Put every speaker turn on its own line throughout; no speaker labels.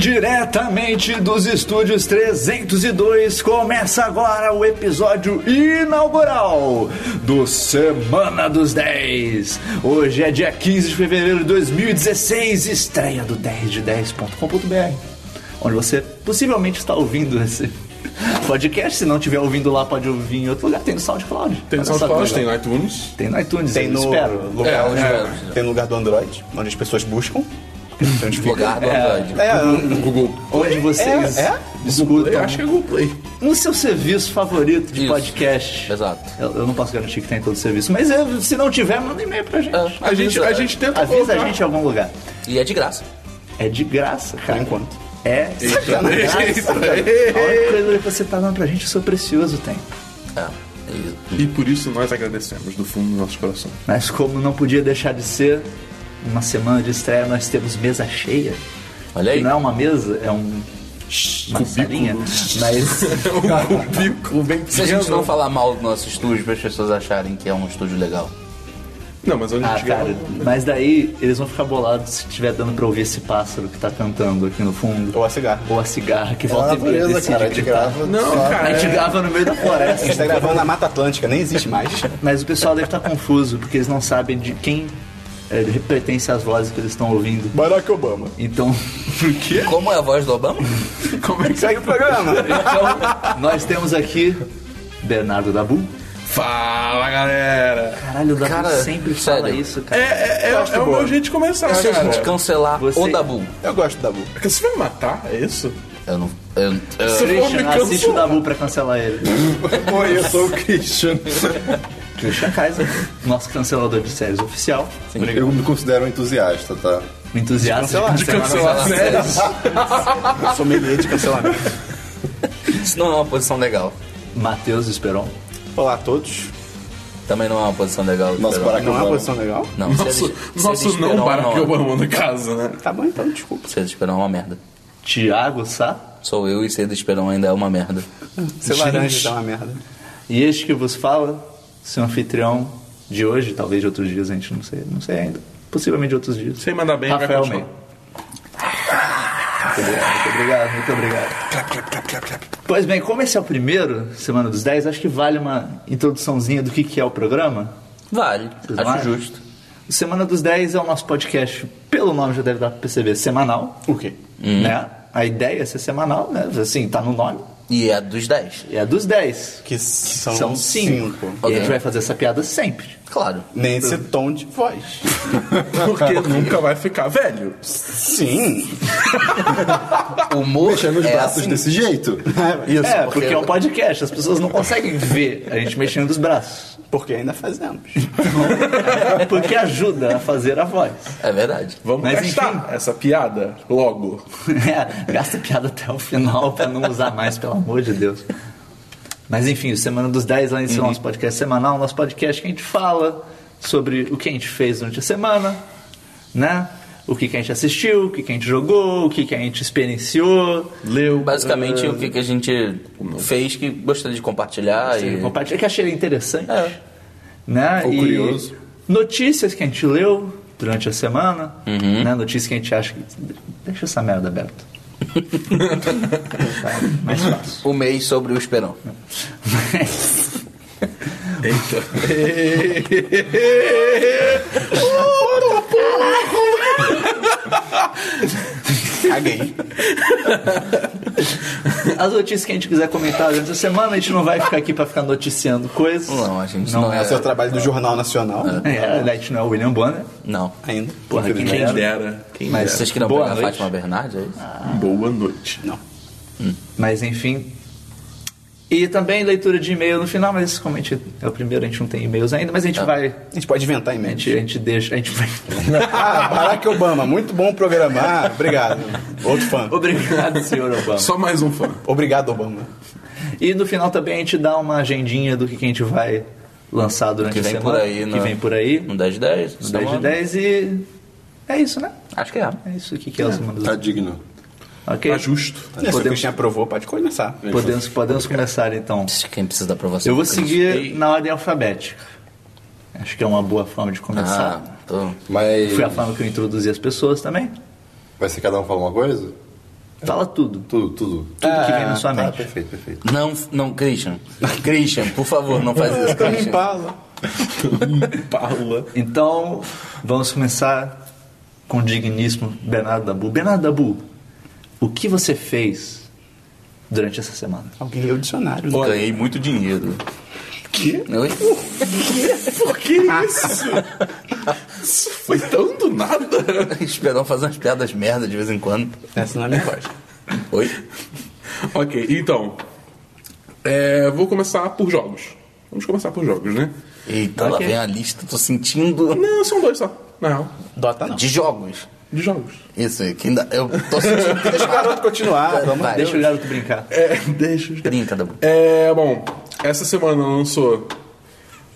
Diretamente dos estúdios 302, começa agora o episódio inaugural do Semana dos 10. Hoje é dia 15 de fevereiro de 2016, estreia do 10de10.com.br, onde você possivelmente está ouvindo esse podcast. Se não estiver ouvindo lá, pode ouvir em outro lugar. Tem no SoundCloud.
Tem
Olha
no
só que
SoundCloud, tem
legal.
no iTunes.
Tem no iTunes,
Tem
eu
no
espero.
lugar
É,
onde
é.
vai-
né? Tem no lugar do Android, onde as pessoas buscam. Onde fica.
Lugar do Android.
É,
Google.
Onde vocês
É, é?
Play,
escutam
acho que é Google Play.
no seu serviço favorito de
Isso.
podcast.
é. Exato.
Eu, eu não posso garantir que tem em todo o serviço, mas eh, se não tiver, manda e-mail pra gente.
É.
A gente, a gente tenta
Avisa a
colocar-
gente em algum lugar.
E é de graça.
É de graça, cara.
Por enquanto.
É sacanagem. A
Eita.
única coisa que você tá dando pra gente, o seu precioso tem.
É. E-
E por isso nós agradecemos do fundo do nosso coração.
Mas como não podia deixar de ser, uma semana de estreia nós temos mesa cheia.
Olha
Que
aí.
não é uma mesa, é um... Uma salinha. Mas...
o cubico bem
Se a gente
pequeno.
não falar mal do nosso estúdio, para as pessoas acharem que é um estúdio legal.
Não, mas onde a
Ah,
gente
cara,
grava?
mas daí eles vão ficar bolados se estiver dando pra ouvir esse pássaro que tá cantando aqui no fundo.
Ou a cigarra.
Ou a cigarra que
É a
volta e meia
natureza,
decide
cara. A gente
gritar.
grava.
Não,
só-
cara.
A gente
É.
grava no meio da
A gente
floresta.
tá gravando na Mata Atlântica, nem existe mais.
Mas o pessoal deve estar confuso, porque eles não sabem de quem é, pertence as vozes que eles estão ouvindo.
Barack Obama.
Então, por quê?
Como é a voz do Obama?
Como é que
Segue o programa.
Então, nós temos aqui Bernardo Dabu.
Fala, galera!
Caralho, o Dabu
Cara,
sempre
sério.
fala isso,
É,
cara.
é, é, é o meu jeito de começar,
Se a gente
cara.
cancelar
Você-
o Dabu.
Eu gosto da Bu.
Você vai me matar? É isso?
Eu não. Eu, eu,
Christian,
Pô, me
assiste o
cansou.
Dabu pra cancelar ele.
Oi, eu sou o Christian.
Christian Kaiser, nosso cancelador de séries oficial.
Eu me considero um entusiasta, tá?
Um entusiasta
cancelar.
de cancelar.
cancelar séries.
Eu sou meio de cancelamento.
Isso não é uma posição legal.
Matheus Esperon.
Olá a todos.
Também não é uma posição legal.
Nosso
Esperon.
Barack
Não é uma
Obama.
posição legal?
Não, se
Nosso,
eles- se
nosso
eles
não
esperam,
Barack
não.
Obama, no caso, né?
Tá bom então, desculpa.
Ser do Esperão é uma merda.
Tiago Sá.
Sou eu e ser do Esperão ainda é uma merda.
Ser laranja tá uma merda.
E este que vos fala, seu anfitrião de hoje, talvez de outros dias, a gente não sei, não sei ainda. Possivelmente de outros dias.
Sem mandar bem, vai
Rafael May.
continuar.
Muito obrigado, muito obrigado, muito obrigado. Pois bem, como esse é o primeiro, Semana dos 10, acho que vale uma introduçãozinha do que, que é o programa.
Vale.
Vocês não
Acho
acham?
justo.
O Semana dos 10 é o nosso podcast, pelo nome já deve dar pra perceber, semanal.
O quê?
Uhum.
Né? A ideia é ser semanal, né? Assim, tá no nome.
E é dos 10.
E é dos 10.
Que são,
Então,
São
cinco.
5. E
Ok.
a gente vai fazer essa piada sempre.
Claro.
Nesse tom de voz.
Porque nunca vai ficar velho.
Sim.
Humor
Mexendo os
é
braços
assim.
desse jeito.
Isso.
é, porque é um podcast, as pessoas não conseguem ver a gente mexendo os braços.
Porque ainda fazemos.
Porque ajuda a fazer a voz.
É verdade.
Vamos
Mas,
gastar essa piada logo.
É, gasta piada até o final pra não usar mais, pelo amor de Deus. Mas enfim, o Semana dos 10 lá em cima, nosso podcast semanal, nosso podcast que a gente fala sobre o que a gente fez durante a semana, né? O que, que a gente assistiu, o que, que a gente jogou, o que, que a gente experienciou.
Leu.
Basicamente, o que, que a gente fez que gostaria de compartilhar e...
Ah, Compartilha que eu achei interessante.
É.
Né?
Ou
E
curioso.
Notícias que a gente leu durante a semana,
Uhum.
né? Notícias que a gente acha que. Deixa essa merda aberta. Tá, Mais fácil.
o mês sobre o Esperão.
Mas-
Caguei.
As notícias que a gente quiser comentar durante a semana, a gente não vai ficar aqui pra ficar noticiando coisas.
Não, a gente
Não
não,
É o seu trabalho do Jornal Nacional.
É, a gente não é o William Bonner.
Não.
Ainda.
Porra, que
Quem
merda.
dera. Quem
Mas-
dera.
Vocês queriam
É. Boa
pegar
noite.
a Fátima Bernardes, é isso?
Boa noite.
Não.
Mas enfim. E também leitura de e-mail no final, mas como a gente é o primeiro, a gente não tem e-mails ainda, mas a
Tá.
gente vai.
A gente pode inventar em
A
mente.
gente, a gente deixa. A gente vai.
Ah, Barack Obama, muito bom programar. Obrigado. Outro fã.
Obrigado, senhor Obama.
Só mais um fã.
Obrigado, Obama.
E no final também a gente dá uma agendinha do que, que a gente vai lançar durante
Que
a
vem
semana.
por aí,
que
né?
vem por aí.
Um 10 de 10.
No 10 de 10 e. É isso, né?
Acho que é.
É isso que, que é o Semana dos
Tá digno.
Ok?
Tá justo.
Se o
Podemos-
Christian aprovou, pode começar.
Podemos, podemos começar então.
Quem precisa da aprovação?
Eu vou
do
seguir na ordem alfabética. Acho que é uma boa forma de
Cristo?
começar.
Ah, tô...
Mas
Foi a forma que eu introduzi as pessoas também.
vai ser cada um falar uma coisa?
Fala tudo.
Tudo, tudo.
Tudo que vem na
Ah,
sua
Tá,
mente.
perfeito, perfeito.
Não, não, Christian. Christian, por favor, não faz isso. Christian.
Impala.
Paula.
Então, vamos começar com o digníssimo Bernardo Dabu. Bernardo Dabu, o que você fez durante essa semana?
Alguém leu o dicionário. né?
Ganhei muito dinheiro.
Que?
Oi?
Por que isso? isso foi tão do nada.
Esperão fazer umas piadas merda de vez em quando.
Essa não é minha voz.
Oi?
Ok, então. é, vou começar por jogos. Vamos começar por jogos, né?
Eita, lá
Ok.
vem a lista, tô sentindo.
Não, são dois só, na real.
Dota não.
De jogos.
De jogos.
Isso aí, que ainda. Eu tô sentindo.
Deixa o garoto continuar. Vamos
Vai.
Deixa o garoto brincar.
Ah, É, deixa os
Brinca, Dabu.
É, bom, essa semana lançou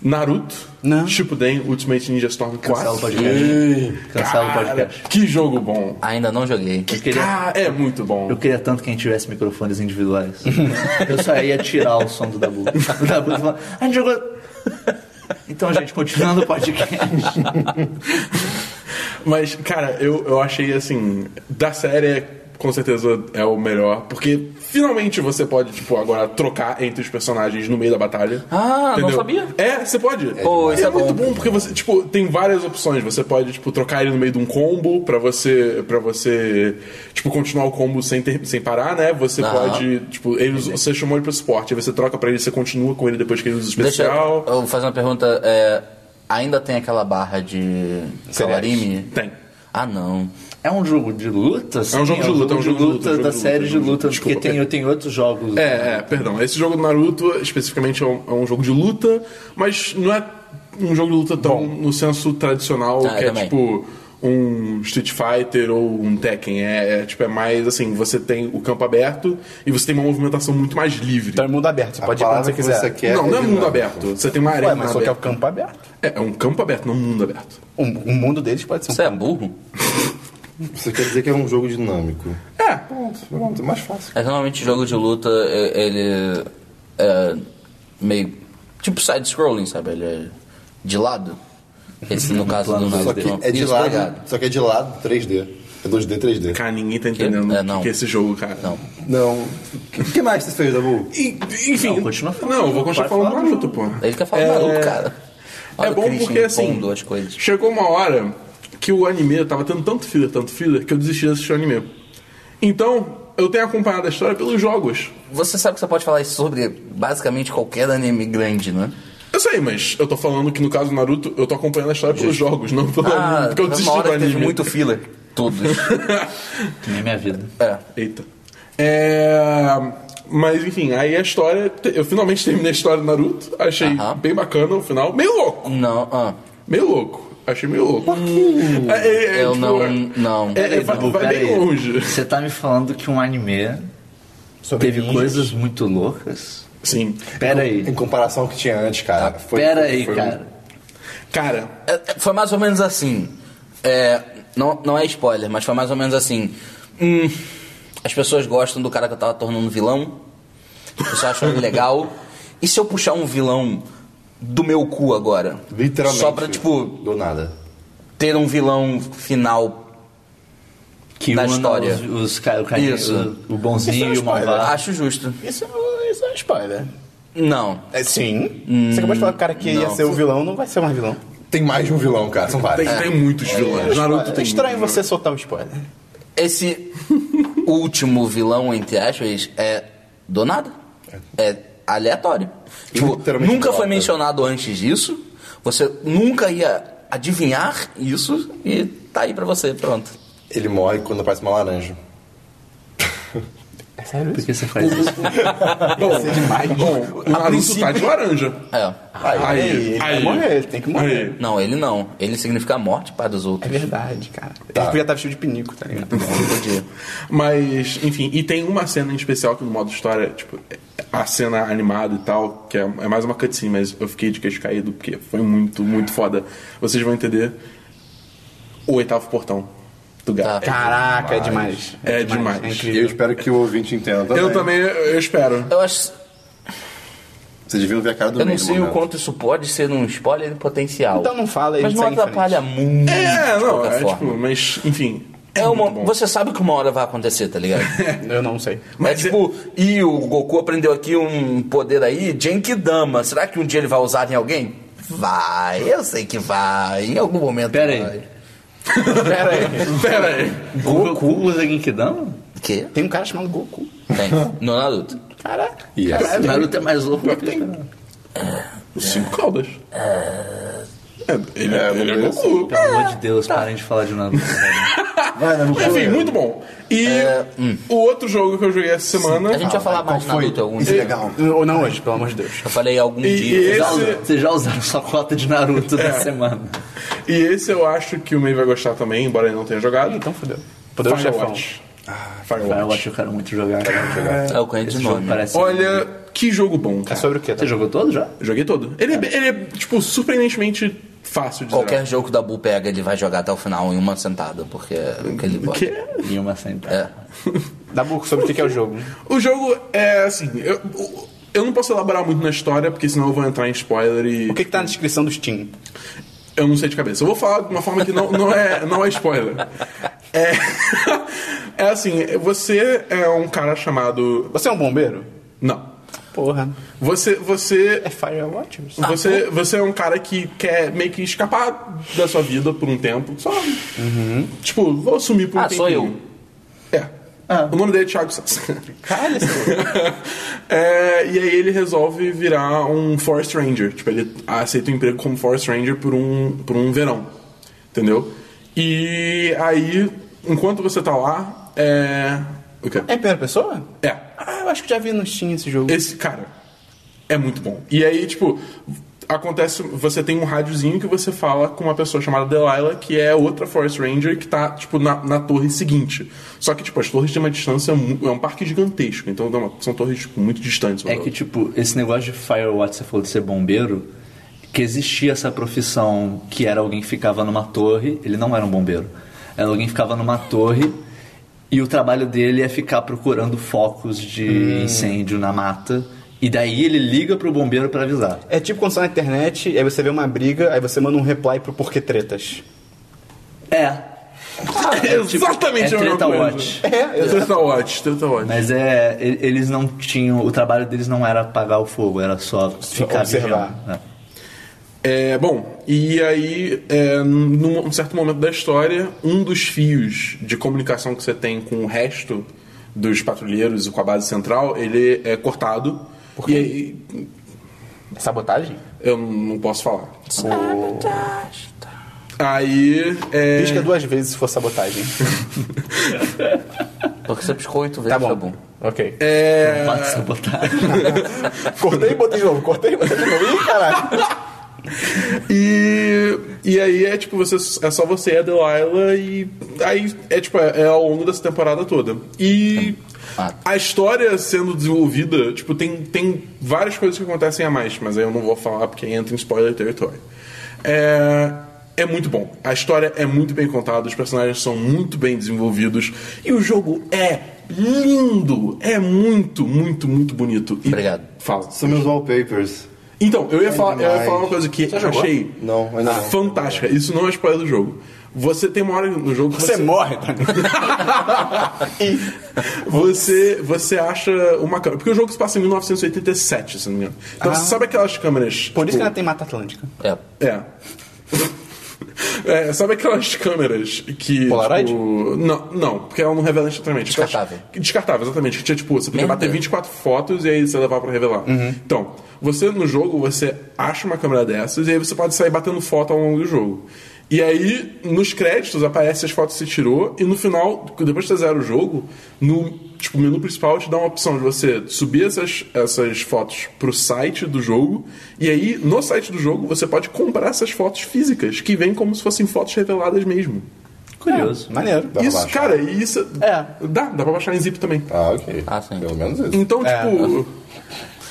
Naruto,
Não.
Shippuden, Ultimate Ninja Storm 4.
Cancela o podcast. Cancela o
Cara,
podcast.
Que jogo bom.
Ainda não joguei.
Eu queria,
Ah, é muito bom.
eu queria tanto que a gente tivesse microfones individuais. Eu só ia tirar o som do Dabu. O Dabu falando, a gente jogou... Então, gente, continuando o podcast.
Mas, cara, eu, eu achei assim, da série com certeza é o melhor, porque finalmente você pode, tipo, agora trocar entre os personagens no meio da batalha.
Ah, não sabia.
É, você pode.
Pô,
E
isso
é,
é bom.
muito bom porque você, tipo, tem várias opções. Você pode, tipo, trocar ele no meio de um combo pra você, para você, tipo, continuar o combo sem, ter- sem parar, né? Você
Aham.
pode, tipo, ele, usa- você chamou ele pro suporte, aí você troca pra ele, você continua com ele depois que ele usa o
Deixa
especial.
eu, eu vou fazer uma pergunta. é, ainda tem aquela barra de Salarime?
Tem.
Ah, não.
É um jogo de luta? sim,
jogo de luta, é um jogo de luta, é um jogo
da
de
série de
luta, é um jogo de
luta,
luta.
porque
Desculpa,
tem, eu tenho outros jogos.
É, é, perdão. Esse jogo do Naruto, especificamente, é um, é um jogo de luta, mas não é um jogo de luta tão no senso tradicional,
Ah, eu
que é
também.
tipo um Street Fighter ou um Tekken. É, é, tipo, é mais assim, você tem o campo aberto e você tem uma movimentação muito mais livre.
Então é mundo aberto. Você
A
pode ir quando
palavra
você
que
quiser.
você quer
não, não é mundo
dinâmica.
aberto. Você tem uma arena
Ué, mas só que é o
aberta.
campo aberto.
É, é um campo aberto, não um mundo aberto.
O, o mundo deles pode ser um
Você é burro?
Isso quer dizer que é um jogo dinâmico.
É.
Pronto, pronto, é mais fácil.
É normalmente jogo de luta, é- ele é meio. Tipo side-scrolling, sabe? Ele é de lado. Esse no caso do
plano
Só
Naruto.
que é de
Isso,
lado,
obrigado.
só que é de lado 3D. É 2D, 3D.
Cara, ninguém tá entendendo o
É,
que
não.
que é esse jogo, cara.
Não.
Não. O que mais você fez, Dabu?
E- Enfim.
Não, continua falando.
Não, eu vou continuar
Vai
falando do
falar do
Naruto, pô.
Ele quer falar do Naruto, cara. Olha
é
o
bom
Christian
porque assim.
impondo as coisas.
Chegou uma hora que o anime eu tava tendo tanto filler, tanto filler, que eu desisti de assistir o anime. Então, eu tenho acompanhado a história pelos jogos.
Você sabe que você pode falar isso sobre basicamente qualquer anime grande, né?
Eu sei, mas eu tô falando que no caso do Naruto, eu tô acompanhando a história pelos jogos, não pelo anime. Porque eu
teve
desisti
Ah, uma
do
hora que teve
anime.
muito filler. Todos.
Que nem minha vida.
é.
Eita. É. Mas enfim, aí a história. Eu finalmente terminei a história do Naruto. Achei
Aham.
bem bacana o final. Meio louco!
Não, ah.
Meio louco. Achei meio louco. É, é, é,
eu
tipo,
não-
é-
não.
É, é,
Peraí,
vai,
Dabu,
vai
pera
bem
aí.
longe.
Você tá me falando que um anime
Sobre
teve
ninjas.
coisas muito loucas?
Sim.
Pera aí.
Em comparação ao que tinha antes,
Tá
cara. Foi-
Pera
foi-
aí,
foi um-
cara.
Cara,
É, é, Foi mais ou menos assim. É, não, não é spoiler, mas foi mais ou menos assim. Hum, as pessoas gostam do cara que eu tava tornando vilão. As pessoas acham ele legal. E se eu puxar um vilão do meu cu agora?
Literalmente.
Só pra, tipo,
Do nada.
ter um vilão final.
Que
Na
una
história.
Os, os, ca- o, carinha-
Isso.
o, o bonzinho e
Isso é
o
um spoiler.
Ah.
malvado.
Acho justo.
Isso, isso é um spoiler.
Não.
É, sim. você acabou de falar que o cara que ia
não.
ser o vilão não vai ser mais vilão.
Tem mais de um vilão, cara. São
tem,
vários.
tem muitos vilões. Naruto
É
tem
estranho
muitos
você soltar o spoiler.
Esse último vilão, entre aspas, é do nada. É aleatório.
É
Tipo,
Literalmente
nunca foi
aleatório.
mencionado antes disso. Você nunca ia adivinhar isso e tá aí pra você, pronto.
Ele morre quando aparece uma laranja.
É sério
Por que você faz isso?
vilões. Bom, o Naruto tá de laranja.
É.
Aí,
ele vai
aí.
morrer, ele tem que morrer.
Aí.
Não, ele não. Ele significa a morte para os
É
outros.
verdade, cara. Ele podia estar vestido de pinico, tá ligado?
Não podia.
Mas, enfim, e tem uma cena em especial que no modo história, tipo, a cena animada e tal, que é, é mais uma cutscene, mas eu fiquei de queixo caído porque foi muito, muito foda. Vocês vão entender o oitavo portão do gato.
Tá.
Caraca, é demais.
É demais.
É
E eu
incrível.
espero que o ouvinte entenda também.
Eu também, eu espero.
Eu acho.
Vocês deviam ver a cara do né?
Eu não
meio no
sei o
momento.
quanto isso pode ser um spoiler potencial.
Então não fala, ele
Mas não
segue em frente.
atrapalha muito.
É,
de
não,
tipo,
qualquer
é
forma.
tipo, mas, enfim.
É uma,
muito bom.
você sabe que uma hora vai acontecer, tá ligado?
Eu não sei.
Mas
Mas é tipo, e o Goku aprendeu aqui um poder aí, Genkidama. Será que um dia ele vai usar em alguém? Vai, eu sei que vai. Em algum momento
Pera aí.
vai.
Pera aí.
Pera aí.
Goku usa Genkidama?
O quê?
Tem um cara chamado Goku.
Tem. No Naruto.
Caraca.
E
Cara,
assim,
Naruto é mais louco do que eu esperava.
Os cinco caudas. É, ele é,
É,
ele é
vamos ver
assim,
Goku.
Pelo amor de Deus, parem de falar de Naruto. cara.
vai, Naruto.
é.
Enfim, muito bom. E o outro jogo que eu joguei essa semana.
hum. A gente vai falar mais de Naruto algum
Isso é
dia.
legal.
Ou não hoje, pelo amor de Deus.
Eu falei algum
E, e
dia.
Já
esse,
usaram- Vocês já usaram sua cota de Naruto da semana.
e esse eu acho que o May vai gostar também, embora ele não tenha jogado. Ah,
Então fodeu. Poder do chefão.
Firewatch.
Firewatch eu quero muito jogar. Cara. jogar.
É, eu conheço
Esse
de
jogo
nome.
parece...
Olha, que jogo bom,
É
cara.
sobre o quê?
Você jogou todo já?
Joguei todo. Ele é, bem- ele é, tipo, surpreendentemente fácil de
Qualquer
zerar.
jogo que o Dabu pega, ele vai jogar até o final em uma sentada, porque é o que ele gosta.
Que
Em uma sentada.
É.
Dá buco sobre o que que é o jogo.
O jogo é assim. Eu, eu não posso elaborar muito na história, porque senão eu vou entrar em spoiler e.
O que que tá na descrição do Steam?
Eu não sei de cabeça. Eu vou falar de uma forma que não, não, é, não é spoiler. É, é assim, você é um cara chamado.
Você é um bombeiro?
Não.
Porra.
Você. Você.
É Firewatchers.
Você, você é um cara que quer meio que escapar da sua vida por um tempo. Só. Tipo, vou sumir por um
Uhum. Ah,
tempo.
sou eu.
É. O nome dele é Thiago Sass.
Caralho, esse-
É, e aí ele resolve virar um Forest Ranger. Tipo, ele aceita um emprego como Forest Ranger por um, por um verão. Entendeu? E aí, enquanto você tá lá, é. O quê?
É em primeira pessoa?
É.
Ah, eu acho que já vi no Steam esse jogo.
Esse, cara, é muito bom. E aí, tipo, acontece. Você tem um rádiozinho que você fala com uma pessoa chamada Delilah, que é outra Forest Ranger que tá, tipo, na, na torre seguinte. Só que, tipo, as torres têm uma distância. mu- É um parque gigantesco. Então, não, são torres, tipo, muito distantes. uma
É
da
que, tipo, esse negócio de Firewatch, você falou de ser bombeiro, que existia essa profissão que era alguém que ficava numa torre, ele não era um bombeiro, era alguém que ficava numa torre e o trabalho dele é ficar procurando focos de
Hum.
incêndio na mata. E daí ele liga pro bombeiro pra avisar.
É tipo quando você tá na internet, aí você vê uma briga, aí você manda um reply pro porquê tretas.
É.
Exatamente
é
a mesma
Treta
coisa.
Watch.
É, eu
Treta Watch, Treta Watch.
Mas é, e- eles não tinham, o trabalho deles não era apagar o fogo, era só ficar
observar.
vigiando, né?
É, bom, e aí, é, num num certo momento da história, um dos fios de comunicação que você tem com o resto dos patrulheiros e com a base central, ele é cortado. E aí,
Sabotagem?
eu não posso falar.
tá.
Aí, é...
Pisca duas vezes se for sabotagem.
Porque você piscou oito vezes,
Tá bom.
tá bom.
Ok.
é...
Pode sabotar.
Cortei e botei de novo, cortei e botei de novo. Ih, caralho.
E, e aí é tipo, você, é só você e a Delilah e aí é tipo, é, é ao longo dessa temporada toda. E
Ah.
a história sendo desenvolvida, tipo, tem, tem várias coisas que acontecem a mais, mas aí eu não vou falar porque entra em spoiler territory. É, é muito bom. A história é muito bem contada, os personagens são muito bem desenvolvidos e o jogo é lindo. É muito, muito, muito bonito. E-
Obrigado.
Fala.
São meus wallpapers.
Então,
É
eu ia, falar, eu ia
demais.
falar uma coisa que eu achei
Não, ainda não.
fantástica. Isso não é spoiler do jogo. Você tem uma hora no jogo que
Você
você,
morre, tá ligado?
você, você acha uma câmera. Porque o jogo se passa em 1987, se não me engano. Então você sabe aquelas câmeras.
Ah. Por isso que
tipo,
ela tem Mata Atlântica.
É.
É. É, sabe aquelas câmeras que.
Polaroid?
tipo, não, não, porque ela não revela instantaneamente. Aquelas-
Descartável.
descartável, exatamente. Que tinha, tipo, você podia
Merda.
bater 24 fotos e aí você levava pra revelar.
Uhum.
Então, você no jogo, você acha uma câmera dessas e aí você pode sair batendo foto ao longo do jogo. E aí, nos créditos, aparece as fotos que você tirou, e no final, depois que você zera o jogo, no tipo, menu principal te dá uma opção de você subir essas, essas fotos pro site do jogo, e aí, no site do jogo, você pode comprar essas fotos físicas, que vêm como se fossem fotos reveladas mesmo.
Curioso.
É, maneiro.
Dá pra
isso,
baixar.
cara, e isso.
É.
Dá, dá pra baixar em zip também.
Ah, ok.
Ah, sim.
Pelo menos isso.
Então, tipo.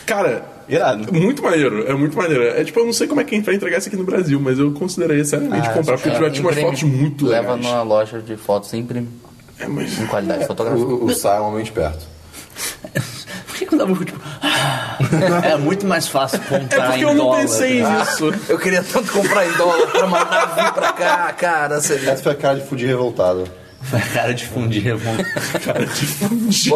Cara,
Irado.
muito maneiro, é muito maneiro. É tipo, eu não sei como é que vai entregar isso aqui no Brasil, mas eu considerei seriamente
Ah,
comprar, porque
É,
já tinha umas
imprime.
fotos muito
Leva
legais.
numa loja de fotos e imprime.
É, mas...
Com qualidade fotográfica.
O, o Sai é um homem esperto.
Por que, que o Dabu, tipo. é muito mais fácil
É
comprar
porque
em
eu não
dólar.
pensei
tá ligado?
nisso.
Eu queria tanto comprar em dólar pra mandar vir pra cá, cara. Você...
Essa foi a cara de fudir revoltado.
Foi a cara de fundir, é bom.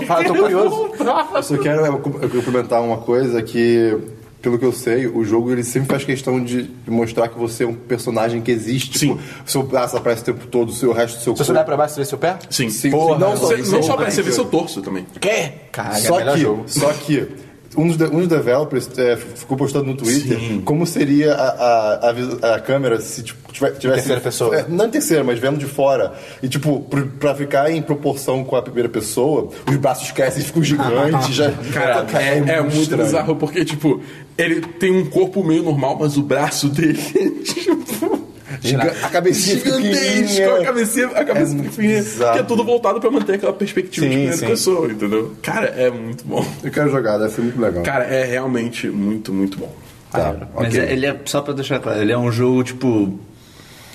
Ah, eu tô curioso. Eu só quero é, cum- eu complementar uma coisa que, pelo que eu sei, o jogo ele sempre faz questão de de mostrar que você é um personagem que existe.
Sim.
Tipo, seu braço aparece o tempo todo, o seu o resto do seu
Se você olhar pra baixo, você vê seu pé?
Sim.
Sim,
Porra,
sim. não,
eu
só-
Você- não só
só-
pra você ver seu torso também.
Quê? Caralho, é
só
melhor
que,
jogo.
só que um dos, de- um dos developers é, f- ficou postando no Twitter como seria a, a, a vis- a câmera se tipo, tiver- tivesse.
Terceira pessoa.
É, não em terceira, mas vendo de fora. E tipo, pro- pra ficar em proporção com a primeira pessoa, os braços crescem e ficam gigantes. já,
Cara, é, é muito
estranho.
bizarro, porque, tipo, ele tem um corpo meio normal, mas o braço dele é, tipo,
Giga- a cabecinha fica
gigantesco. A
pequenininha.
cabeça, a cabeça
muito
pequenininha,
bizarro.
Que é tudo voltado pra manter aquela perspectiva
Sim,
de primeira
sim.
pessoa, entendeu? Cara, é muito bom.
Eu quero jogar, deve ser muito legal.
Cara, é realmente muito, muito bom.
tá,
Mas
ok.
é- ele é, só pra deixar claro, ele é um jogo tipo.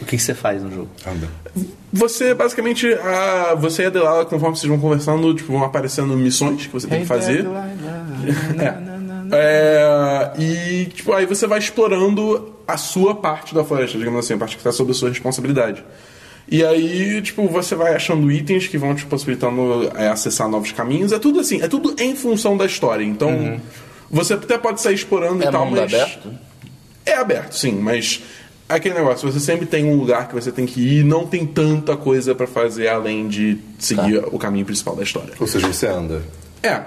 O que, que você faz no jogo?
Anda.
Você, é basicamente, a, você e a Delilah, conforme vocês vão conversando, tipo, vão aparecendo missões que você tem que fazer. É, e tipo, aí você vai explorando a sua parte da floresta, digamos assim, a parte que está sob a sua responsabilidade. E aí, tipo, você vai achando itens que vão te possibilitando é, acessar novos caminhos. É tudo assim, é tudo em função da história. Então, você até pode sair explorando
Uhum. É
e tal,
mundo
mas.
aberto?
É aberto, sim, mas é aquele negócio, você sempre tem um lugar que você tem que ir, não tem tanta coisa pra fazer além de seguir
Tá.
o caminho principal da história.
Ou seja, você anda.
É.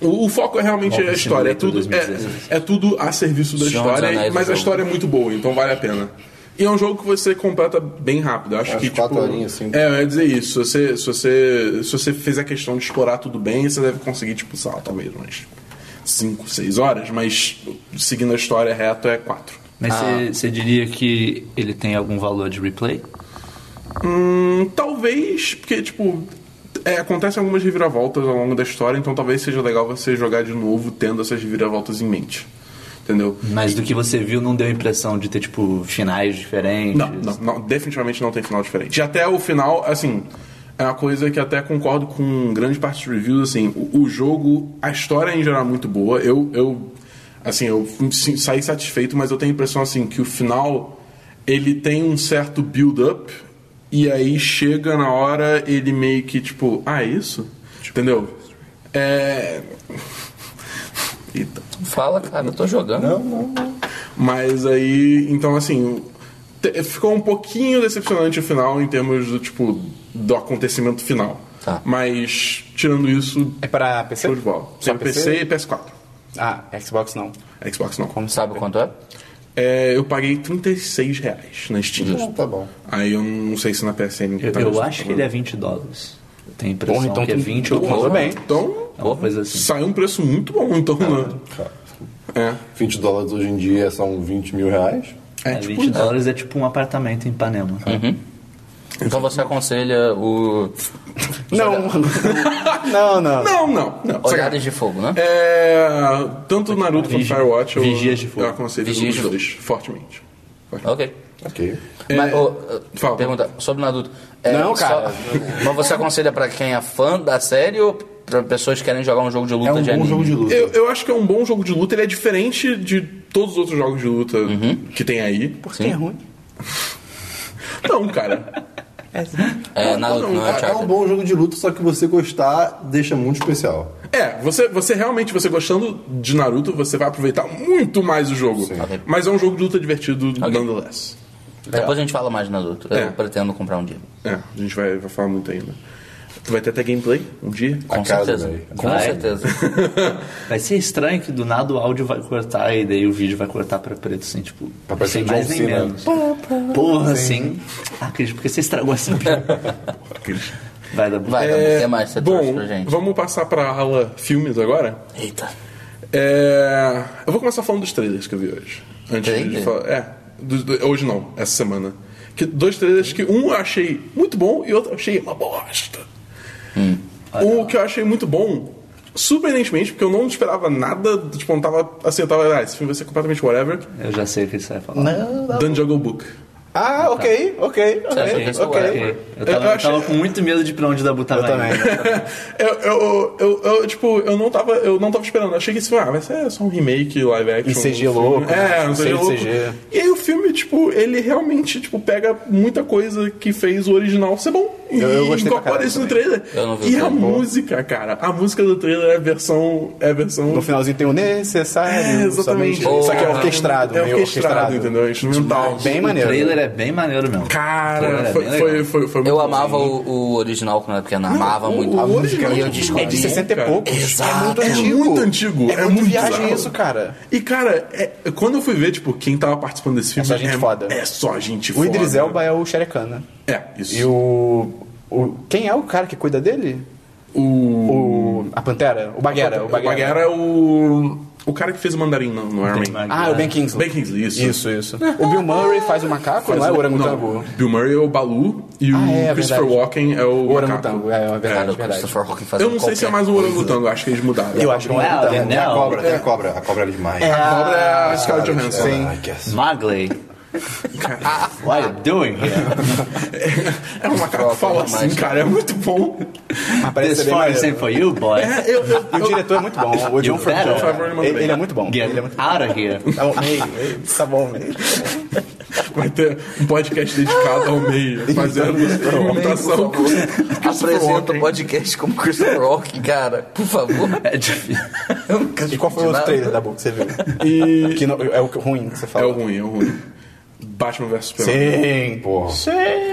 O, o foco é realmente
Golpe
a história. É tudo,
Simulator
é, é tudo a serviço da
Senhor dos
história,
Anéis,
mas
o
a
jogo.
história é muito boa, então vale a pena. E é um jogo que você completa bem rápido. Eu acho
Acho
que
quatro
tipo,
horinhas, cinco.
É, eu ia dizer isso. Se você, se, você, se você fez a questão de explorar tudo bem, você deve conseguir, tipo, sei lá, talvez umas 5, 6 horas, mas seguindo a história reto é 4.
Mas você você diria que ele tem algum valor de replay?
Hum, talvez, porque, tipo, é, acontecem algumas reviravoltas ao longo da história, então talvez seja legal você jogar de novo tendo essas reviravoltas em mente. Entendeu?
Mas do que você viu, não deu a impressão de ter, tipo, finais diferentes?
Não, não, não, definitivamente não tem final diferente. E até o final, assim, é uma coisa que até concordo com grande parte dos reviews, assim, o, o jogo, a história em geral é muito boa. Eu, eu assim, eu me sin- saí satisfeito, mas eu tenho a impressão, assim, que o final, ele tem um certo build-up, e aí chega na hora, ele meio que, tipo, ah, é isso? Entendeu? É... Eita.
Fala, cara, eu tô jogando.
Mas aí, então assim, te- ficou um pouquinho decepcionante o final em termos do tipo do acontecimento final.
Tá.
Mas tirando isso,
É pra PC?
show de bola.
Só
Tem PC e PS4.
Ah, Xbox não.
Xbox não.
Como
Sabe quanto é?
É, eu paguei 36 reais na Steam.
Então, tá bom.
Aí eu não sei se na PSN.
Eu,
tá
eu
justo.
acho que ele é 20 dólares. Tem a impressão
Porra, então
que é
tu-
20
tu
ou
mandou bem.
Então,
Alguma coisa assim.
saiu um preço muito bom, então, né?
Cara,
É.
20 dólares hoje em dia são 20 mil reais.
É,
É,
tipo,
20 dólares é tipo um apartamento em Ipanema.
Então você aconselha o
Não. não, não. É
Não, não, não.
Olhadas de Fogo, né?
É. Tanto Naruto quanto
Vigi-
Firewatch eu,
Vigias de Fogo.
eu aconselho
Vigias
os
de
dois, fortemente.
Ok.
Ok.
Mas, ô,
fala.
pergunta sobre Naruto. É,
Não,
só-
cara.
mas você aconselha pra quem é fã da série ou pra pessoas que querem jogar um jogo de luta
É um
de
bom
anime?
jogo de luta.
Eu, eu acho que é um bom jogo de luta, ele é diferente de todos os outros jogos de luta que tem aí.
Porque é ruim.
Não, cara.
É, Naruto, não, é
É, é um
Uncharted.
bom jogo de luta, só que você gostar deixa muito especial.
É, você, você realmente, você gostando de Naruto, você vai aproveitar muito mais o jogo.
Ok.
Mas é um jogo de luta divertido, nonetheless.
Depois a gente fala mais de Naruto.
É.
Eu pretendo comprar um dia.
É, a gente vai, vai falar muito ainda. Tu vai ter até gameplay um dia?
Com
casa,
certeza.
velho.
Com
Vai.
certeza.
Vai ser estranho que do nada o áudio vai cortar e daí o vídeo vai cortar pra preto, assim, tipo,
Tá parecendo
sem mais
John
nem
Cena.
menos. Porra, assim. Ah, acredito, porque você estragou essa piada. Vai dar
Vai, Dabu, o que mais você
É, Bom,
trouxe pra gente?
vamos passar pra ala filmes agora?
Eita.
É... Eu vou começar falando dos trailers que eu vi hoje. Antes de
Trailer?
falar. É, do- do- hoje não, essa semana. Que, dois trailers que um eu achei muito bom e outro eu achei uma bosta. O que eu achei muito bom, surpreendentemente, porque eu não esperava nada, tipo, eu não tava assim, eu tava, ah, esse filme vai ser completamente whatever.
Eu já sei o que você vai falar.
Dan Jungle Book.
Ah, ok,
Tá.
ok,
é
acha que
ok,
isso
ok.
Ok. Eu
Eu
tava,
achei-
tava com muito medo de pra onde Dabu tava
Eu também.
indo.
Eu, eu, eu, eu, tipo, eu não tava, eu não tava esperando. Eu achei que esse filme, ah, vai ser só um remake, live action.
E CG
um filme.
louco,
É, um CG
cheio de
louco.
CG.
E aí o filme, tipo, ele realmente, tipo, pega muita coisa que fez o original ser bom. E
Eu- eu gostei pra
incorpora
caralho
isso no trailer.
Eu não vi o
E a
trailer.
música, cara. A música do trailer é a versão. É a versão.
No finalzinho tem o necessário.
É, exatamente.
né? somente. Isso aqui é
Porra.
orquestrado,
É
meio
orquestrado, entendeu? Instrumental.
Bem
O
maneiro.
trailer é bem maneiro mesmo.
Cara,
Cara,
foi,
é bem
foi,
legal.
foi, foi muito
Eu
bom.
amava o, o original quando era pequeno, amava muito.
o original
e eu
é
descobri.
de 60 e poucos.
Exato.
É muito
É
antigo.
muito antigo.
É,
É
muito,
muito
viagem
bizarro.
isso, cara.
E, cara, é- quando eu fui ver, tipo, quem tava participando desse filme...
só gente
é,
foda.
É só gente
O
foda.
Idris Elba é o Shere Khan, né?
É, isso.
E o, o... Quem é o cara que cuida dele?
O...
O... A Pantera? O Baguera.
O Baguera é o... O cara que fez o Mandarim no, no Iron Man.
Ah, é o Ben Kingsley.
Ben Kingsley, isso.
Isso, isso. O Bill Murray faz o macaco, não é o
Não,
orangotango?
Bill Murray é o Balu e
Ah,
o
é, é
Christopher
verdade.
Walken é o
O
macaco.
orangotango, é, é
Cara,
verdade,
o
verdade.
Christopher Walken fazendo
Eu não sei se é
qualquer
mais um
coisa.
orangotango, eu acho que eles mudaram.
Eu acho que é um
Não é
orangotango.
alien, né?
Tem a
Não,
cobra, tem a cobra. A cobra é demais. É,
A cobra é a Scarlett Johansson.
assim.
Magley. What are you doing here?
É um macaco que fala assim,
né?
Mas-
cara, é muito bom.
Mas parece
This
ser bem
far
maneiro.
isn't for you, boy.
É, eu, eu,
E o diretor é muito bom. O John
better.
Favreau.
John
Favreau mandou
Ele,
bem.
ele é muito bom.
Get
Ele é muito
out of here.
Tá bom, meio, meio. Tá bom, meio.
Vai ter um podcast dedicado ao meio, fazendo
é
imitação.
Apresenta o podcast como Christopher Walken, cara. Por favor.
É difícil.
Eu nunca
E qual foi o
nada.
outro trailer da boca que você viu?
E-
Que não- é o ruim que você
É
falou.
o ruim, é o ruim. Batman vs Superman.
Sim.
Porra.
Sim.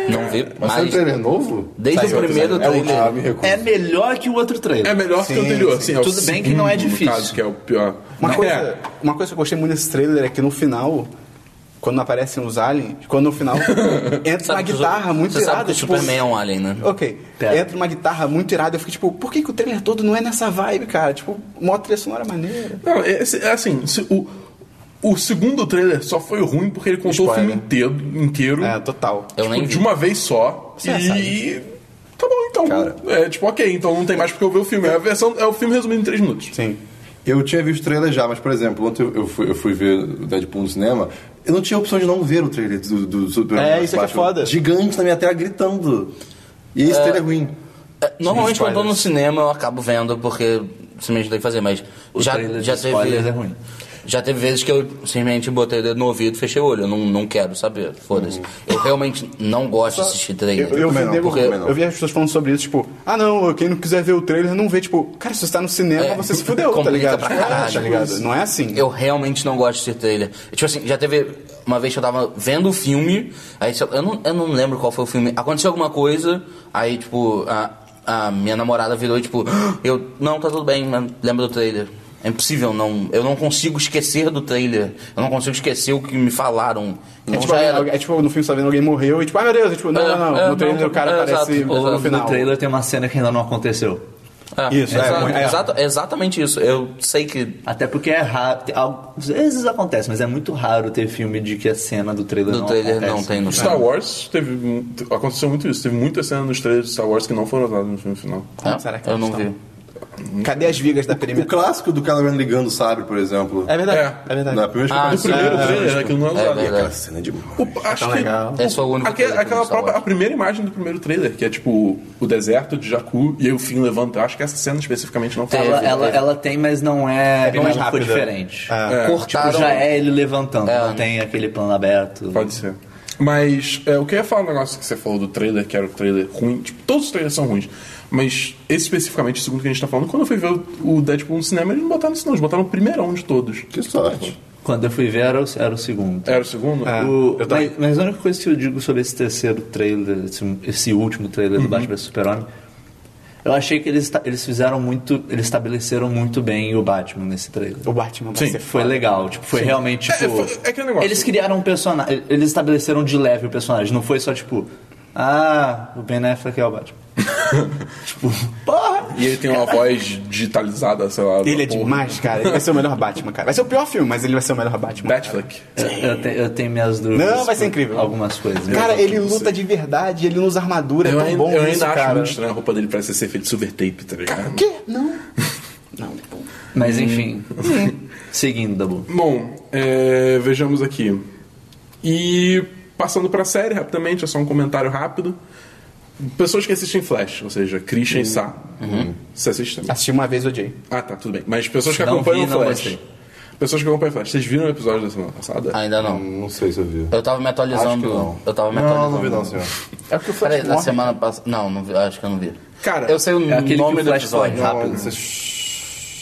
Não vi,
Mas foi um
mas
trailer novo?
desde
Saiu
o primeiro
outro, saiu.
trailer.
Ah, me recuso.
É melhor que o outro trailer.
É melhor que o
Sim,
anterior,
sim.
sim. é o
Tudo bem que não é
segundo,
difícil.
No caso, que é o pior.
Uma
Né?
Não,
coisa,
é.
uma coisa que eu gostei muito desse trailer é que no final, quando aparecem os aliens, quando no final entra uma
Sabe que os-
É guitarra muito
Você
irada.
sabe que o
tipo,
Superman é um alien, né?
Ok.
Pera.
Entra uma guitarra muito irada. Eu fico tipo, por que, que o trailer todo não é nessa vibe, cara? Tipo, mó trilha sonora maneira.
Não, é, é assim, se- o, o segundo trailer só foi ruim porque ele contou
Spoiler.
o filme inteiro, inteiro tipo,
É, total.
Eu nem
de
vi.
uma vez só.
Você
e. Tá bom, então.
Cara.
É tipo, ok, então não tem mais porque eu ver o filme. É, a versão, é o filme resumido em três minutos.
Sim.
Eu tinha visto o trailer já, mas, por exemplo, ontem eu- eu fui, eu fui ver o Deadpool no cinema, eu não tinha opção de não ver o trailer do, do Super
É, isso é que é
Batman.
foda.
Gigante na minha tela gritando. E esse trailer é ruim.
É, Normalmente quando eu tô no
spoilers.
cinema eu acabo vendo porque simplesmente tem que fazer, mas já,
trailer
já
de
teve.
spoilers é ruim.
Já teve vezes que eu simplesmente botei o dedo no ouvido e fechei o olho. Eu não, não quero saber, foda-se. Eu realmente não gosto de assistir trailer.
Uhum. Eu, eu, vi
também não,
nego-
porque-
eu vi as pessoas falando sobre isso, tipo, ah não, quem não quiser ver o trailer não vê, tipo, cara, se você tá no cinema,
É.
você se fudeu, tá
Complica
ligado?
pra
Tipo, ah,
caralho.
tá ligado? Não é assim.
Eu realmente não gosto de assistir trailer. Tipo assim, já teve uma vez que eu tava vendo o filme, aí sei lá, eu não, eu não lembro qual foi o filme. Aconteceu alguma coisa, aí tipo, a, a minha namorada virou e tipo, "Ah", eu, não, tá tudo bem, mas lembra do trailer. É impossível, não. Eu não consigo esquecer do trailer. Eu não consigo esquecer o que me falaram.
É
Então
tipo,
já era.
alguém- é tipo, no filme você tá vendo alguém morreu e tipo, ah meu Deus, e, tipo, não,
É,
não, não,
é,
no trailer
não,
o cara
é,
aparece
exato.
no
Exato.
final.
No trailer tem uma cena que ainda não aconteceu.
É,
Isso, é,
exa-
é.
exata- exatamente isso. Eu sei que
Até porque é raro. tem- Às vezes acontece, mas é muito raro ter filme de que a cena do trailer
do
não
trailer
acontece.
não tem no
Star Wars teve. mu- Aconteceu muito isso. Teve muita cena nos trailers de Star Wars que não foram usadas no filme final.
É,
Será que
eu não
eles
vi.
Cadê as vigas da
O
perimetral?
clássico do Kylo Ren ligando o sabre, por exemplo.
É verdade, é,
É.
verdade.
Na primeira vez que
Ah,
eu
Do
conheci-
primeiro
Ah,
trailer, né, que não é
É
usado.
Aquela
verdade.
cena é demais.
O- acho que
Tá legal.
Esse foi o único
aquele-
trailer que eu
aquela
vi de Star
própria, a
Wars.
primeira imagem do primeiro trailer, que é tipo o deserto de Jakku e aí o Finn levanta. Eu acho que essa cena especificamente
É,
não foi
Ela,
usada.
ela, ela tem, mas não é.
bem
não
mais
é- foi
rápida.
diferente.
É.
Tipo,
Cortaram.
já é ele levantando,
É.
não tem aquele plano aberto.
Pode ser. Mas é, eu queria falar um negócio que você falou do trailer, que era o trailer ruim. Tipo, todos os trailers são ruins. Mas esse especificamente, segundo o que a gente tá falando, quando eu fui ver o o Deadpool no cinema, eles não botaram isso não. Eles botaram o primeirão de todos.
Que sorte.
Quando eu fui ver, era o, era o segundo.
Era o segundo?
É.
O-
eu também.
mas, mas a única coisa que eu digo sobre esse terceiro trailer, esse, esse último trailer
Uhum.
do Batman vs Super-Homem, eu achei que eles, esta- eles fizeram muito. Eles estabeleceram muito bem o Batman nesse trailer.
O Batman vai
Sim.
ser
Foi
foda.
legal, tipo, foi realmente,
É,
tipo...
foi- é aquele negócio.
Eles criaram um personagem, eles estabeleceram de leve o personagem, não foi só, tipo... Ah, o Ben Affleck é o Batman. tipo, porra!
E ele tem uma voz digitalizada, sei lá.
Ele é
da porra.
demais, cara. Ele vai ser o melhor Batman, cara. Vai ser o pior filme, mas ele vai ser o melhor Batman.
Batfleck.
Eu, eu te- eu tenho minhas dúvidas.
Não, vai ser
por
incrível.
Algumas coisas.
Cara,
Eu
ele
não sei.
luta de verdade, ele não usa armadura,
Eu,
é tão
ainda-
bom
eu ainda
isso,
acho
cara.
muito estranho a roupa dele parece ser feita de silver tape, tá ligado?
Quê? Não. Não.
Mas enfim. Seguindo, Dabu.
Bom, é, vejamos aqui. E passando pra série rapidamente, é só um comentário rápido. Pessoas que assistem Flash, ou seja, Christian e Sá. Você assiste também?
Assisti uma vez o Jay.
Ah, tá, tudo bem. Mas pessoas que
Não
acompanham
vi, não
Flash.
gostei.
Pessoas que acompanham Flash, vocês viram o episódio da semana passada?
Ainda
Não,
não.
sei se eu vi.
Eu tava me
Acho
atualizando.
que não.
Eu tava me
Não,
tá,
atualizando.
não vi não, senhor.
É porque o Flash
Peraí, na
morre.
semana passada. Não, não vi, acho que eu não vi.
Cara,
eu sei o
é aquele
nome
que o
do
Flash
episódio,
Não,
rápido.
você-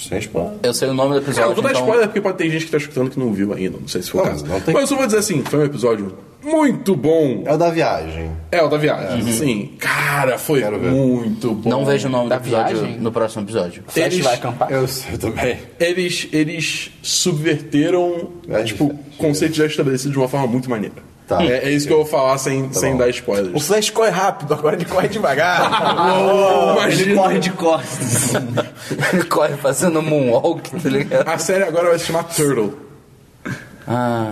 Sem spoiler.
Eu sei o nome do episódio.
Cara, Ah, eu vou dar
então-
spoiler porque pode ter gente que tá escutando que não viu ainda, não sei se foi o
Não,
caso.
não tem-
Mas eu só vou dizer assim, foi um episódio muito bom.
É o da viagem.
É, o da viagem. Sim. Cara, foi
Quero ver.
muito bom.
Não vejo o nome do
Da
episódio
viagem?
no próximo episódio.
Flash
Eles-
vai acampar.
Eu sei também.
Eles, eles subverteram,
É
tipo,
diferente.
conceitos já estabelecidos de uma forma muito maneira.
Tá.
É, é isso que eu vou falar sem, sem
bom.
dar
O
spoilers.
Flash corre rápido, agora ele corre devagar.
Ele
Imagina-
corre de costas.
Corre fazendo moonwalk, tá ligado?
A série agora vai se chamar Turtle.
Ah.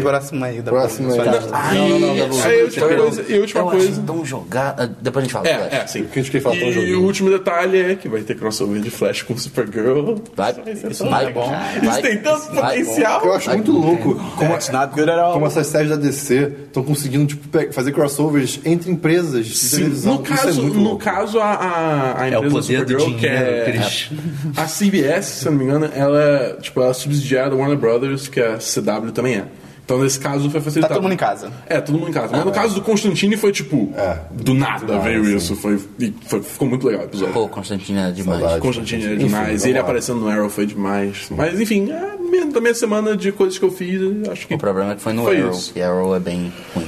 Próxima aí. da
Próxima aí.
da-
Não, não, não,
E-
Dabu,
aí, última
Turtle.
coisa- e última
eu
coisa-
Acho tão jogado. Ah, Depois a gente fala. do Flash.
É, é, sim.
O que a gente quer falar tão
E
joguinho.
o último detalhe é que vai ter crossover de Flash com Supergirl.
Vai,
Isso
vai,
é bom.
vai,
Isso tem tanto
vai.
potencial.
Eu acho muito louco
É,
como,
It's not good at all.
como essas séries da DC estão conseguindo tipo, pe- fazer crossovers entre empresas de
Sim,
televisão.
no
Isso é
caso,
muito
no
louco.
caso a, a, a
É o
empresa
poder do
Supergirl, que
dinheiro,
é,
Cris.
a CBS, se eu não me engano, ela, tipo, ela é subsidiária da Warner Brothers, que a CW também é. Então, nesse caso, foi facilitado.
Tá todo mundo em casa.
É, todo mundo em casa. Mas no caso do Constantine foi, tipo,
Ah, É.
do nada veio isso. Foi, e foi- ficou muito legal o episódio.
Pô, Constantino é demais.
Saudade.
Constantine é
Enfim,
demais.
vamos
ele
lá.
aparecendo no Arrow foi demais. Mas, enfim, é, minha- da minha semana de coisas que eu fiz, acho que
O problema é que foi no
Foi
Arrow.
isso.
E Arrow é bem ruim.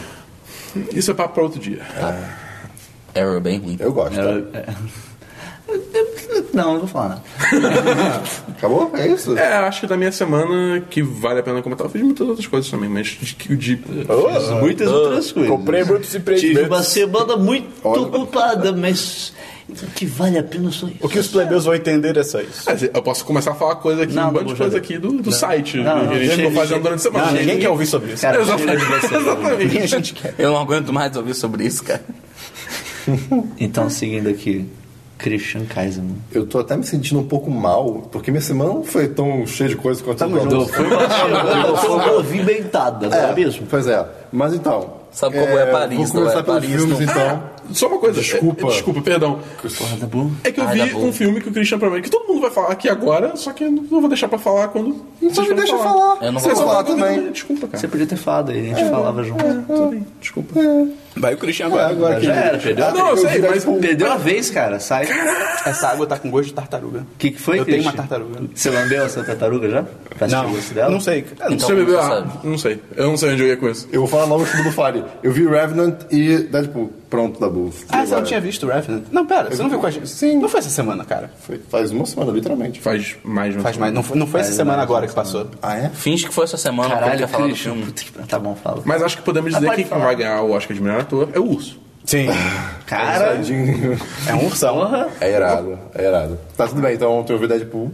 isso é papo pra outro dia.
Arrow é bem ruim.
Eu gosto. tá?
É, é. Não, não vou falar nada.
Acabou? É isso?
É, acho que da minha semana que vale a pena comentar. Eu fiz muitas outras coisas também, mas de, de, de
Fiz muitas outras coisas.
ah, comprei muitos empreendimentos.
Tive uma semana muito
Olha.
ocupada, mas o que vale a pena só isso.
O que os plebeus vão entender é só isso.
Ah, Eu posso começar a falar coisa aqui,
Não,
um
não,
monte de
já
coisa
deu.
aqui do, do site
Não, não,
que eles
chega,
ficam fazendo
chega.
durante a semana.
Não, ninguém quer ouvir sobre isso.
Cara,
Exatamente.
chega de você.
Exatamente.
nem a gente quer.
Eu não aguento mais ouvir sobre isso, cara.
Então, seguindo aqui, Christian Kaiserman.
Eu tô até me sentindo um pouco mal, porque minha semana não foi tão cheia de coisas quanto
Tamo
eu
junto.
Foi uma semana movimentada, não é mesmo?
Pois é. Mas então.
Sabe como é Paris,
Vou começar
não é?
pelos
Paris,
filmes,
não- Ah,
então.
Só uma coisa.
Desculpa.
É, desculpa, perdão.
Porra, tá bom?
É que eu
Ai, dá
vi
bom.
um filme que o Christian Promete, que todo mundo vai falar aqui agora, só que eu não vou deixar pra falar quando.
Só
vocês
me
forem
deixa falar.
Eu não
Vocês
vou
vão
falar
quando eu-
também.
Desculpa, cara.
Você podia ter falado aí, a gente falava junto.
Tudo bem, Desculpa.
Vai o Cristian
É,
agora.
agora que-
Já era, perdeu. a-
Não, eu sei, mas.
Perdeu a vez, cara. Sai.
Essa água tá com gosto de tartaruga.
O que, que foi,
Eu tenho
Christian?
uma tartaruga.
Você lambeu essa tartaruga já? Pra sentir o gosto dela?
não sei. Eu não
Então,
sei.
Você bebeu
você
água? Não sei. Eu não sei onde eu ia com isso.
Eu vou falar logo o filme do Fari. Eu vi Revenant e Deadpool. Pronto, da Buff.
Ah, você não tinha visto o Revenant? Não, pera, você não viu com a gente?
Sim.
Não foi essa semana, cara.
Faz uma semana, literalmente.
Faz mais de um uma
Faz mais. Não foi, não foi essa semana agora que passou.
Ah, é?
Finge que foi essa semana que eu
Caralho,
ia falar do
Christian.
filme.
Puta que- Tá bom, fala.
Mas acho que podemos dizer
Ah,
que
pode
quem
falar.
vai ganhar o Oscar de melhor ator é o Urso.
Sim.
Cara,
É um ursão.
É irado, é irado. Tá tudo bem, então eu vi Deadpool.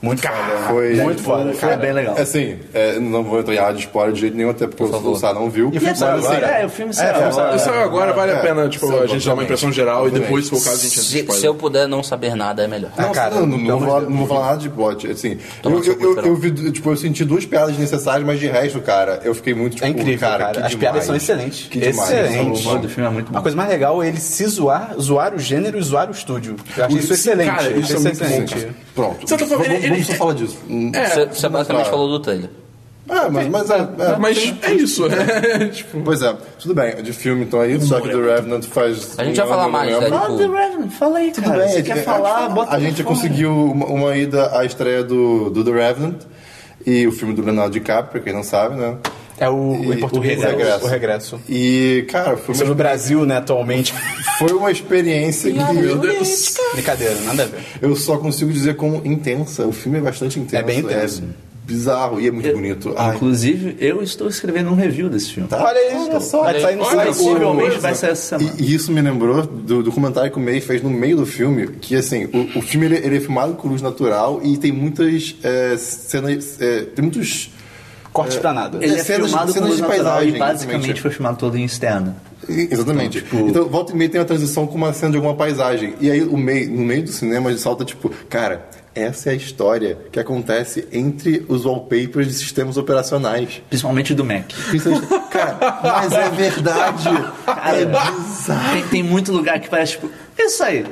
Muito cara.
Foi.
Muito foda.
foi bem legal.
Assim, é, não vou entrar em área de spoiler de jeito nenhum, até porque o
favor.
Sá não viu.
E
E
foi
agora?
agora?
É, o filme saiu
É, o filme
agora.
saiu.
Isso Então, agora vale a
é,
pena, tipo,
sim,
a gente dar uma
obviamente.
impressão geral e
Obviamente.
depois, se for o caso, a gente entra em
Se,
spoiler.
se eu puder não saber nada, é melhor.
Ah,
Não,
cara,
Ah, não, não,
pelo
não, vou
amor
falar,
de
não vou falar nada de plot. Assim,
Toma
eu,
seu
eu,
cu,
eu,
Fernando.
eu vi, tipo, eu senti duas piadas desnecessárias, mas de resto, cara, eu fiquei muito tipo,
É incrível, cara.
que
As
demais.
piadas são excelentes.
Que demais.
Excelentes.
O do filme é muito
A
bom.
coisa mais legal é ele se zoar, zoar o gênero e zoar o estúdio. Eu achei isso
Sim,
excelente.
cara, isso
Achei
é muito bom,
excelente.
cara.
Pronto.
Você tá falando-
vamos,
ele-
vamos
ele-
só falar disso.
É,
Você, você basicamente
falar.
falou do trailer.
Ah, mas, mas é, é.
Mas é isso, né? tipo,
Pois é, tudo bem, de filme então aí, só que The Revenant faz.
A gente
um
vai falar
ano,
mais, né?
eu não lembro.
Fala do Revenant, fala aí,
Tudo
cara.
bem, é
Você
a
quer
gente-
falar, bota
A gente conseguiu uma, uma ida à estreia do, do The Revenant e o filme do Leonardo DiCaprio, pra quem não sabe, né?
É o, o, em
E-
português,
o
é
regresso.
O regresso.
E, cara, foi
Sobre o
uma,
Brasil, né, atualmente.
foi uma experiência
meu
que
Deus.
Brincadeira, nada a ver.
eu só consigo dizer como intensa. O filme é bastante intenso.
É bem intenso.
bizarro e é muito bonito. Ai,
Inclusive, eu estou escrevendo um review desse filme.
Olha isso. Vai sair no
Olha
site.
só.
Possivelmente
o-
vai sair essa semana.
E, e isso me lembrou do, do comentário que o May fez no meio do filme, que assim, o, o filme ele, ele é filmado com luz natural e tem muitas é, cenas. é, tem muitos.
Corte pra nada.
Ele é
cenas-
filmado com
cenas
luz
de
natural e
paisagem,
basicamente
exatamente.
foi filmado todo em externo.
Exatamente. Então, volta e meia tem uma transição com uma cena de alguma paisagem. E aí, o meio, no meio do cinema, ele salta tipo, cara, essa é a história que acontece entre os wallpapers de sistemas operacionais.
Principalmente do Mac.
Principalmente- cara, mas é verdade.
Cara,
é bizarro.
Tem, tem muito lugar que parece, tipo, isso aí.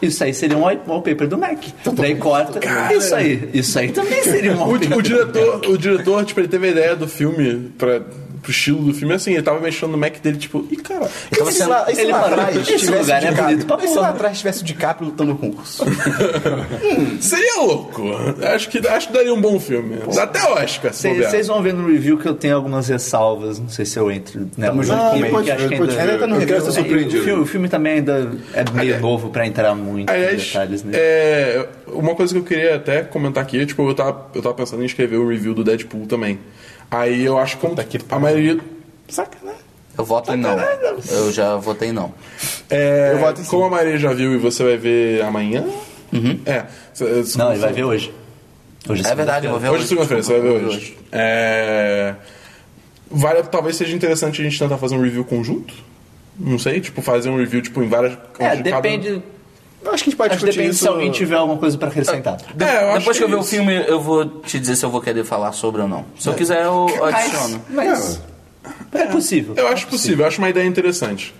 Isso aí seria um wall- wallpaper do Mac. Daí corta. Isso aí. Isso aí também seria um
O,
wallpaper.
o diretor, o diretor, tipo, ele teve a ideia do filme pra, pro estilo do filme, assim, ele tava mexendo no Mac dele, tipo, e cara,
Tava
Esse
sendo-
lá, esse
ele
lá
parou.
atrás
Esse
tivesse
lugar é
DiCaprio.
bonito pra
Esse lá
porra.
atrás tivesse o DiCaprio lutando no concurso.
seria é louco. Acho que, acho que daria um bom filme. Dá até Oscar, se bobear.
Vocês vão ver no review que eu tenho algumas ressalvas. Não sei se eu entro nela.
junto,
aqui,
pode
porque
ver,
acho que
pode
ainda-
ver.
Ela tá no
Eu quero
review,
ser
O
né?
filme,
surpreendido.
o filme também ainda é meio novo pra entrar muito em
Aliás,
detalhes né? nele.
é, uma coisa que eu queria até comentar aqui, tipo, eu tava, eu tava pensando em escrever o review do Deadpool também. Aí eu acho que, como
que
a maioria. Sacanagem.
Eu voto em não. Eu já votei não.
É,
Eu voto em sim.
como a Maria já viu e você vai ver amanhã.
Uhum.
É. cê- cê- é,
Não, ele vai ver hoje. Hoje
É verdade, eu vou ver
Hoje é segunda-feira, você vai ver
Desculpa, eu vou
hoje. É, Vale, talvez seja interessante a gente tentar fazer um review conjunto. Não sei, tipo, fazer um review tipo, em várias.
É,
onde cada-
depende.
Eu acho que a gente pode
Acho que
discutir
depende
isso.
se alguém tiver alguma coisa pra acrescentar.
É, eu acho
Depois que
é
eu
É.
ver o
isso.
filme, eu vou te dizer se eu vou querer falar sobre ou não. Se eu quiser, eu adiciono.
Mas. É possível.
Eu acho possível, eu acho uma ideia interessante.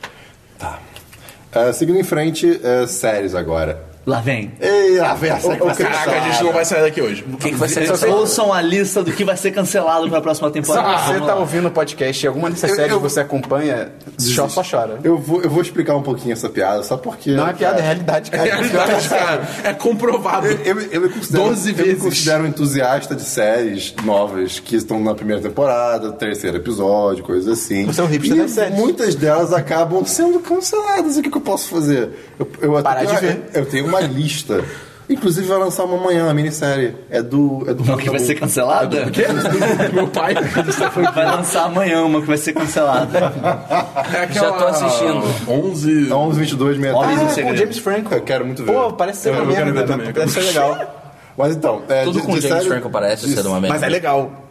Ah, seguindo em frente, ah, séries agora.
Lá vem.
Ei, a versa que vai ser
Caraca, a gente
cancelada.
não vai sair daqui hoje.
O que, que vai ser
Vocês
cancelado?
ouçam a lista do que vai ser cancelado pra próxima
Se
Ah,
temporada.
você
Vamos
tá
lá.
ouvindo o podcast e alguma dessas
Eu-
séries
eu-
você acompanha, só, só chora.
Eu vou, eu vou explicar um pouquinho essa piada, só porque.
Não é piada, é realidade,
É
cara.
verdade, cara. É comprovado.
Eu, eu me considero,
12
eu
vezes.
me considero um entusiasta de séries novas que estão na primeira temporada, terceiro episódio, coisas assim.
Você é um hipster
e
das séries.
Muitas delas acabam sendo canceladas. O que, que eu posso fazer? Eu, eu até
Parar de
tenho-
ver.
Eu tenho uma lista. Inclusive vai lançar uma manhã, uma minissérie. É do. É do
Não, que vai ser cancelada?
Quê? Meu pai.
Vai lançar amanhã uma que vai ser cancelada.
É aquela...
Já tô assistindo.
11.
11, 22, 63.
Homens no
Ah,
Segredo.
com James Franco. Eu quero muito ver.
Pô, parece ser
Eu-
uma
eu quero
merda,
ver
né?
também.
Parece ser legal.
Mas então, é,
Tudo
de-
com
de
James
série-
Franco parece
de-
ser uma merda.
Mas é legal.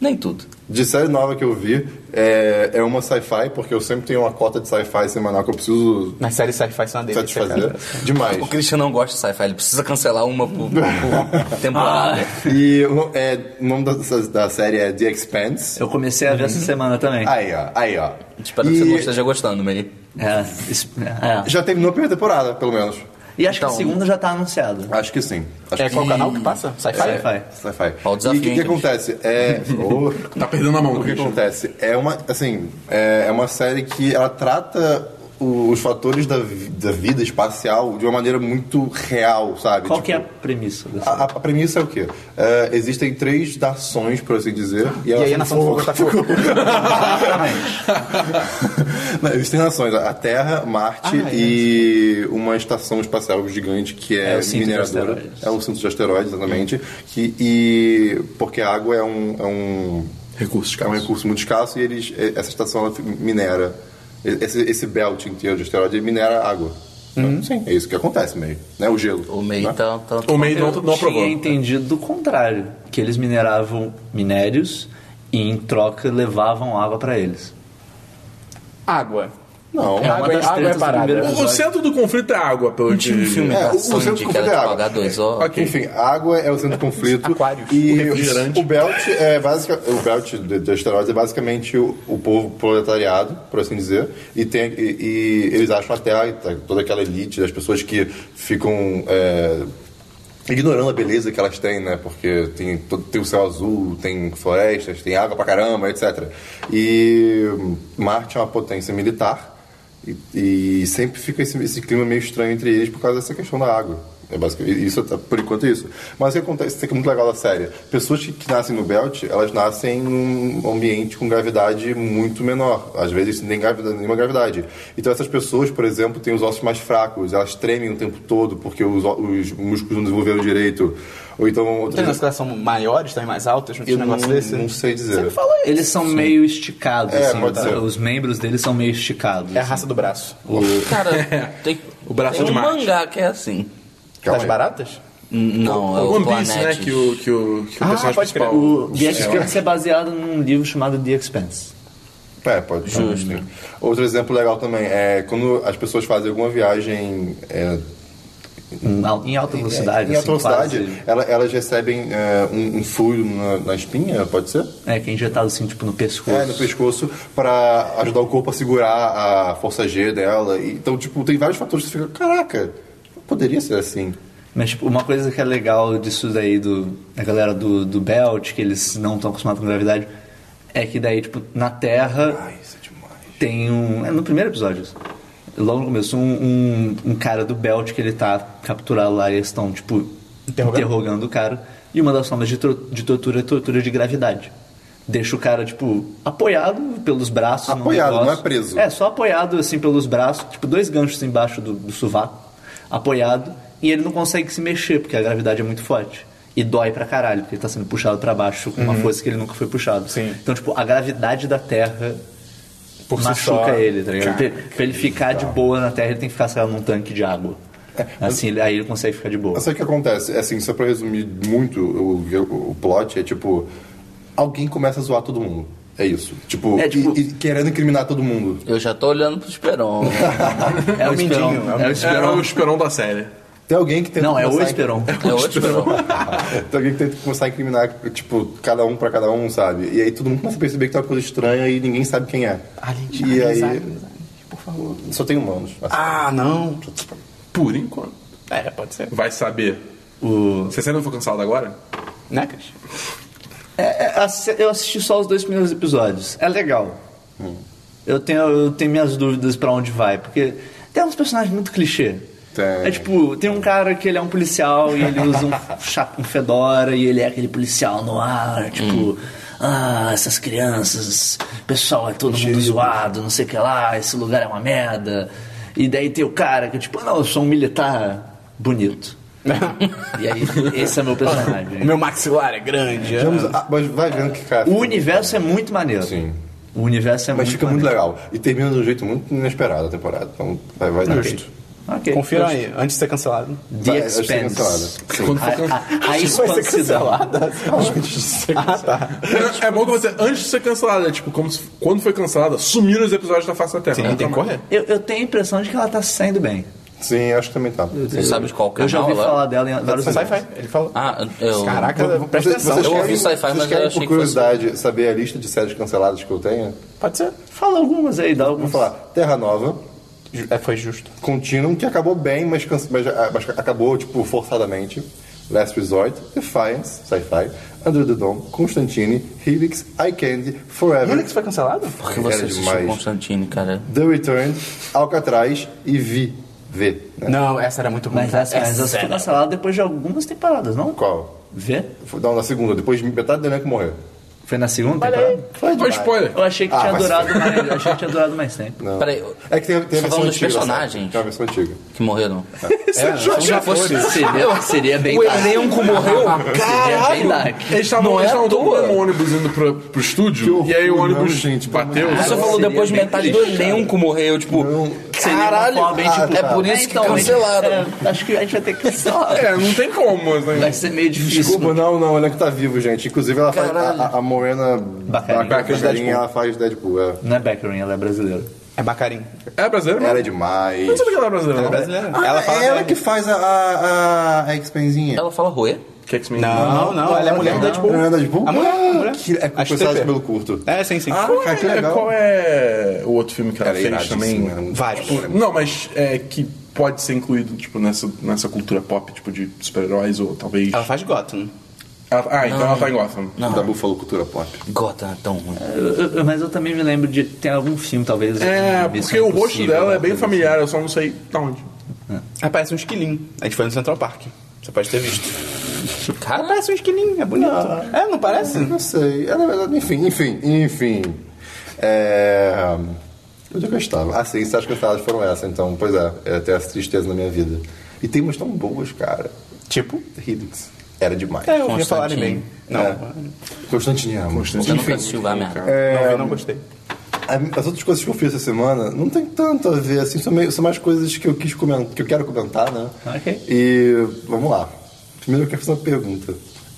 Nem tudo.
De série nova que eu vi, é, é uma sci-fi, porque eu sempre tenho uma cota de sci-fi semanal que eu preciso
Nas séries sci-fi são uma delícia,
satisfazer
cara.
demais.
O Christian não gosta de sci-fi, ele precisa cancelar uma por, por temporada.
E o, é, o nome da, da série é The Expanse.
Eu comecei a ver essa semana também.
Ah.
Aí, ó, aí, ó.
Espero que
E
você não esteja gostando, Mary.
É, isso- é.
Já terminou a primeira temporada, pelo menos.
E acho que
Então-
a segunda já tá anunciada.
Acho que sim. Acho
É
que
qual canal que passa? Sci-fi?
Sci-fi.
Sci-fi.
Ó, o
e
desafio,
o que,
hein,
que
gente?
acontece? É. Ô,
Tá perdendo a mão,
O que
Christian.
acontece? É uma, assim, é, é uma série que ela trata o- os fatores da, vi- da vida espacial de uma maneira muito real, sabe?
Qual
Tipo,
que é a premissa
Ah,
dessa?
a, a premissa é o quê? É, existem três nações, por assim dizer.
E aí a Nação do Fogo tá fogo.
Não, existem nações, a Terra, Marte
Ah, é,
e uma estação espacial gigante que é,
É o cinto de
mineradora.
asteroides.
É o cinto de asteroides, exatamente. Que, e porque a água é um, é um,
Recursos,
é um
cara.
recurso muito escasso e eles, e- essa estação ela fi- minera. e- Esse, esse belt inteiro de asteroide ele minera água. Então, Sim, é isso que acontece meio. Né? O gelo.
O meio
né?
tá, tá-
O meio não, não
Eu
aprovou.
tinha entendido do contrário. Que eles mineravam minérios e em troca levavam água pra eles.
Água.
Não.
É água,
uma das
água é
tretas do
parada.
primeiro
O, o centro do conflito é água, pelo que...
Tinha um filme
É,
da
o- o
Sandy
centro
que
conflito
era de
é água.
pagar dois, ó.
Ok.
Enfim, a água é o centro do conflito.
Aquários.
E
O refrigerante.
O Belt é basicamente. O Belt de, de asteroides é basicamente o, o povo proletariado, por assim dizer. E, tem, e, e eles acham a Terra, e tá- toda aquela elite das pessoas que ficam. é, Ignorando a beleza que elas têm, né? Porque tem, todo- tem o céu azul, tem florestas, tem água pra caramba, etc. E hum, Marte é uma potência militar e, e sempre fica esse, esse clima meio estranho entre eles por causa dessa questão da água. É basicamente isso, tá- por enquanto é isso. Mas o que acontece, isso aqui é muito legal da série. Pessoas que, que nascem no Belt, elas nascem num ambiente com gravidade muito menor. Às vezes nem gravidade, nenhuma gravidade. Então essas pessoas, por exemplo, têm os ossos mais fracos, elas tremem o tempo todo porque os, ó- os músculos não desenvolveram direito. Ou então
Tem umas
outras...
que elas são maiores, também mais altas, não tinha
Eu
um
não,
negócio desse?
não sei dizer.
Eles são meio esticados,
É,
assim,
pode
os-
ser.
os membros deles são meio esticados.
É a
assim.
raça do braço.
Cara, tem,
O braço
tem
de
um
Marte.
mangá que é assim.
Calma
das
aí.
baratas?
N- Não, é o
One Piece, né?
Planet.
Que o, que o, que o
Ah,
personagem
pode crer.
principal...
O The Expanse é baseado num livro chamado The Expanse.
É, pode ser. Sim. Outro exemplo legal também é quando as pessoas fazem alguma viagem é,
Em al- em alta velocidade.
em
assim,
alta velocidade,
quase.
ela- elas recebem é, um, um fluido na, na espinha, pode ser?
É, que é injetado assim, tipo, no pescoço.
É, no pescoço, para ajudar o corpo a segurar a força G dela. E, Então, tipo, tem vários fatores que você fica, caraca, Poderia ser assim.
Mas tipo, uma coisa que é legal disso daí do, da galera do, do Belt, que eles não estão acostumados com gravidade, é que daí, tipo, na Terra
Ai, isso é demais.
tem um. É no primeiro episódio. isso. Logo no começo, um, um, um cara do Belt que ele tá capturado lá e eles estão, tipo,
Interrogando?
interrogando o cara. E uma das formas de, tro- de tortura é tortura de gravidade. Deixa o cara, tipo, apoiado pelos braços. num
Apoiado,
negócio.
não é preso.
É, só apoiado, assim, pelos braços, tipo, dois ganchos embaixo do, do sovaco, apoiado, e ele não consegue se mexer, porque a gravidade é muito forte. E dói pra caralho, porque ele tá sendo puxado pra baixo com uma força que ele nunca foi puxado.
Uhum. Sim.
Então, tipo, a gravidade da Terra
Por si
machuca
só.
ele, tá ligado?
Cara,
pra, pra ele ficar de boa na Terra, ele tem que ficar, sei lá, num tanque de água.
É,
Assim, ele- aí ele consegue ficar de boa.
Mas sabe o que acontece? É Assim, só pra resumir muito o, o, o plot, é tipo... Alguém começa a zoar todo mundo. É isso. Tipo,
É, tipo-
e- e querendo incriminar todo mundo.
Eu já tô olhando pro Esperon.
É o Esperon.
Mindinho,
É o
É
Esperon.
o esperão da série.
Tem alguém que tenta
Não, é o
começar a-
Esperon.
É outro Esperon.
Tem alguém que tenta começar a incriminar, tipo, cada um pra cada um, sabe? E aí todo mundo começa a perceber que tem uma coisa estranha e ninguém sabe quem é.
Ah,
Ah,
e aí... por favor. Só tem humanos. Assim.
Ah, não.
Por enquanto.
É, pode ser.
Vai saber.
O-
Se a série não for cancelada agora,
Né, Cris?
É, ass- Eu assisti só os dois primeiros episódios. É legal. Eu, tenho, eu tenho minhas dúvidas pra onde vai, porque tem uns personagens muito clichê.
Tem.
É tipo, tem um cara que ele é um policial e ele usa um, chapéu, um fedora e ele é aquele policial no ar, tipo, ah, essas crianças, pessoal é todo mundo zoado, não sei o que lá, esse lugar é uma merda. E daí tem o cara que, tipo, não, eu sou um militar bonito. e aí, esse é meu personagem.
O meu maxilar é grande. é.
Vamos- ah, mas vai vendo que, cara...
O universo é muito maneiro.
Sim.
O universo é
Mas
muito
fica muito legal. E termina de um jeito muito inesperado a temporada. Então vai, vai dar gosto.
legal. Ok.
Confira aí, antes de ser cancelado.
The
Vai, eu achei
Expanse.
cancelada. Sim.
quando for
A,
cancelada.
a, a expansidão.
Ah, tá.
É bom que você, antes de ser cancelada, é tipo, como se, quando foi cancelada, sumiram os episódios da Face da Terra. né?
Sim,
Nunca
tem que
mais.
correr.
Eu, eu tenho a impressão de que ela tá saindo bem.
Sim, acho que também tá.
Você sabe de qual canal
Eu já ouvi
lá?
falar dela em vários
Sai,
lugares.
sai. Ele falou.
Ah, eu...
Caraca, presta atenção.
Eu ouvi sci-fi,
vocês
mas eu
querem,
achei
por
que fosse-
curiosidade, saber a lista de séries canceladas que eu tenho?
Pode ser.
Fala algumas aí, dá
Vou
algumas.
falar Terra Nova,
Ju- É, foi justo.
Continuum, que acabou bem, mas, canse- mas, ah, mas acabou, tipo, forçadamente. Last Resort, Defiance, Sci-Fi, Under the Dome, Constantine, Helix, I Candy, Forever,
Helix foi cancelado?
Por que
Cara,
você assistiu
demais.
Constantine, cara?
The Return, Alcatraz e Vi. V. né?
Não, essa era muito ruim.
Mas essa, mas essa foi
é, né?
sério.
cancelada depois de algumas temporadas, não?
Qual?
Vê?
Foi- Não, na segunda, depois de metade do elenco morreu.
Foi na segunda temporada?
Foi
Foi
demais.
spoiler.
Eu achei que
Ah,
tinha
mas-
durado mais. Eu achei que tinha durado mais tempo.
Não.
Peraí,
É que
só
tem, tem a versão
tá falando dos
antiga. da série.
personagens.
Tem a versão antiga.
Que morreram.
É,
Já fosse... Seria, seria bem
O
dark.
elenco morreu?
Seria bem dark.
Eles estavam
Não é
eles estavam
à
todo mundo
toa.
no ônibus indo pro, pro estúdio,
horror,
e aí o ônibus
não, gente,
bateu.
não.
Você
Seria
falou depois de
bem
metade do
triste,
elenco morreu, tipo...
Então,
Seria uma
Caralho,
forma bem, tipo,
é por isso
é,
que
então, mas-
cancelaram.
é, acho que a gente vai ter que cancelar.
É, não tem como. Né?
Vai ser meio difícil.
Desculpa, não, não, o elenco tá vivo, gente. Inclusive, ela faz,
Caralho.
a, a Morena
Baccarin.
Baccarin,
Baccarin,
ela faz Deadpool. É.
Não é Beckerin, ela é brasileira.
é Bacarim.
É brasileiro?
Ela
Mas...
é demais.
Eu não sabia que ela era brasileira. não.
É Brasileira.
Ah,
ela fala
é ela
dela.
que faz a, a, a, a X-Menzinha.
Ela fala roer?
Que X-Men.
Não, não, ela é a mulher do Deadpool.
Ela é Deadpool?
A mulher, a mulher.
Que, é com
Acho que
personagem
TP.
pelo curto.
É, sim, sim.
Qual,
Ah, cara, que
é,
legal.
qual é o outro filme que ela
Cara, é
fez também?
iradíssimo. era muito
Vários.
foda.
Não, mas é que pode ser incluído tipo, nessa, nessa cultura pop tipo, de super-heróis ou talvez.
Ela faz Gotham.
Ela- ah, então ela tá em Gotham.
Não.
Da Buffalo Cultura Pop.
Gotham é tão ruim.
Eu- eu- eu- mas eu também me lembro de ter algum filme, talvez.
É,
Missão
porque o rosto
Impossível,
né?
dela é
alguma
bem
coisa assim.
familiar, eu só não sei de onde.
Ela parece um esquilinho. A gente foi no Central Park. Você pode ter visto. Ela
Cara,
parece um esquilinho, é bonito. É, não parece?
Assim, Não sei. Ela, ela- enfim, enfim, enfim. É... Onde é que eu estava? Ah, sim, as cantadas foram essa, então, pois é. é até essa tristeza na minha vida. E tem umas tão boas, cara.
Tipo?
Helix. Era demais.
É, eu ouvi falarem
Constantine.
bem. Não,
É. Constantiniano.
eu nunca assisti o merda.
não, eu não gostei.
A- As outras coisas que eu fiz essa semana não tem tanto a ver, assim, são, meio- são mais coisas que eu quis comentar, que eu quero comentar, né?
Ok.
E vamos lá. Primeiro eu quero fazer uma pergunta.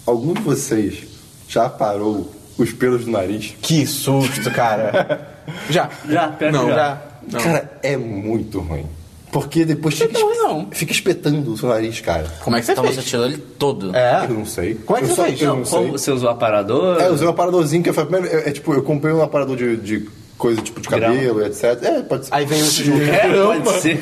Algum de vocês já parou os pelos do nariz?
Que susto, cara. Já.
Já, pior que
Não,
já.
Já.
Cara, é muito ruim. Porque depois fica,
tão ruim,
espe-
não.
fica espetando o seu nariz, cara.
como é que
você
você Então
fez?
você tirou ele todo.
É.
Eu não sei.
Como é que
eu
você
só-
fez?
Eu
Não,
não
Qual-
sei.
você usou aparador?
É, eu usei um aparadorzinho que foi a primeira. É, é, tipo, eu comprei um aparador de, de coisa tipo de cabelo, etc. É, pode ser.
Aí veio isso junto.
Pode ser.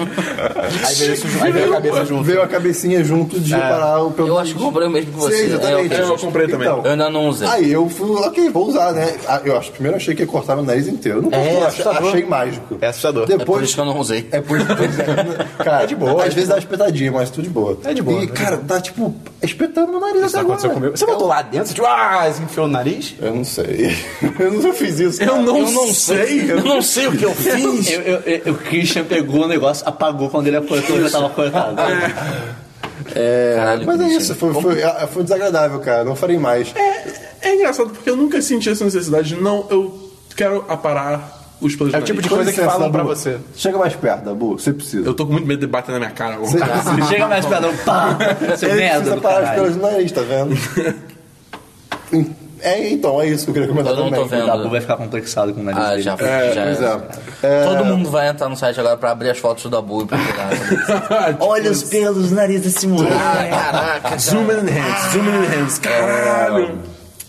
Aí veio isso junto. Aí veio a cabeça junto. É.
Veio a cabecinha junto de parar o pelo.
Eu acho que eu comprei o mesmo que você.
Sim, exatamente.
É, eu-
eu comprei também.
Então,
Eu ainda não usei.
Aí eu fui, ok, vou usar, né? Ah, Eu acho, primeiro achei que ia cortar meu nariz inteiro. Eu não
É,
é, achei,
assustador.
mágico.
É assustador.
É por isso
Depois.
que eu não usei.
É por isso que eu tô dizendo. Cara,
É de boa, é
Às
de
vezes dá uma espetadinha, mas tudo de boa.
É de boa,
E,
é de
cara, tá tipo espetando meu nariz
Isso
até agora.
aconteceu comigo. Você botou lá dentro, você tipo, ah, você enfiou no nariz?
Eu não sei. Eu nunca fiz isso. cara.
eu não sei. Eu não sei o que eu fiz.
Eu, eu, eu- o Christian pegou o negócio, apagou quando ele apertou, já tava cortado.
É,
Caralho,
mas é
bicho.
isso, foi, foi, é, foi desagradável, cara. Não farei mais.
É, é engraçado porque eu nunca senti essa necessidade. de, Não, eu quero aparar os pelos
É o
do
tipo
nariz.
de
Com
coisa que
licença,
falam pra
Dabu.
você.
Chega mais perto, Dabu. Você precisa.
Eu Ah, tô com muito medo de bater na minha cara agora.
Você,
Chega mais pra não, pá!
é
Você
Ele
merda
precisa
do
parar as
caralho.
pelas do nariz, tá vendo? é, então, é isso que eu queria comentar
Eu não
também.
tô vendo.
O Dabu vai ficar complexado com o nariz
Ah,
dele.
já foi.
É,
já
Pois é. É,
Todo mundo vai entrar no site agora pra abrir as fotos do Dabu e procurar.
tipo,
Olha os pelos do nariz desse moleque.
Ai, caraca.
Zoom in hands, zoom in hands, caralho.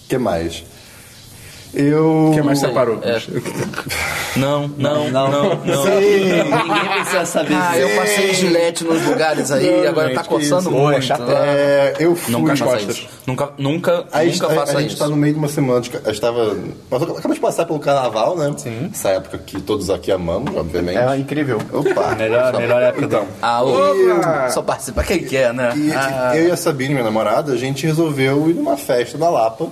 que mais? Eu...
O que mais separou?
É. Não, não, não, não.
Ninguém precisa saber
Ah, eu passei gilete nos lugares aí,
Não,
agora tá
gente, que
coçando
isso.
muito.
é chato.
né?
É, eu fui...
Nunca faça
Costas.
isso. Nunca, nunca,
A gente,
nunca
a,
faça
a gente
isso.
tá no meio de uma semana. de- Eu estava. Passou, acabou de passar pelo carnaval, né? Sim. Essa época que todos aqui amamos, obviamente.
É incrível.
Opa!
Melhor, melhor época
Então.
Ah, ô, só participa quem quer, né?
E
Ah,
eu e a Sabine, minha namorada, a gente resolveu ir numa festa na Lapa,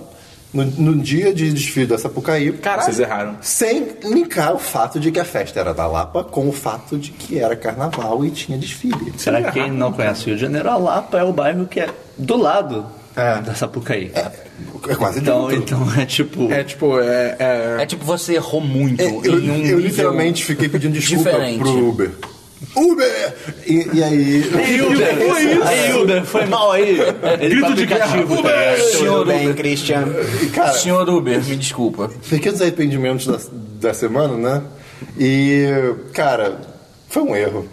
no, no dia de desfile da Sapucaí.
Vocês erraram.
Sem linkar o fato de que a festa era da Lapa com o fato de que era carnaval e tinha desfile.
Será quem não conhece o Rio de Janeiro, a Lapa é o bairro que é do lado
É.
da Sapucaí.
É quase
Então,
junto.
então é tipo.
É tipo, é. é-
é tipo, você errou muito.
É, eu,
em um
eu
nível-
literalmente fiquei pedindo desculpa
diferente.
pro Uber. Uber! E, e aí.
Ei, Uber, foi isso? Ei, Uber, foi mal aí. Ele
Grito de guerra.
aplicativo, tá
Uber!
ligado?
Tudo bem, Christian.
E, cara,
Senhor Uber, me desculpa.
pequenos arrependimentos da, da semana, né? E, cara, foi um erro.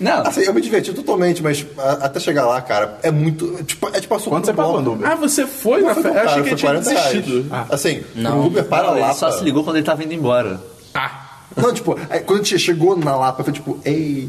Não,
Assim, eu me diverti totalmente, mas a- até chegar lá, cara, é muito. Tipo, é tipo açúcar
Quanto você
no
pagou
bloco.
no Uber?
Ah, você foi
Não
na
foi tão
festa? Eu achei
caro,
que eu
foi
tinha
40 reais.
desistido.
Assim,
Não.
o Uber para
não,
lá.
ele só se ligou quando
tá
ele tava indo embora.
Não, tipo, aí, quando a gente chegou na Lapa, foi tipo, ei.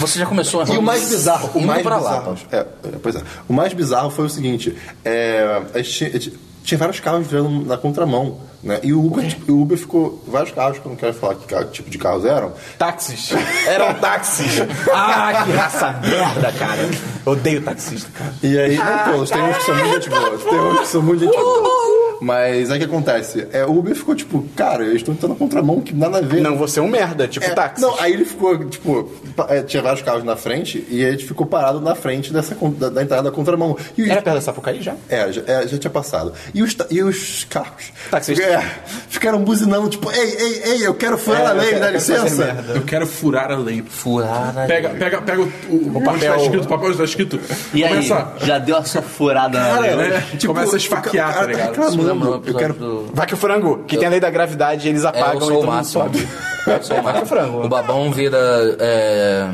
Você já começou a errar.
E o mais bizarro, o
Indo
mais
pra
bizarro.
Lapa.
É, é, pois é. O mais bizarro foi o seguinte: é, a gente tinha, a gente- tinha vários carros virando na contramão, né? E o Uber, tipo, o Uber ficou. Vários carros, que eu não quero falar que carro- tipo de carros eram.
Táxis. Eram táxis. Ah, que raça merda, cara. Eu Odeio taxista, cara.
E aí, não todos, tem uns que são muito gente boa, tem uns que são muito gente boa. Mas aí o que acontece? É, o Uber ficou tipo, cara, eles estão entrando na contramão que nada a ver.
Não, você é um merda, tipo
É,
táxi.
Não, aí ele ficou, tipo, pa- é, tinha vários carros na frente e ele ficou parado na frente dessa, con- da, da entrada da contramão. E os-
Era perto da Sapucaí já?
é, já, é, já tinha passado. E os, ta- e os carros
Taxista.
é, ficaram buzinando, tipo, ei, ei, ei, eu quero furar
É,
a
eu
lei,
quero-
dá
eu quero fazer
licença.
merda.
Eu quero furar a lei.
Furar a
Pega, pega, pega o, o, papel. Onde
papel.
tá escrito, o papel onde tá escrito.
E aí,
Começa,
já deu a sua furada na
Cara,
lei, né?
né? Começa a esfaquear,
o cara
tá ligado?
reclamando, Ah, eu quero
Do...
Vai que o frango, que tem a lei da gravidade, eles
É, eu
apagam
sou
e
o
todo mundo
máximo.
então, sobe.
Eu sou
Vai que
o
o
máximo. O
frango.
babão vira é,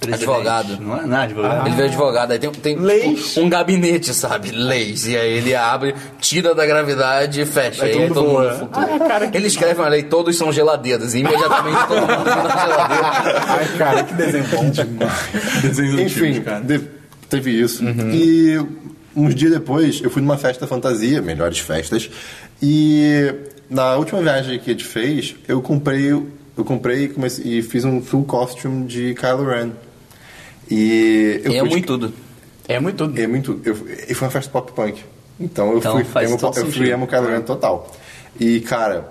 Presidente.
advogado.
Não é? Não,
Ah.
advogado.
Ele vira advogado, aí tem, tem
Leis.
tipo, um gabinete, sabe? Leis. E aí ele abre, tira da gravidade e fecha.
Aí
e
todo
aí
mundo
todo
voa.
mundo flutua. ele escreve uma lei, todos são geladeiras. E imediatamente todo mundo vira geladeira.
Ai, cara, que desenho bom.
desenhos
Enfim,
antigos, cara.
de- teve isso.
Uhum.
E uns dias depois, eu fui numa festa fantasia, melhores festas, e na última viagem que a gente fez, eu comprei, eu comprei e comecei- e fiz um full costume de Kylo Ren. E eu
E é
fui de-
muito tudo.
É muito tudo.
é muito. Eu, e foi uma festa pop punk. Então eu
Então,
fui
faz
emo,
todo
eu fui
sentido.
emo Kylo Ren total. E, cara,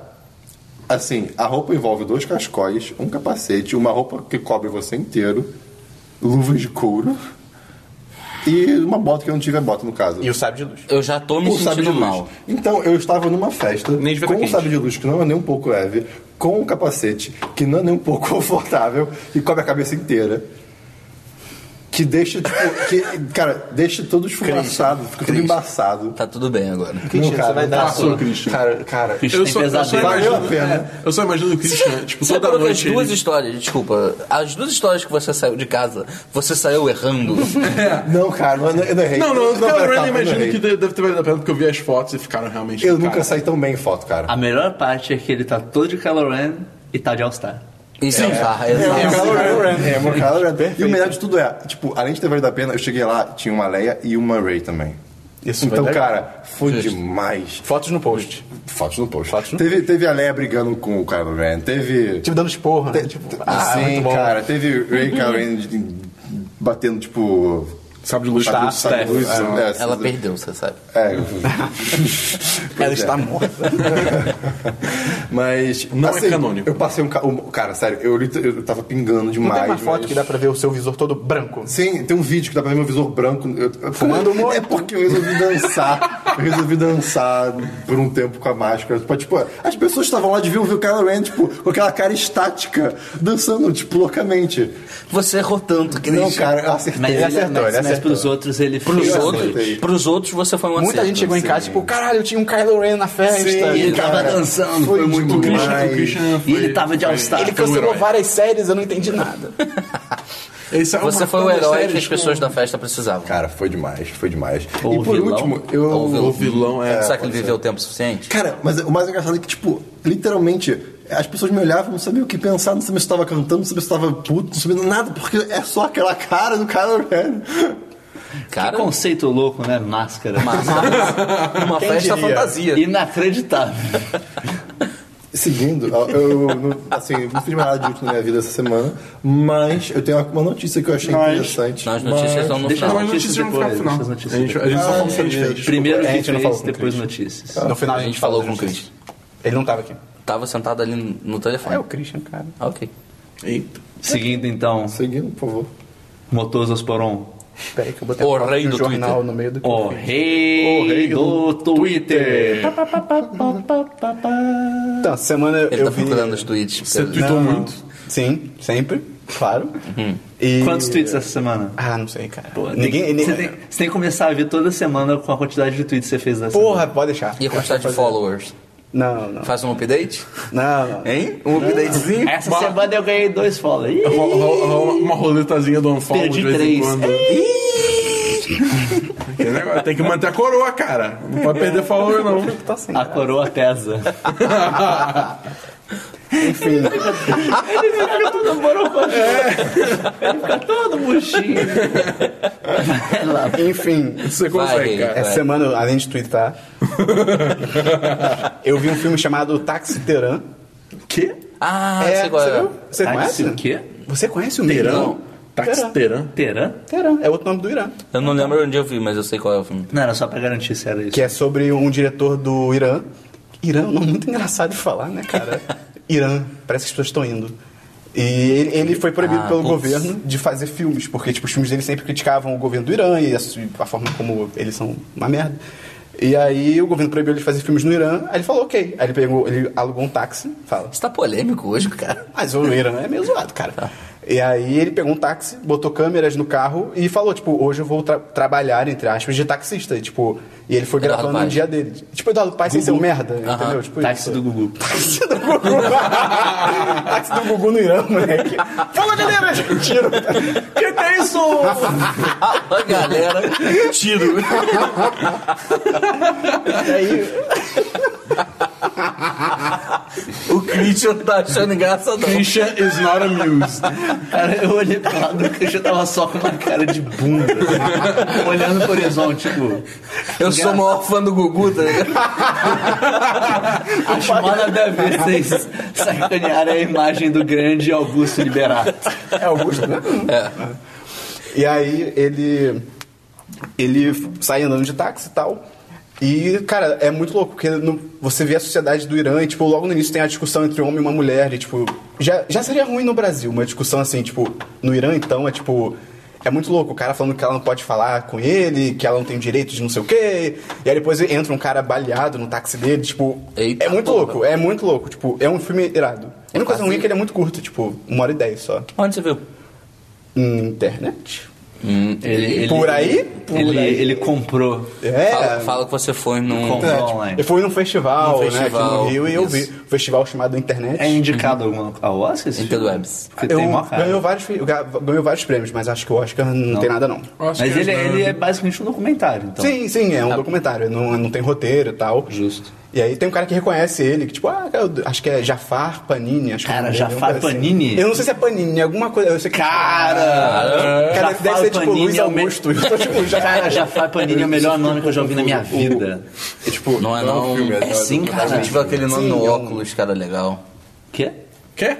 assim, a roupa envolve dois cascóis, um capacete, uma roupa que cobre você inteiro, luvas de couro e uma bota que eu não tive a bota, no caso.
E o sábio de luz.
Eu já tô me
Com sabre de
sentindo
luz.
mal.
Então, eu estava numa festa
Nem devia
com
tá
um
quente.
sabre de luz que não é nem um pouco leve, com um capacete que não é nem um pouco confortável e cobre a cabeça inteira. que deixa, tipo, que, cara, deixa todo esfumaçado, fica tudo
Christian.
embaçado.
Tá tudo bem agora.
Christian,
Não, cara,
você vai
não
dar
passou,
sua.
Christian.
Cara, cara.
Christian
Eu
tem
só, eu só
pesadelo.
Valeu a
imagino,
pena.
é, eu só imagino o Christian, tipo,
Você
toda
contou as
noite.
duas
ele-
histórias, desculpa. As duas histórias que você saiu de casa, você saiu errando.
Não, cara, não, eu não errei.
Tá. Não, não, não,
pera,
cara, eu
calma,
nem imagino
errei.
que deve deve ter valido a pena, porque eu vi as fotos e ficaram realmente.
Eu
cara, Ah,
nunca saí tão bem em foto, cara.
A melhor parte é que ele tá todo de Kylo Ren e tá de All-Star.
Isso é, bizarro,
É,
exato.
o Kylo Ren. É, o Kylo Ren. E o melhor de tudo é, tipo, além de ter valido a pena, eu cheguei lá, tinha uma Leia e uma Ray também.
Isso
então,
vai dar-
cara, foi
Justo.
demais.
Fotos no post.
Fotos no post.
Fotos no-
teve, teve a Leia brigando com o Kylo Ren, teve...
Tipo, dando esporra, né?
Te-
Tipo,
te-
ah,
sim,
muito bom.
cara. Teve Ray Kylo de- batendo, tipo...
Tá,
Sabe de luz
sabe-
do
sabe-
Steph.
luz, é,
Ela
sabe-
perdeu, você sabe.
É. Pois
Ela
é.
está morta.
Mas.
Não é canônico.
Eu passei um. ca- um- Cara, sério, eu, lit- eu tava pingando demais.
Não tem uma foto
mas-
que dá pra ver o seu visor todo branco.
Sim, tem um vídeo que dá pra ver meu visor branco. Eu, eu,
Fumando muito.
É porque eu resolvi dançar. eu resolvi dançar por um tempo com a máscara. Tipo, tipo, as pessoas estavam lá de ver o Kylo Ren, tipo, com aquela cara estática, dançando, tipo, loucamente.
Você errou tanto, que
Não, cara, eu acertei.
Mas,
ele
ele,
acertou,
mas,
ele
mas
acertou.
pros outros ele
Pros
fez.
outros,
acertei.
pros outros você foi um
Muita
acerto.
gente chegou em casa, tipo, caralho, eu tinha um Kylo Ren na festa.
Sim,
Ele tava
cara,
dançando,
foi
foi muito
O
demais.
bom.
Christian, o Christian
E
foi,
ele tava de
foi-
All-Star.
Ele
foi um
cancelou
herói.
várias séries, eu não entendi nada.
Ele saiu
Você foi o
marcando as
herói que
séries
as pessoas
um-
com-
da festa precisavam.
Cara, foi demais, foi demais.
Ou
e por
vilão.
último, eu.
Ou vilão.
O vilão é.
Será que ele viveu o tempo suficiente?
Cara, mas o mais engraçado é que, tipo, literalmente, as pessoas me olhavam, não sabiam o que pensar, não sabiam se estava cantando, não sabiam se estava puto, não sabiam nada, porque é só aquela cara do Kylo Ren.
Cara,
assim, Conceito louco, né? Máscara.
uma
Quem
festa
diria?
fantasia.
Inacreditável.
Seguindo, eu, eu não- assim, não fiz mais nada de útil na minha vida essa semana, mas eu tenho uma notícia que eu achei interessante.
Nas notícias não no
Deixa
final.
Mas
notícias
notícias não ficaram no
depois,
final.
deixa as
A
notícias
gente, a gente
depois.
só falou o que a gente fez.
Primeiro
a gente não
notícias,
falou com o
depois
Christian.
notícias.
No final
A gente falou com o Christian.
Ele não tava aqui.
Tava sentado ali no telefone.
É o Christian, cara.
Ah, Ok.
Eita.
Seguindo então, um.
Seguindo, por favor.
Motososporon.
Peraí que eu botei
O
a foto
rei do
jornal
Twitter.
no meio do
O rei, do Twitter.
Então, essa semana eu,
Ele
eu
tá
vi...
procurando os Uhum. tweets.
Você
pelo-
tweetou
Não,
muito.
Sim, sempre, claro.
Uhum.
E-
Quantos tweets essa semana?
Ah, não sei, cara.
Pô, tem-
Ninguém... ele-
você, tem, você tem que começar a ver toda semana com a quantidade de tweets que você fez dessa
Porra, pode deixar.
E a quantidade de followers?
Não, não.
Faz um update?
Não, não.
Hein? Um updatezinho?
Essa semana eu ganhei dois followers. Ih,
Ro- ro- ro- Uma roletazinha do Unfollow
Perdi
de vez em
três.
quando. Tem negócio, Tem que manter a coroa, cara. Não pode perder follower, não.
Tá sem
A
graça.
coroa pesa.
Enfim,
Fica todo morocochô. É. Ele fica todo murchinho. Vai lá.
né? enfim.
Você consegue,
Vai,
cara.
Essa
Vai.
semana, além de twittar, eu vi um filme chamado Táxi Teran.
Quê?
Ah, você
É, você
agora.
viu? Você
Táxi
conhece?
o quê?
Você conhece o
Terão? Táxi Terão?
Teran?
Teran, é outro nome do Irã.
Eu não lembro onde eu vi, mas eu sei qual é o filme.
Não, era só pra garantir se era isso.
Que é sobre um diretor do Irã. Irã é um nome muito engraçado de falar, né, cara? Irã, parece que as pessoas estão indo. E ele, ele foi proibido
Ah,
pelo
putz.
governo de fazer filmes, porque tipo, os filmes dele sempre criticavam o governo do Irã e a, su- a forma como eles são uma merda. E aí o governo proibiu ele de fazer filmes no Irã, aí ele falou ok. Aí ele pegou, ele alugou um táxi, fala.
Você tá polêmico hoje, cara.
Mas o Irã é meio zoado, cara. E aí ele pegou um táxi, botou câmeras no carro e falou, tipo, hoje eu vou tra- trabalhar, entre aspas, de taxista. E, tipo, e ele foi
Eduardo
gravando no
Paes.
dia dele. Tipo, Eduardo Pai sem ser um merda, entendeu? Tipo,
Táxi
isso.
do Gugu.
Táxi do Gugu. táxi do Gugu no Irã, moleque. Fala, galera! Tiro.
Que que é isso?
A galera, tiro.
E aí,
O Christian não tá achando engraçadão.
Christian is not amused.
Cara, eu olhei pra lá do Christian tava só com uma cara de bunda. assim, olhando pro horizonte, tipo.
Eu sou o maior fã do Gugu, tá ligado?
Acho mal nada a ver vocês sacanearem a imagem do grande Augusto Liberato.
é Augusto, né?
É.
E aí ele ele sai andando de táxi e tal. E, cara, é muito louco, porque no- você vê a sociedade do Irã e, tipo, logo no início tem a discussão entre um homem e uma mulher, e, tipo, já, já seria ruim no Brasil, uma discussão assim, tipo, no Irã, então, é tipo. É muito louco, o cara falando que ela não pode falar com ele, que ela não tem direito de não sei o quê. E aí depois entra um cara baleado no táxi dele, tipo.
Eita
é muito
porra.
louco, é muito louco. Tipo, é um filme irado. A
É
única coisa
quase-
ruim é que ele é muito curto, tipo, uma hora e dez só.
Onde você viu?
Internet.
Hum,
Ele, ele-
Por aí? Por
ele,
aí.
ele comprou.
É.
Fala, fala que você foi num.
Comprou
É, tipo,
online.
eu fui num festival,
Num
né, aqui
festival,
no Rio, e eu vi.
isso.
Um festival chamado Internet.
É indicado alguma- ao Oscar esse filme?
Interwebs.
Porque
tipo, eu
tem mó cara.
ganhou vários, fi- ga- ganhou vários prêmios, mas acho que o Oscar não, tem nada, não.
Oscar,
Mas ele,
né?
ele é basicamente um documentário, então.
Sim, sim, é um documentário, não, não tem roteiro e tal.
Justo.
E aí tem um cara que reconhece ele, que tipo, ah, eu- acho que é Jafar Panini, acho que é o
Cara,
nome dele,
Jafar
uma coisa assim.
Panini?
Eu não sei se é Panini, é alguma coisa. Eu sei que-
Cara!
Cara,
Jafar
deve ser tipo
Panini
Luiz
é o me-
Augusto. Eu tô, tipo, já-
Cara, Jafar Panini é o melhor nome que eu já ouvi na minha vida.
É, tipo,
Não é não.
um filme,
É
uma
sim,
documentária.
cara. Tive aquele nome
Sim,
no
é um-
óculos, cara, legal.
Quê?
Quê?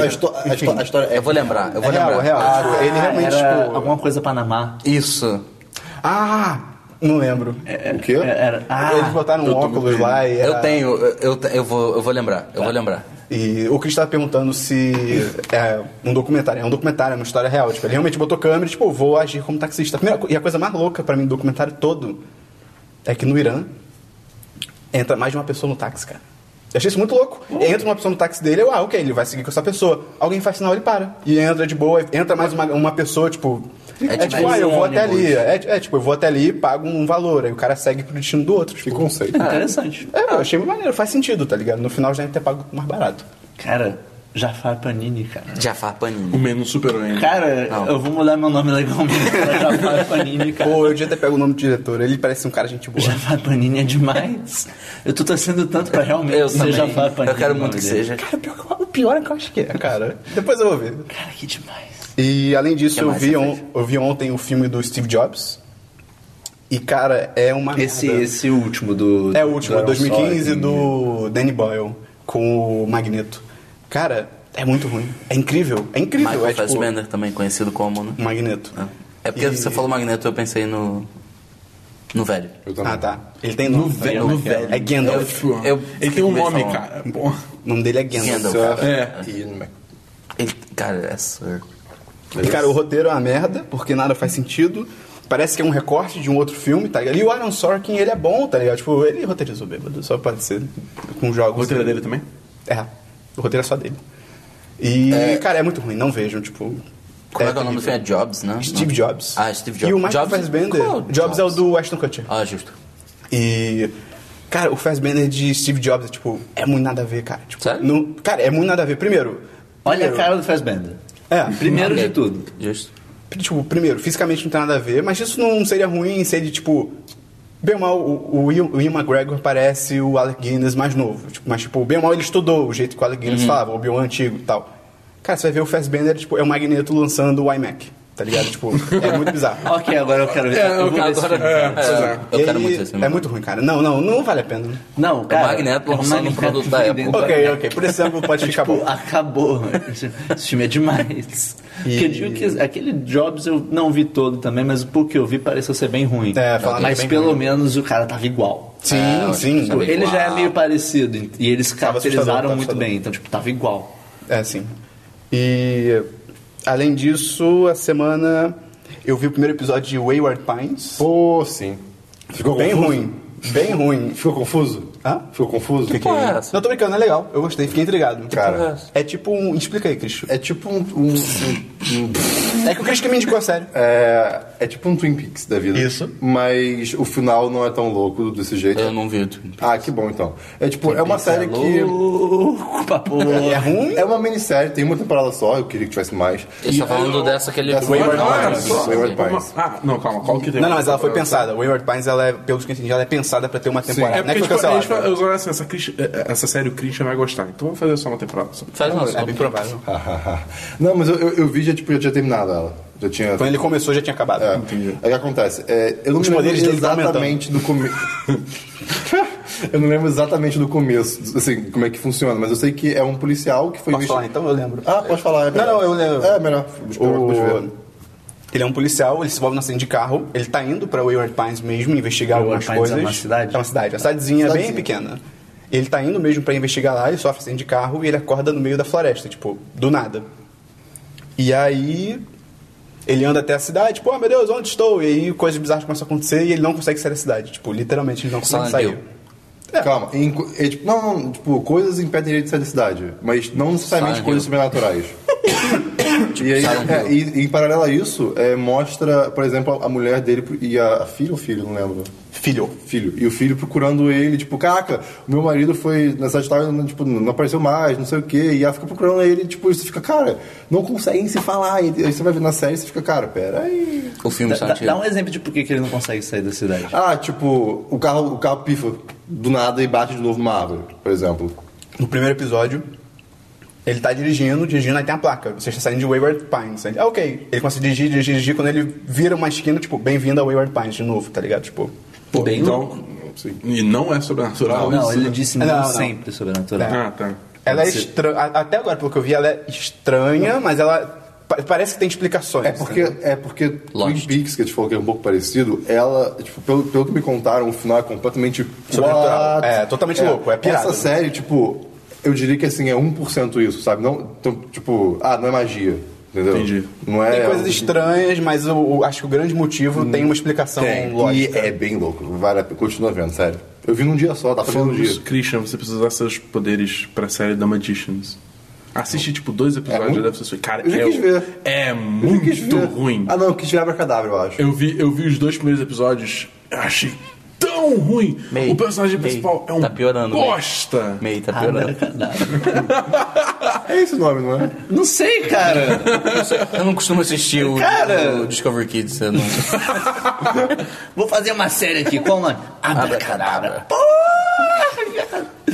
A, histó- a histó- a história é
Eu vou lembrar, eu vou
É real,
lembrar.
é real. Tipo, ele
Ah,
realmente,
era
tipo.
Alguma coisa Panamá.
Isso.
Ah! Não lembro.
o quê?
É, Era... Ah,
Eles botaram um óculos lá e.
Eu
era-
tenho, eu, eu, te- eu vou, eu vou lembrar, eu vou lembrar.
E o Cris tava perguntando se é um documentário. É um documentário, é uma história real. Tipo, ele realmente botou câmera e, tipo, vou agir como taxista. A primeira co- e a coisa mais louca pra mim do documentário todo é que no Irã entra mais de uma pessoa no táxi, cara. Eu achei isso muito louco. Entra uma pessoa no táxi dele, eu, ah, ok, ele vai seguir com essa pessoa. Alguém faz sinal, ele para. E entra de boa, entra mais uma, uma pessoa, tipo. É,
tipo
tipo, ah, eu
um
vou até
ônibus.
ali. É, é, tipo, eu vou até ali e pago um valor. Aí o cara segue pro destino do outro.
Que
Tipo,
conceito.
interessante.
é, eu achei maneiro, faz sentido, tá ligado? No final já deve ter pago mais barato.
Cara, Jafar Panini, cara.
Jafar
O
Panini.
menos superou ainda.
Cara, eu vou mudar meu nome legalmente pra Jafar Panini, cara.
Pô, eu devia ter pego o nome do diretor, ele parece um cara gente boa.
Jafar Panini é demais. Eu tô torcendo tanto pra realmente
Eu
ser
também.
Jafar Panini.
Eu quero
o
muito
nome
que
dele.
seja.
Cara, pior que eu- o pior é que eu acho que é, cara. Depois eu vou ver.
Cara, que demais.
E além disso,
Que
eu
mais
vi,
você
on-
fez?
eu vi ontem o filme do Steve Jobs. E, cara, é uma
Esse,
merda.
esse último do.
É o último,
Aaron
2015,
Sorkin.
do Danny Boyle, com o Magneto. Cara, é muito ruim. É incrível, é incrível.
Michael
é tipo,
Fassbender, também conhecido como, né?
o Magneto.
É porque
E-
você falou Magneto, eu pensei no. No velho.
Eu também.
Ah, tá. Ele tem nome. tá ligado? É Gandalf.
Tipo,
Eu-
ele tem um
eu-
nome,
eu-
cara. Porra.
O nome dele é Gandalf.
Gandalf.
Sir
É.
Ian Mc-
Ele, cara, é Sir.
E, cara, o roteiro é uma merda, porque nada faz sentido. Parece que é um recorte de um outro filme, tá ligado? E o Aaron Sorkin, ele é bom, tá ligado? Tipo, ele roteirizou bêbado, só pode ser com jogos.
O roteiro dele também?
É, o roteiro é só dele. E, cara, é muito ruim, não vejam, tipo...
Como é, que é o nome do filme?
terrível.
É Jobs, né?
Steve
Não.
Jobs.
Ah, Steve
E o
Jobs.
Michael
Jobs-
Fassbender.
Qual é o
Jobs, é o do Ashton Kutcher.
Ah, justo.
E. Cara, o Fassbender de Steve Jobs é tipo. É muito nada a ver, cara. Tipo,
Sério?
não- cara, é muito nada a ver. Primeiro.
Olha a
primeiro-
cara do Fassbender.
É,
Primeiro
Ok.
de tudo.
Justo.
Tipo, primeiro, fisicamente não tem nada a ver, mas isso não seria ruim se ele, tipo. Bem ou mal, o, o, Ian, o Ian McGregor parece o Alec Guinness mais novo. Tipo, mas, tipo, bem ou mal ele estudou o jeito que o Alec Guinness
Uhum.
falava, o Bill antigo e tal. Cara, você vai ver o Fassbender, tipo, é o Magneto lançando o iMac, tá ligado? Tipo, é muito bizarro.
Ok, agora eu quero ver.
É, eu
vou ver esse
Agora,
filme.
é,
pois é.
eu
E
quero
aí,
muito esse filme.
É muito ruim, cara. Não, não, não vale a pena.
Não, cara.
Magneto lançando um
Magneto
produto da
vendendo-
Apple.
Ok, ok. Por esse ângulo pode ficar
Tipo,
ah,
bom.
acabou. Esse esse filme é demais. Porque eu digo que aquele Jobs eu não vi todo também, mas o pouco que eu vi pareceu ser bem ruim.
É, falaram
mas
que é bem
pelo
ruim.
menos o cara tava igual.
Sim,
Ah, eu
sim.
acho que
Ele já é meio parecido e eles
Tava assustador,
caracterizaram
tava
muito
assustador.
bem, então tipo, tava igual.
É, sim. E além disso, a semana eu vi o primeiro episódio de Wayward Pines.
Pô, sim. Ficou
bem
confuso?
ruim. Bem ruim.
Ficou confuso?
Hã?
Ficou confuso?
Que porra é essa?
Não, tô brincando, é legal. Eu gostei, fiquei intrigado.
Cara.
É tipo um. Explica aí, Cristo.
É tipo um. um- um- um-
É que o Cristo que me indicou a série.
é, é tipo um Twin Peaks da vida.
Isso.
Mas o final não é tão louco desse jeito.
Eu não vi o Twin Peaks.
Ah, que bom então. É tipo, é uma série que.
Louco, papo.
É ruim?
É uma minissérie, tem uma temporada só, eu queria que tivesse mais.
Ele
é
tá falando dessa que ele-
dessa-
Wayward
Não, era
Wayward
Pines.
Pines.
só-
Wayward
uma-
Pines.
Ah, não, calma. Qual que tem?
Não, não, mas ela foi
temporada.
pensada. Wayward Pines, ela é, pelo que eu entendi, ela é pensada pra ter uma temporada.
É
Não é
porque,
que
tipo, a
foi
gente fala,
cancelada.
eu falo assim, essa, Christian- essa série o Christian vai gostar, então vamos fazer só uma temporada. Só.
Faz uma só.
É bem provável.
não, mas eu, eu, eu vi já, tipo, já tinha terminado ela. Já tinha.
Quando Então ele começou, já tinha acabado.
É, Aí o que acontece? É, eu não
Os
me lembro
poderes dele estão
exatamente do começo. eu não lembro exatamente do começo, assim, como é que funciona, mas eu sei que é um policial que foi
Posso falar,
investigado.
então? Eu lembro.
Ah, pode falar. É
Não, não, eu lembro.
É melhor. esperar
O-
depois ver.
Ele é um policial, ele se envolve na cena de carro, ele tá indo pra Wayward Pines mesmo investigar
Wayward
algumas
Pines é
coisas.
uma cidade?
É uma cidade, uma cidadezinha bem
Cidadezinha.
pequena. Ele tá indo mesmo pra investigar lá, ele sofre acidente de carro e ele acorda no meio da floresta, tipo, do nada. E aí ele anda até a cidade, tipo, ah meu Deus, onde estou? E aí coisas bizarras começam a acontecer e ele não consegue sair da cidade, tipo, literalmente ele não consegue
Silent
sair.
Hill.
É.
Calma. em co- é, tipo, não, não, tipo, coisas impedem ele de sair da cidade, mas não necessariamente
Silent
coisas
Hill.
sobrenaturais. E, aí, é, e- e em paralelo a isso, é, mostra, por exemplo, a mulher dele pro- e a, a filha ou filho, não lembro. Filho. Filho. E o filho procurando ele, tipo, caraca, o meu marido foi nessa história, não- tipo, não apareceu mais, não sei o quê. E ela fica procurando ele, tipo, e você fica, cara, não conseguem se falar. E aí você vai ver na série e você fica, cara, pera aí.
O filme
Dá,
Santiago.
dá um exemplo de por que que ele não consegue sair da cidade.
Ah, tipo, o carro, o carro pifa do nada e bate de novo numa árvore, por exemplo.
No primeiro episódio, ele tá dirigindo, dirigindo, aí tem a placa. Você está saindo de Wayward Pines. Aí, ah, ok. Ele começa a dirigir, dirigir, dirigir. Quando ele vira uma esquina, tipo, bem-vindo a Wayward Pines de novo, tá ligado? Tipo,
Pô,
Bem
então, e não é sobrenatural
Não,
isso?
ele disse
né? É, Não,
não,
não.
sempre sobrenatural.
Ah, tá.
ela é estranha. Até agora, pelo que eu vi, ela é estranha, mas ela pa- parece que tem explicações. tá
É porque, é porque Twin
Lost.
Peaks, que a gente falou que é um pouco parecido, ela, tipo, pelo, pelo que me contaram, o final é completamente
Sobrenatural.
What?
É, totalmente louco, é pirada,
Essa
né?
série, tipo, eu diria que assim, é 1% isso, sabe? Não, então, tipo, ah, não é magia. Entendeu?
Entendi.
Não é.
Tem coisas estranhas, mas o- o- acho que o grande motivo tem uma explicação
Tem, e
lógica.
é bem louco. Vale a pena. Continua vendo, sério. Eu vi num dia só, dá pra ver num
Falando
dia.
disso, Christian, você precisa usar seus poderes pra série The Magicians. Assiste, tipo, dois episódios
ruim?
da pessoa. Cara,
Eu já
é,
quis ver.
é
Eu nem quis
muito
ver.
ruim.
Ah, não, eu quis ver Abracadabra, eu acho.
Eu vi, eu vi os dois primeiros episódios, eu achei tão ruim.
Meio.
o personagem
Meio.
principal é um
Tá piorando, meio.
um-
bosta.
Meio, tá piorando.
É esse o nome, não é?
Não sei, cara.
Ah,
Eu não costumo assistir o,
Cara!
o Discovery Kids, eu não.
Vou fazer uma série aqui. Qual o nome?
Abracadabra.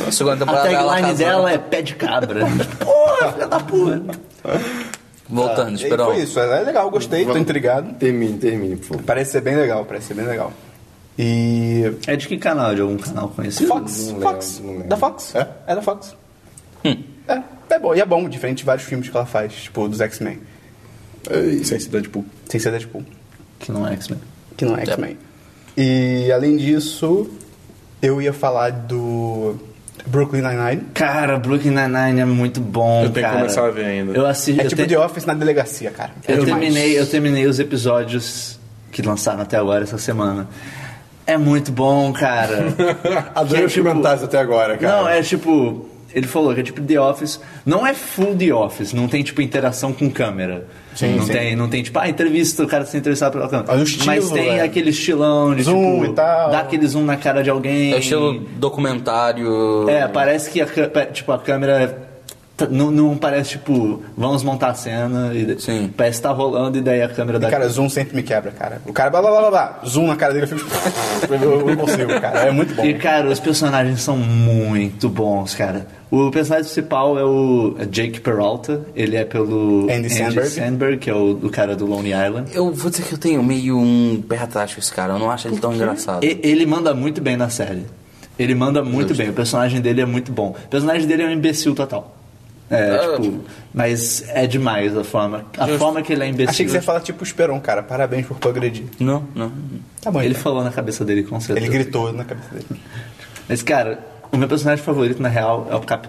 A segunda
A
temporada ela
tagline
casou.
dela é pé de cabra. Tipo, Porra, filha da puta.
Voltando,
E
Esperão.
foi isso, é legal, gostei, tô
Vamos-
intrigado.
Termine, termine, por favor.
Parece ser bem legal, parece ser bem legal. E.
É de que canal? De algum canal conhecido?
Fox,
lembro,
Fox,
não lembro.
da Fox.
É?
É da Fox.
Hum.
É, é bom, e é bom, diferente de vários filmes que ela faz, tipo, dos X-Men.
Sem cidade, tipo,
Sem ser Deadpool,
Que não é X-Men.
que não é X-Men. E, além disso, eu ia falar do Brooklyn Nine-Nine.
Cara, Brooklyn Nine-Nine é muito bom,
Eu tenho que
cara.
começar a ver ainda.
Eu assisti...
É
eu
tipo
te-
The Office na delegacia, cara. É
eu,
demais.
terminei, eu terminei os episódios que lançaram até agora, essa semana. É muito bom, cara.
Adorei
Que é
os comentários até agora, cara.
Não, é tipo... Ele falou que é tipo The Office. Não é full The Office. Não tem, tipo, interação com câmera. Sim, não,
sim.
Tem, não tem, tipo, ah, entrevista, o cara se entrevistado pela câmera.
Olha o estilo,
Mas tem
velho.
aquele estilão de,
Zoom
tipo...
e tal.
Dá aquele zoom na cara de alguém.
É estilo documentário.
É, parece que a, cã- pa- tipo, a câmera t- não, não parece tipo, vamos montar a cena e de-
Sim.
parece que tá rolando e daí a câmera
E,
dá
cara, zoom sempre me quebra, cara. O cara blá blá blá blá, blá. zoom na cara dele, eu fico. eu não consigo, cara. É muito bom.
E cara, os personagens são muito bons, cara. O personagem principal é o Jake Peralta, ele é pelo
Andy Samberg.
Samberg, que é o, o cara do Lonely Island.
Eu vou dizer que eu tenho meio um pé atrás com esse cara. Eu não acho ele tão engraçado.
E- ele manda muito bem na série. Ele manda muito bem, o personagem dele é muito bom. O personagem dele é um imbecil total. É,
Ah,
tipo, mas é demais a forma. A forma que ele é imbecil.
Achei que você ia falar tipo Esperon, cara. Parabéns por progredir.
Não, não.
Tá bom,
Ele
então.
falou na cabeça dele, com certeza.
Ele gritou na cabeça dele.
Mas, cara, o meu personagem favorito, na real, é o Cap...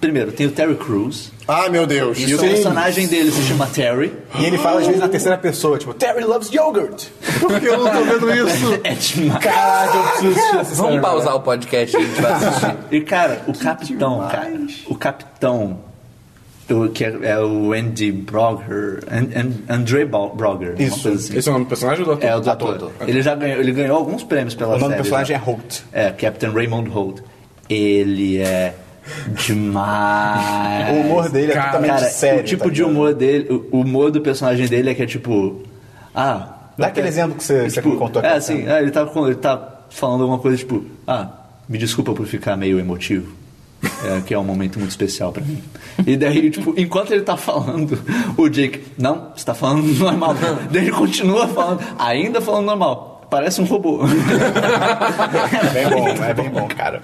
Primeiro, tem o Terry Crews.
Ah, meu Deus.
é
E o
Sim.
personagem dele se chama Terry.
E ele fala às vezes na terceira pessoa, tipo, Terry loves yogurt.
Por que eu não tô vendo isso?
É demais.
Caralho, eu preciso assistir essa
Vamos
série,
pausar o podcast e a gente vai assistir.
E, cara, o capitão, cara, o capitão, o- que é, é o Andy Brogger, And, And- Andre Bo- Brogger. uma
Isso.
coisa assim.
esse é o nome do personagem ou do ator?
É o do
Ator,
ator. Ele já ganhou, ele ganhou alguns prêmios pela
O
série.
nome do personagem
já.
é Holt.
É, Captain Raymond Holt. Ele é demais.
O humor dele é
Cara,
totalmente
Cara,
sério.
o tipo
tá
de
ligado?
humor dele, o- o humor do personagem dele é que é tipo. Ah.
Dá aquele exemplo que você, você
Tipo,
contou
é
aquela
assim,
cena.
é, ele, tá, com- ele tá falando alguma coisa tipo, ah, me desculpa por ficar meio emotivo. é, que é um momento muito especial pra mim. E daí, tipo, enquanto ele tá falando, o Jake, não, você tá falando normal. daí ele continua falando, ainda falando normal. Parece um robô.
É bem bom, é bem bom, Ah, cara.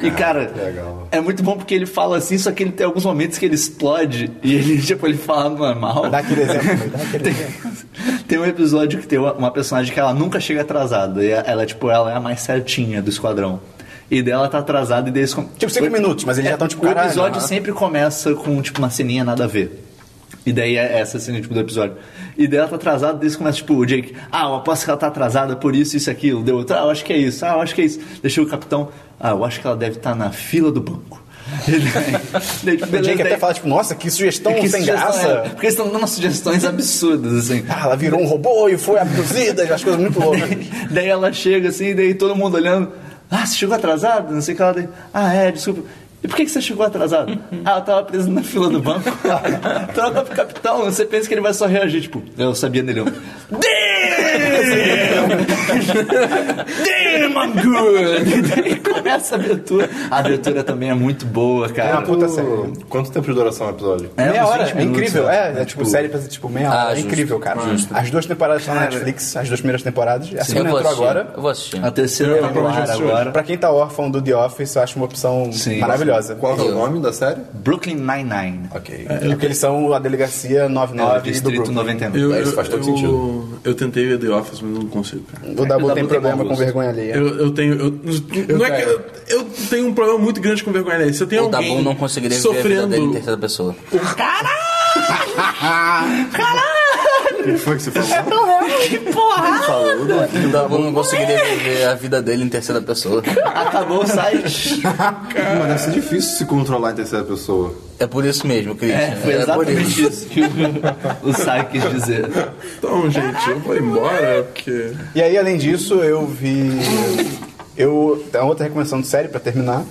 E cara,
legal.
é muito bom porque ele fala assim, só que ele tem alguns momentos que ele explode e ele, tipo, ele fala normal.
Dá aquele exemplo, dá aquele
Tem,
exemplo.
tem um episódio que tem uma, uma personagem que ela nunca chega atrasada. E ela, tipo, ela é a mais certinha do esquadrão. E dela tá atrasada e deles. com-
Tipo, cinco
o- é,
minutos, mas eles já tão, tipo,
O
"Caralho,
episódio
aham."
sempre começa com, tipo, uma ceninha nada a ver. E daí é essa cena, tipo, do episódio. E daí ela tá atrasada, daí começa, tipo, o Jake, ah, eu aposto que ela tá atrasada por isso, isso, aquilo. Deu outro, ah, eu acho que é isso, ah, eu acho que é isso. Deixou o capitão, ah, eu acho que ela deve estar na tá fila do banco. E daí- daí, tipo,
O Jake
beleza,
até
daí-
fala, tipo, nossa, que sugestão
que
sem
sugestão
graça.
é? Porque eles estão dando sugestões absurdas, assim.
Ah, ela virou um robô e foi abduzida, as coisas muito loucas.
daí ela chega assim, daí todo mundo olhando. Ah, você chegou atrasado? Não sei o que ela. Daí, ah, é, desculpa. E por que, que você chegou atrasado? ah, eu tava preso na fila do banco. Troca pro capitão, você pensa que ele vai só reagir, tipo, eu sabia dele. Damn! Damn, I'm good! E daí começa a abertura. A abertura também é muito boa,
É
cara.
uma puta série.
Quanto tempo de duração o episódio?
É,
meia
uns
hora,
20
é
minutos,
incrível.
né?
É, é, tipo, série pra tipo meia hora.
Ah,
é
justo,
incrível, cara. As duas temporadas estão na Netflix, as duas primeiras temporadas. A
Eu
segunda
vou
entrou
assistir.
agora.
Eu vou assistir.
A terceira tá no ar agora.
Pra quem tá órfão do The Office, eu acho uma opção
Sim.
maravilhosa.
Qual é o nome da série?
Brooklyn Nine-Nine.
Ok. É porque eles são a delegacia
É,
99 do
Distrito
Brooklyn.
99.
Eu,
É, isso faz todo
eu-
sentido.
Eu tentei ver The Office, mas não consigo, cara.
O Dabu
Dabu
tem
tem
problema
bom
com
gosto.
vergonha alheia.
Eu, eu tenho. Eu, não é que
tenho.
eu, eu tenho um problema muito grande com vergonha alheia. Se eu tenho
O
alguém
Dabu não conseguiria ver a vida
sofrendo.
dele em terceira pessoa.
Foi que você falou?
O Dabu não conseguiria viver a vida dele em terceira pessoa.
Acabou o site.
Mas deve ser difícil se controlar em terceira pessoa.
É por isso mesmo, Christian.
É, foi
por
exatamente
isso.
isso que o, o Sai quis dizer.
Então, gente, eu vou embora, porque.
E aí, além disso, eu vi. Eu. A outra recomendação de série pra terminar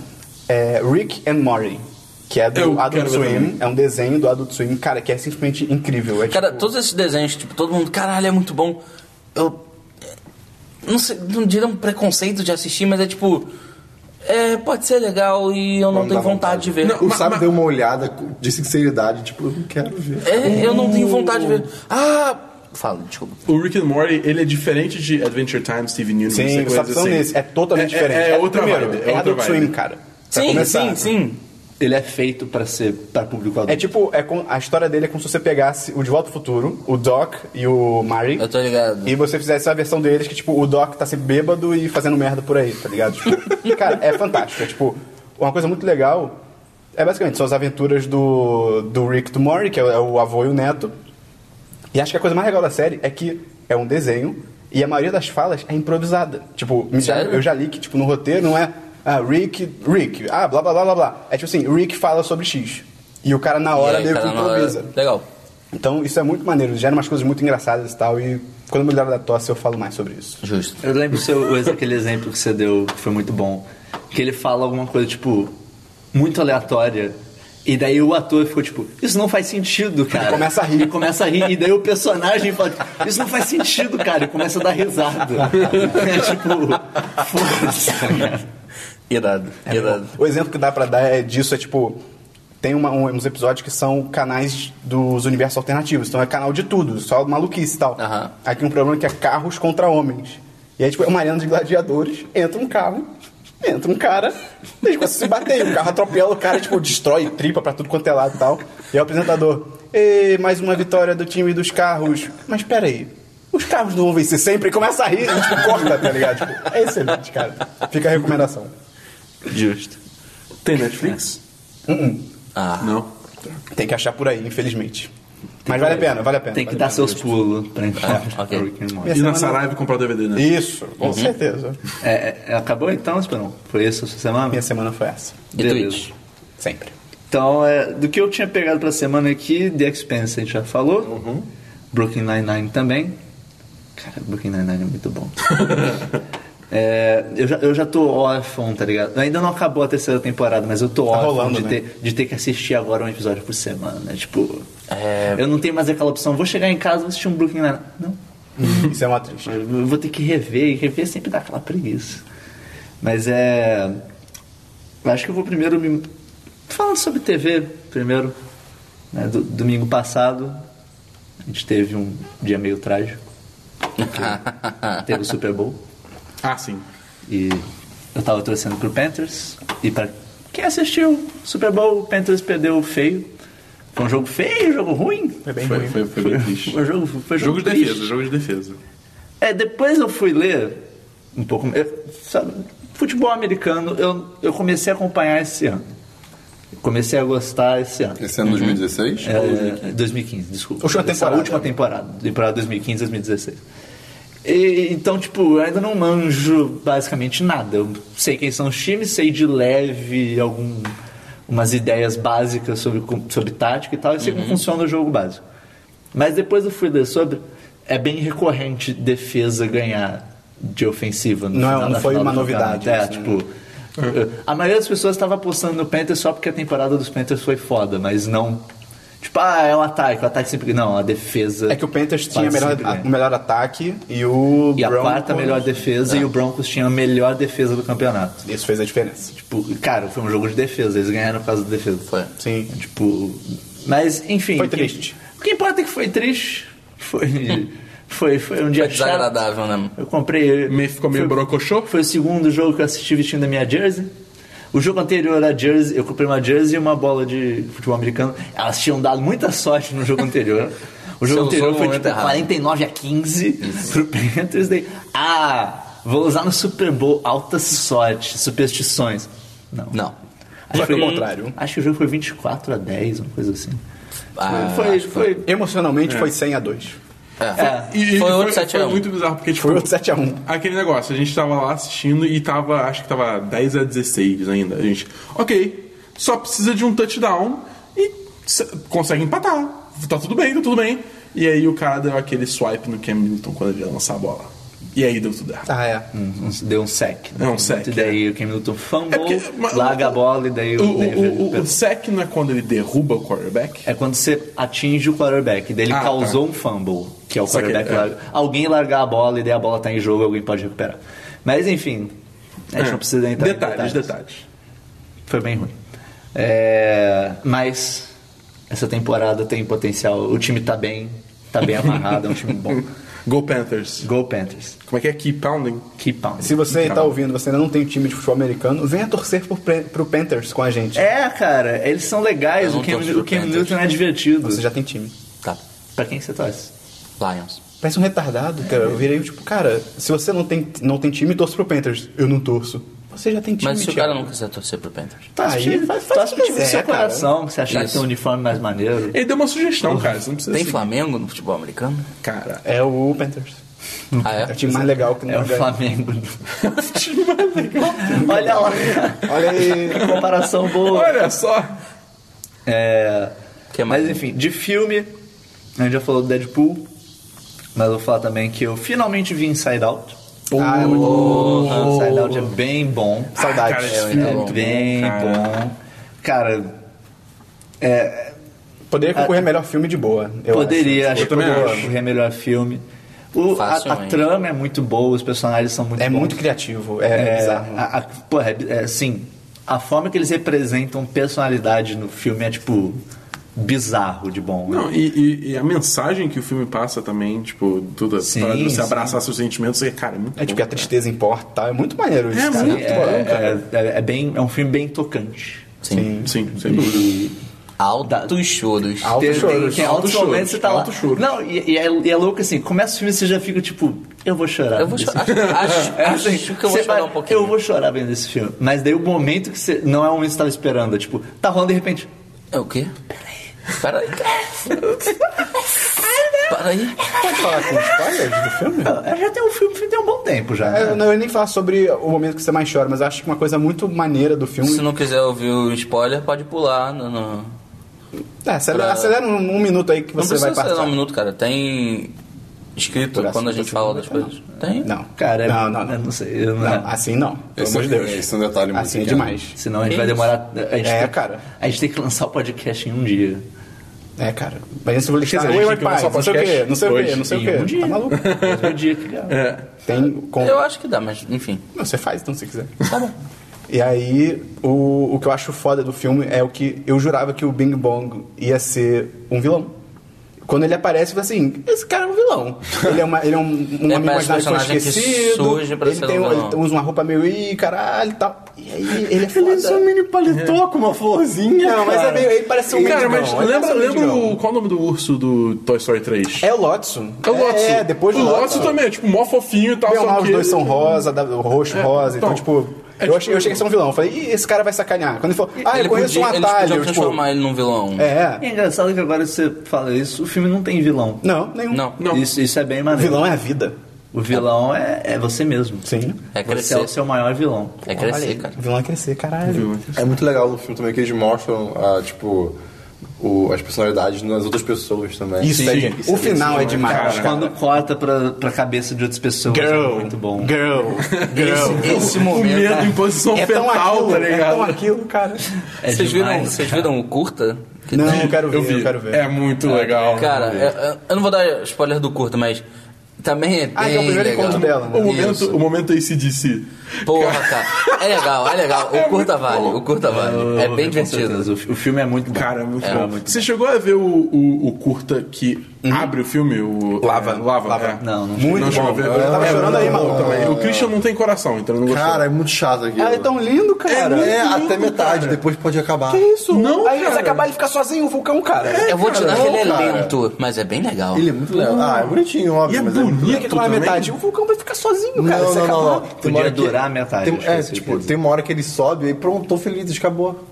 é Rick and Morty. Que é do
Eu
Adult
quero ver
Swim.
também.
É um desenho do Adult Swim, cara, que é simplesmente incrível. É,
Cara,
tipo,
todos esses desenhos, tipo, todo mundo, caralho, é muito bom. Eu. Não sei, não diria um preconceito de assistir, mas é tipo. É, pode ser legal e eu não,
Não
tenho
dá
vontade de ver.
O Sábio deu uma olhada de sinceridade, tipo, eu não quero ver.
É, eu não tenho vontade de ver. Ah! Fala, desculpa.
O Rick and Morty, ele é diferente de Adventure Time, Steven Universe,
Sim,
coisas
o Sapsão
assim.
desse é totalmente
É- é-
diferente.
é outra
primeiro,
vibe, é
é,
outra
Adult
vibe.
Swim, cara. Pra
Sim,
começar.
sim, sim.
Ele é feito pra ser para público adulto.
É tipo, é com- a história dele é como se você pegasse o De Volta ao Futuro, o Doc e o Mari.
Eu tô ligado.
E você fizesse a versão deles que, tipo, o Doc tá sempre bêbado e fazendo merda por aí, tá ligado? Tipo, cara, é fantástico. É, tipo, uma coisa muito legal é basicamente são as aventuras do, do Rick e do Morty, que é o- é o avô e o neto. E acho que a coisa mais legal da série é que é um desenho e a maioria das falas é improvisada. Tipo, me-
Sério?
eu já li que, tipo, no roteiro não é. Ah, Rick, Rick, ah, blá blá blá blá blá. É tipo assim, Rick fala sobre X. E o cara na hora
E aí,
meio que
cara, na hora-
improvisa.
Legal.
Então isso é muito maneiro, gera umas coisas muito engraçadas e tal. E quando eu me livrar da tosse eu falo mais sobre isso.
Justo.
É, Eu lembro o seu, o ex- aquele exemplo que você deu, que foi muito bom. Que ele fala alguma coisa, tipo, muito aleatória. E daí o ator ficou tipo, isso não faz sentido, cara.
começa a rir.
E começa a rir. E daí o personagem fala, isso não faz sentido, cara. E começa a dar risada. É tipo, foda-se, cara.
Irado, irado.
O exemplo que dá pra dar é disso é tipo tem uma- um- uns episódios que são canais dos universos alternativos, então é canal de tudo, só maluquice e tal.
Aham.
Aqui um problema que é carros contra homens. E aí tipo é uma arena de gladiadores, entra um carro, entra um cara, e eles começam a se bater, o carro atropela o cara, tipo destrói tripa pra tudo quanto é lado e tal. E aí o apresentador, "Ê, mais uma vitória do time dos carros. Mas peraí, os carros não vão vencer sempre e começa a rir, e, tipo, corta, tá ligado? Tipo, é excelente, cara. Fica a recomendação.
Justo.
Tem Netflix?
É. Uh-uh.
Ah.
Não.
Tem que achar por aí, infelizmente. Mas vale a pena, vale a pena. É,
Tem que
vale
dar
a
seus pulos pra entrar
Ah, ok.
no Rick and Morty.
Minha
E na
semana-
Saraiva comprar DVD, né?
Isso, com certeza.
É, é, acabou então, Esperão? Foi isso a sua semana?
Minha semana foi essa.
E
Beleza.
Twitch?
Sempre.
Então, é, do que eu tinha pegado pra semana aqui, The Expanse a gente já falou. Brooklyn Nine-Nine também. Cara, Brooklyn Nine-Nine é muito bom. É, eu, já, eu já tô órfão, tá ligado? Ainda não acabou a terceira temporada, mas eu tô órfão
rolando,
de,
né?
ter, de ter que assistir agora um episódio por semana. né? Tipo,
É.
eu não tenho mais aquela opção. Vou chegar em casa e vou assistir um Brooklyn Nine-Nine. Não.
Isso é uma triste.
Eu vou ter que rever, e rever sempre dá aquela preguiça. Mas é. eu Acho que eu vou primeiro me. Falando sobre TV, primeiro. né, do- domingo passado, a gente teve um dia meio trágico. porque teve o Super Bowl.
Ah, sim.
E eu tava torcendo pro Panthers. E pra quem assistiu Super Bowl, o Panthers perdeu feio. Foi um jogo feio, jogo ruim.
Foi bem
Foi,
ruim.
foi, foi bem triste.
Foi um jogo, foi um jogo
É. Jogo de
triste.
defesa, jogo de defesa.
É, depois eu fui ler um pouco. eu- sabe, futebol americano, eu, eu comecei a acompanhar esse ano. Comecei a gostar esse ano.
Esse ano 2016?
É, 2015, desculpa.
Última
Essa
temporada.
última temporada, temporada 2015, 2016. E, então, tipo, eu ainda não manjo basicamente nada. Eu sei quem são os times, sei de leve algum, umas ideias básicas sobre, com- sobre tática e tal, e sei
Uhum.
como funciona o jogo básico. Mas depois eu fui ler sobre, é bem recorrente defesa ganhar de ofensiva no
Não é-
final
não
da
foi
final
uma
do
novidade
campeonato.
isso,
É,
né?
tipo, eu- A maioria das pessoas estava apostando no Panthers só porque a temporada dos Panthers foi foda, mas não. Tipo, ah, é o ataque, o ataque sempre. Não, a defesa.
É que o Panthers tinha a
quase
melhor-
sempre ganha.
a- o melhor ataque e o
E a
Broncos- É.
quarta melhor defesa e o Broncos tinha a melhor defesa do campeonato.
Isso fez a diferença.
Tipo, cara, foi um jogo de defesa, eles ganharam por causa da defesa.
Foi.
Sim.
Tipo, mas enfim.
Foi
o que-
triste.
O que importa é que foi triste. Foi, foi, foi um dia
É
chato.
desagradável, né?
Eu comprei.
Me- ficou meio
foi-
brocochô?
Foi o segundo jogo que eu assisti vestindo a minha jersey. O jogo anterior a jersey, eu comprei uma jersey e uma bola de futebol americano. Elas tinham dado muita sorte no jogo anterior. O jogo
Você usou
anterior
no
foi
momento
tipo
errado.
49 a 15 pro Panthers. Daí, ah, vou usar no Super Bowl. Alta sorte, superstições. Não.
Não.
Acho
Foi
que
pelo contrário.
Acho que o jogo foi 24 a 10, uma coisa assim.
Ah,
foi,
acho que
foi,
Emocionalmente foi 100 a 2.
É.
E, e
Foi
foi,
outro 7 a
foi
1.
muito bizarro, porque tipo,
Foi outro 7 a 1.
aquele negócio, a gente tava lá assistindo e tava, acho que tava 10 a 16 ainda. A gente, ok, só precisa de um touchdown e c- consegue empatar. Tá tudo bem, tá tudo bem. E aí o cara deu aquele swipe no Cam Newton quando ele ia lançar a bola. E aí deu tudo errado.
Ah, é.
Um- um- Deu um sec.
É, um sec,
E daí o Cam Newton fumble,
É porque- mas-
larga a bola e daí
O,
o, um
o, o, o sec não é quando ele derruba o quarterback?
É quando você atinge o quarterback, daí ele
Ah,
causou um fumble, que é o
Saquei,
quarterback.
é.
larga- Alguém largar a bola e daí a bola tá em jogo, alguém pode recuperar. Mas enfim, É, a gente não precisa entrar
É. detalhes,
em
detalhes.
Foi bem ruim. É, mas essa temporada tem potencial. O time tá bem, tá bem amarrado, é um time bom.
Go Panthers.
Go Panthers.
Como é que é? Keep pounding.
Keep pounding.
Se você
Então.
tá ouvindo, você ainda não tem time de futebol americano, venha torcer pro, Pre- pro Panthers com a gente.
É, cara, eles são legais.
Eu não
O Cam,
torço pro
o Cam
Panthers.
Newton é divertido.
Você já tem time.
Tá.
Pra quem você torce?
Lions.
Parece um retardado, cara. Eu virei tipo, cara, se você não tem, não tem time, torce pro Panthers. Eu não torço. Você já tem time,
Mas se o
Thiago.
cara não quiser torcer pro Panthers.
Tá, aí faz- faz
torce
o que
pro time do
quiser,
seu
cara.
coração, que você achar que
Isso.
tem um uniforme mais maneiro.
Ele deu uma
Uhum.
sugestão, cara. Você não precisa
Tem
ser-
Flamengo no futebol americano?
Cara,
É o Panthers.
Ah,
É o
é?
time mais legal que não
É o
ganha.
Flamengo. Olha lá.
Olha aí.
Comparação boa.
olha só.
É,
Que mais?
mas enfim, de filme, a gente já falou do Deadpool. Mas eu vou falar também que eu finalmente vi Inside Out.
Ah, é muito bom.
Porra, Inside Out é bem bom.
Saudades.
Ah, cara, esse
É,
filme
é
muito
bem
bom, cara.
bom. Cara, é,
Poderia concorrer a melhor filme de boa. Eu
poderia, acho,
Eu
que
também
poderia
acho.
correr melhor filme. O, a, a
Facilmente.
trama é muito boa, os personagens são muito
É
bons.
muito criativo, é,
É,
bizarro.
a- a- porra, é bi- é, assim, a forma que eles representam personalidade no filme é, tipo, bizarro de bom.
Não, e, e- e a mensagem que o filme passa também, tipo, toda a
Sim,
história de você
sim.
abraçar seus sentimentos, é, cara, é muito
É tipo, a tristeza importa, tá? É muito maneiro isso,
É
cara.
muito
É, é, é- é bem, é um filme bem tocante.
Sim.
Sim, sem dúvida.
Altos choros.
Altos
Tem- tem-
choros,
Tem altos
altos choros,
momentos que você tá lá.
altos choros.
Não, e, e é, e é louco assim, começa o filme e você já fica tipo, eu vou chorar.
Eu vou
nesse
chorar. Acho,
É
acho,
assim,
que eu vou
você
chorar
vai-
um pouquinho.
Eu vou chorar vendo esse filme. Mas daí o momento que você. Não é o momento que você tava esperando. é Tipo, tá rolando de repente.
É o quê? Peraí. Peraí.
Pode falar com spoilers do filme?
"Ah, Já tem um filme, o filme tem um bom tempo já. né?"
É, não, eu ia nem falar sobre o momento que você mais chora, mas eu acho que uma coisa muito maneira do filme.
Se não quiser ouvir o spoiler, pode pular. No, no- Não
É, acelera, acelera um, um minuto aí que você vai
precisa ser
passar.
um minuto, cara. Tem escrito
Por assim,
quando a gente
você
fala
não
das
vai-
coisas. Tem?
Não.
Cara, é,
não, não,
eu
não.
não sei. Eu não, é.
Não, assim não. Pelo amor de Deus.
Esse é um detalhe muito
assim é
pequeno.
demais.
Senão a gente
Que
vai
isso?
demorar. A gente
É,
tem-
cara.
A gente tem que lançar o podcast em um dia.
É, cara. Mas isso eu vou listar.
Quer dizer,
Oi,
a
oi,
gente lançou
pai. Não sei o quê,
podcast
não sei o quê,
hoje,
não sei o
em
quê.
um dia.
Tá maluco? É.
Mesmo dia que grava.
Tem como.
Eu acho que dá, mas enfim.
Não, você faz, então, se quiser.
Tá bom.
E aí, o, o que eu acho foda do filme é o que eu jurava que o Bing Bong ia ser um vilão. Quando ele aparece, eu falo assim, esse cara é um vilão. Ele é, uma, ele é um, um homem
parece um
imaginário que foi
personagem que
esquecido.
surge pra
ele,
ser
tem,
um
um-
vilão.
ele usa uma roupa meio, ih, caralho, e tal. E aí, ele é foda.
um
um mini paletó com uma florzinha.
É. Não, mas é meio, ele parece um
Cara, mas
mendigão, ele
lembra,
parece um
lembra
mendigão.
o, qual o nome do urso do Toy Story 3?
É o Lotso.
É o Lotso.
É, depois
o
do Lotso.
Lotso também, é, tipo, mó fofinho e tal,
Bem ou
só
mal, os
que...
dois são rosa, da- roxo,
É,
rosa. Então,
então,
tipo,
é
eu,
tipo-
achei, eu achei que ia ser um vilão. Eu falei, ih, esse cara vai sacanear. Quando ele falou, ah, eu conheço um
podia- eles
atalho.
podiam
eu,
transformar
Tipo,
ele num vilão.
é.
E é engraçado que agora que você fala isso, o filme não tem vilão.
Não, nenhum.
Não.
Não.
Isso, isso é bem maneiro.
Vilão é a vida.
O vilão é, é você mesmo.
Sim.
Você
É
é o
crescer.
seu maior vilão.
É crescer, cara.
O vilão é crescer, caralho.
É muito legal no filme também que eles mostram, ah, tipo, o- as personalidades nas outras pessoas também.
Isso,
Sim.
é, gente. o final é demais.
Cara,
Quando corta pra, pra cabeça de outras pessoas, é muito bom.
Girl. Girl.
Esse
O
momento.
medo em posição
É tão
fetal,
aquilo,
tá
é tão
ligado?
aquilo, cara.
É
vocês, viram,
demais,
vocês
cara.
viram o curta? Que
Não,
tem-
eu quero ver,
Eu
eu,
vi.
quero ver.
É muito legal.
Cara, é- é- eu não vou dar spoiler do curta, mas também é bem
Ah, que é o primeiro
legal.
encontro dela, né?
O momento,
Isso.
o momento ACDC.
Porra, cara. É legal, é legal. O curta vale, o curta vale. É
Eu-
bem
com certeza,
divertido.
O, fi- o filme é muito bom.
Cara, é muito
É,
bom.
muito
Você chegou a ver o, o, o curta que abre o filme? O,
Lava.
é, lava.
Lava.
é.
Não, não
Muito
chegou a
bom.
ver.
Eu tava chorando aí, mano.
também. O Christian não tem coração, então ele não gostou.
Cara, é muito chato aqui.
Ah, é tão lindo, cara.
é, até metade, depois pode acabar.
Que isso?
Não,
Aí eles
cara.
acabaram de ficar sozinho, o vulcão, cara.
Eu vou te
cara,
dar que
não,
ele é
cara.
lento, mas é bem legal.
Ele é muito legal. Ah, é bonitinho, óbvio,
E é
mas é muito
bonito.
Por
legal.
que aquela
também?
metade? O vulcão vai ficar sozinho,
Não,
cara. se
não, não, não.
acabar.
Tem uma hora que-
durar a metade,
tem-
acho que
é,
eu sei
tipo,
dizer.
tem uma hora que ele sobe e pronto, tô feliz, acabou.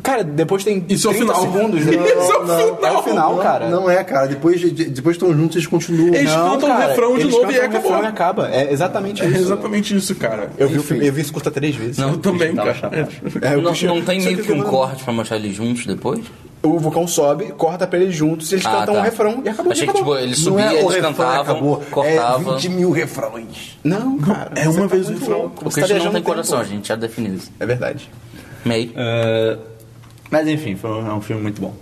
Cara, depois tem
Isso é o
30
final.
segundos. né?
Isso é o
É o
final.
final, cara.
Não é, cara. Depois de- depois estão juntos, eles continuam.
Eles
Não,
cantam o
cara,
refrão de
eles
novo e
cantam o
acabou.
refrão e acaba. É exatamente
É
isso.
exatamente isso, cara.
Eu vi, o
Enfim.
filme- eu vi isso curta três vezes.
Eu também,
tava
cara.
chapado.
É, eu
Não,
puxei-
não tem
só
meio que um
eu-
corte pra mostrar eles juntos depois?
O vulcão sobe, corta pra eles juntos, eles
Ah,
cantam
tá.
um refrão e acabou.
Achei
e
que,
acabou.
tipo, eles
Não
subiam,
é o
eles
refrão,
cantavam,
acabou. É
cortavam.
20 mil refrões.
Não, cara.
É uma
você
vez o
muito
refrão.
louco.
o
Você tá
Christian não
viajando
tem
no tempo.
coração, gente, já definido isso.
É verdade.
Meio.
É, mas enfim, foi um, é um filme muito bom.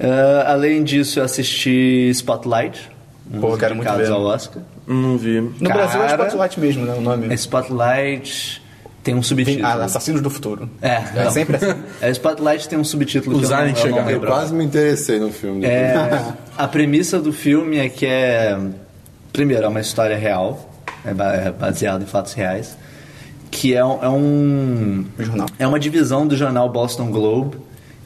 É, além disso, eu assisti Spotlight. Um
Pô,
dos
quero muito
indicados
ver.
ao Oscar.
Não vi.
No
Cara.
Brasil é Spotlight mesmo, né? O nome.
É Spotlight tem um subtítulo.
Ah, Assassinos do Futuro.
É,
É
não.
sempre assim.
É, Spotlight tem um subtítulo
Os
que eu não,
aliens
eu não
chegaram.
Eu
lembrava.
quase me interessei no filme. depois.
É, a premissa do filme é que é. Primeiro, é uma história real, é ba- é baseada em fatos reais, que é, um- é um.
Jornal.
É uma divisão do jornal Boston Globe,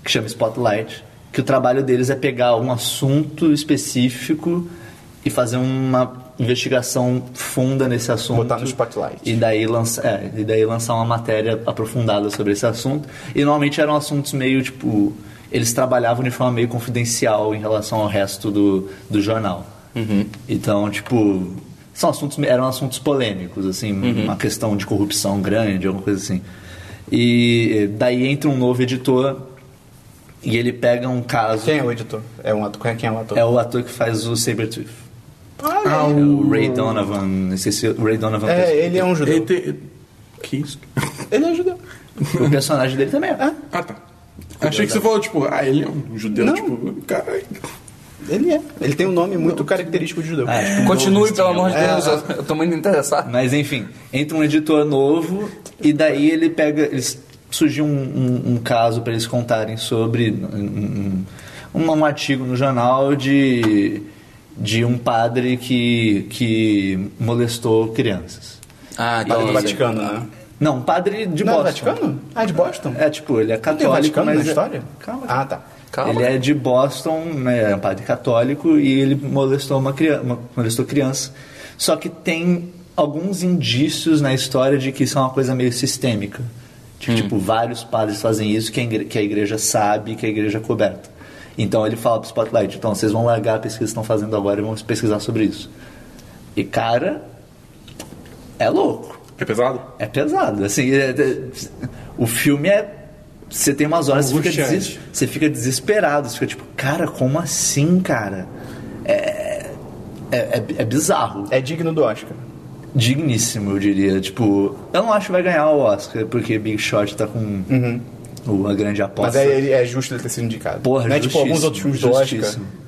que chama Spotlight, que o trabalho deles é pegar um assunto específico e fazer uma investigação funda nesse assunto.
Botar no Spotlight.
E daí, lança, é, e daí lançar uma matéria aprofundada sobre esse assunto. E normalmente eram assuntos meio tipo. Eles trabalhavam de forma meio confidencial em relação ao resto do, do jornal. Então, tipo. São assuntos, eram assuntos polêmicos, assim, uma questão de corrupção grande, alguma coisa assim. E daí entra um novo editor e ele pega um caso.
Quem é o editor? É um ator. Quem é o ator?
É o ator que faz o Sabretooth.
Ah,
É o Ray Donovan. Esqueci, o Ray Donovan.
é, ele é um judeu.
Ele
Ele,
tem... Que isso?
é judeu.
O personagem dele também é.
Ah, tá. Achei que você falou, tipo, ah, ele é um judeu,
Não.
tipo, caralho.
Ele é. Ele tem um nome muito característico de judeu.
Ah, é.
Continue, pelo amor de Deus, eu- eu tô muito interessado.
Mas enfim, entra um editor novo e daí ele pega. Eles, surgiu um, um- um caso para eles contarem sobre um, um, um artigo no jornal de, de um padre que, que molestou crianças.
Ah,
Ele é do
entendi.
Vaticano, né?
Não, um padre de
Não é do
Boston.
Vaticano? Ah, de Boston?
É tipo, ele é
Não tem
católico.
Vaticano
mas
na
é-
história?
Calma.
Ah, tá.
Calma.
Ele é de Boston, né, é um padre católico, e ele molestou uma criança, molestou criança. Só que tem alguns indícios na história de que isso é uma coisa meio sistêmica. De que, Tipo, vários padres fazem isso que a, igre- que a igreja sabe, que a igreja é coberta. Então ele fala pro Spotlight, então vocês vão largar a pesquisa que estão fazendo agora e vão pesquisar sobre isso. E cara, é louco.
É pesado?
É pesado, assim, é- é- o filme é você tem umas horas que você fica,
Angustiante.
deses- você fica desesperado, você fica tipo, cara, como assim, cara? É, é, é- é bizarro,
É digno do Oscar.
digníssimo, eu diria. Tipo, eu não acho que vai ganhar o Oscar porque Big Shot tá com o- a grande
Uhum. Mas
aposta.
é, ele- é justo ele ter sido indicado.
Porra,
Não é tipo
justíssimo,
alguns outros filmes do
justíssimo.
Oscar.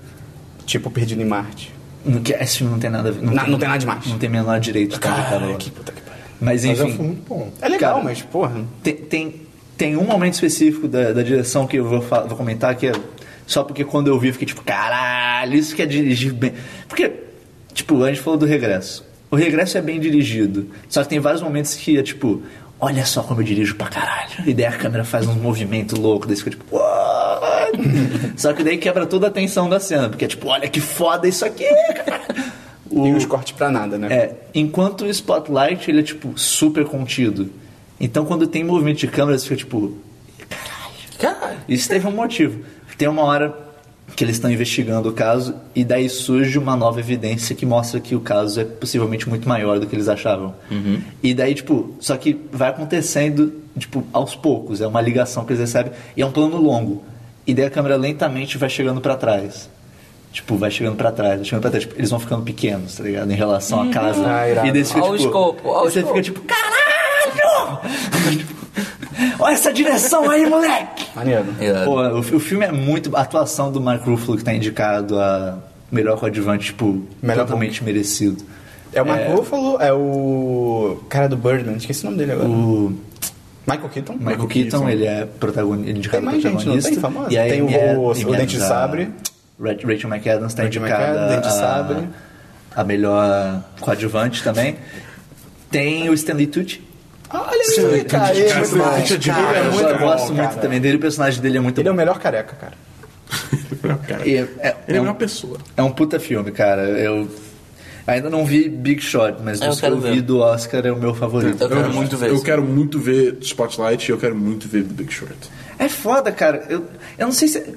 Tipo Perdido em Marte.
Não que- Esse filme não tem nada, a ver- não,
Não- não tem nada demais.
não tem menor direito. Cara, cara,
que puta que pariu.
mas
Mas é
enfim,
um filme muito bom.
É legal,
Cara,
mas porra.
Tem, tem, tem um momento específico da, da direção que eu vou, fa- vou comentar que é só porque quando eu vi eu fiquei tipo, caralho, isso que é dirigir bem. Porque, tipo, a gente falou do regresso. O regresso é bem dirigido. Só que tem vários momentos que é tipo, olha só como eu dirijo pra caralho. E daí a câmera faz um movimento louco, daí fica tipo, "What?" Só que daí quebra toda a tensão da cena, porque é tipo, olha que foda isso aqui, cara. O-
E os cortes pra nada, né?
é, enquanto o Spotlight, ele é, tipo, super contido. Então, quando tem movimento de câmera, você fica, tipo...
Caralho.
Isso teve um motivo. Tem uma hora que eles estão investigando o caso e daí surge uma nova evidência que mostra que o caso é possivelmente muito maior do que eles achavam.
Uhum.
E daí, tipo, só que vai acontecendo, tipo, aos poucos, é uma ligação que eles recebem e é um plano longo. E daí a câmera lentamente vai chegando pra trás. Tipo, vai chegando pra trás, vai chegando pra trás. Tipo, eles vão ficando pequenos, tá ligado? Em relação à casa.
Ah, irado.
e daí você fica,
Ó o
tipo,
escopo, ó o
e você
escopo.
fica tipo, caralho! Tipo, Olha essa direção aí, moleque!
Maneiro.
Irado.
Pô, o, fi- o filme é muito. A atuação do Mark Ruffalo que tá indicado a melhor coadjuvante, tipo,
Melhor
totalmente merecido.
É o Mark Ruffalo, é o cara do Birdman, esqueci o nome dele agora.
O
Michael Keaton.
Michael Keaton, ele é protagonista, ele é indicado
Tem mais gente, não
protagonista.
tem famosa?
E a
Tem
Amy
o-
Ad-
o
Amy
Dente de
Adams, a
Sabre.
Ra- Rachel McAdams tá
Rachel
indicada
McAdams, Dente de
a-
Sabre.
a melhor coadjuvante também. Tem o Stanley Tucci.
Ah, Olha ele, cara. Ele é muito
Cara,
mais.
eu
Ele
te
é
digo,
muito
eu
bom,
gosto muito
cara.
também dele, o personagem dele é muito
Ele é o
bom.
melhor careca, cara.
Cara,
E
ele
é- é-
é
é
a
um-
melhor pessoa.
É um puta filme, cara. Eu ainda não vi Big Shot, mas
Eu
dos que
quero
eu vi
ver.
do Oscar é o meu favorito.
Eu quero muito ver.
Eu
isso.
quero muito ver Spotlight e eu quero muito ver The Big Short.
É foda, cara. Eu, eu não sei se.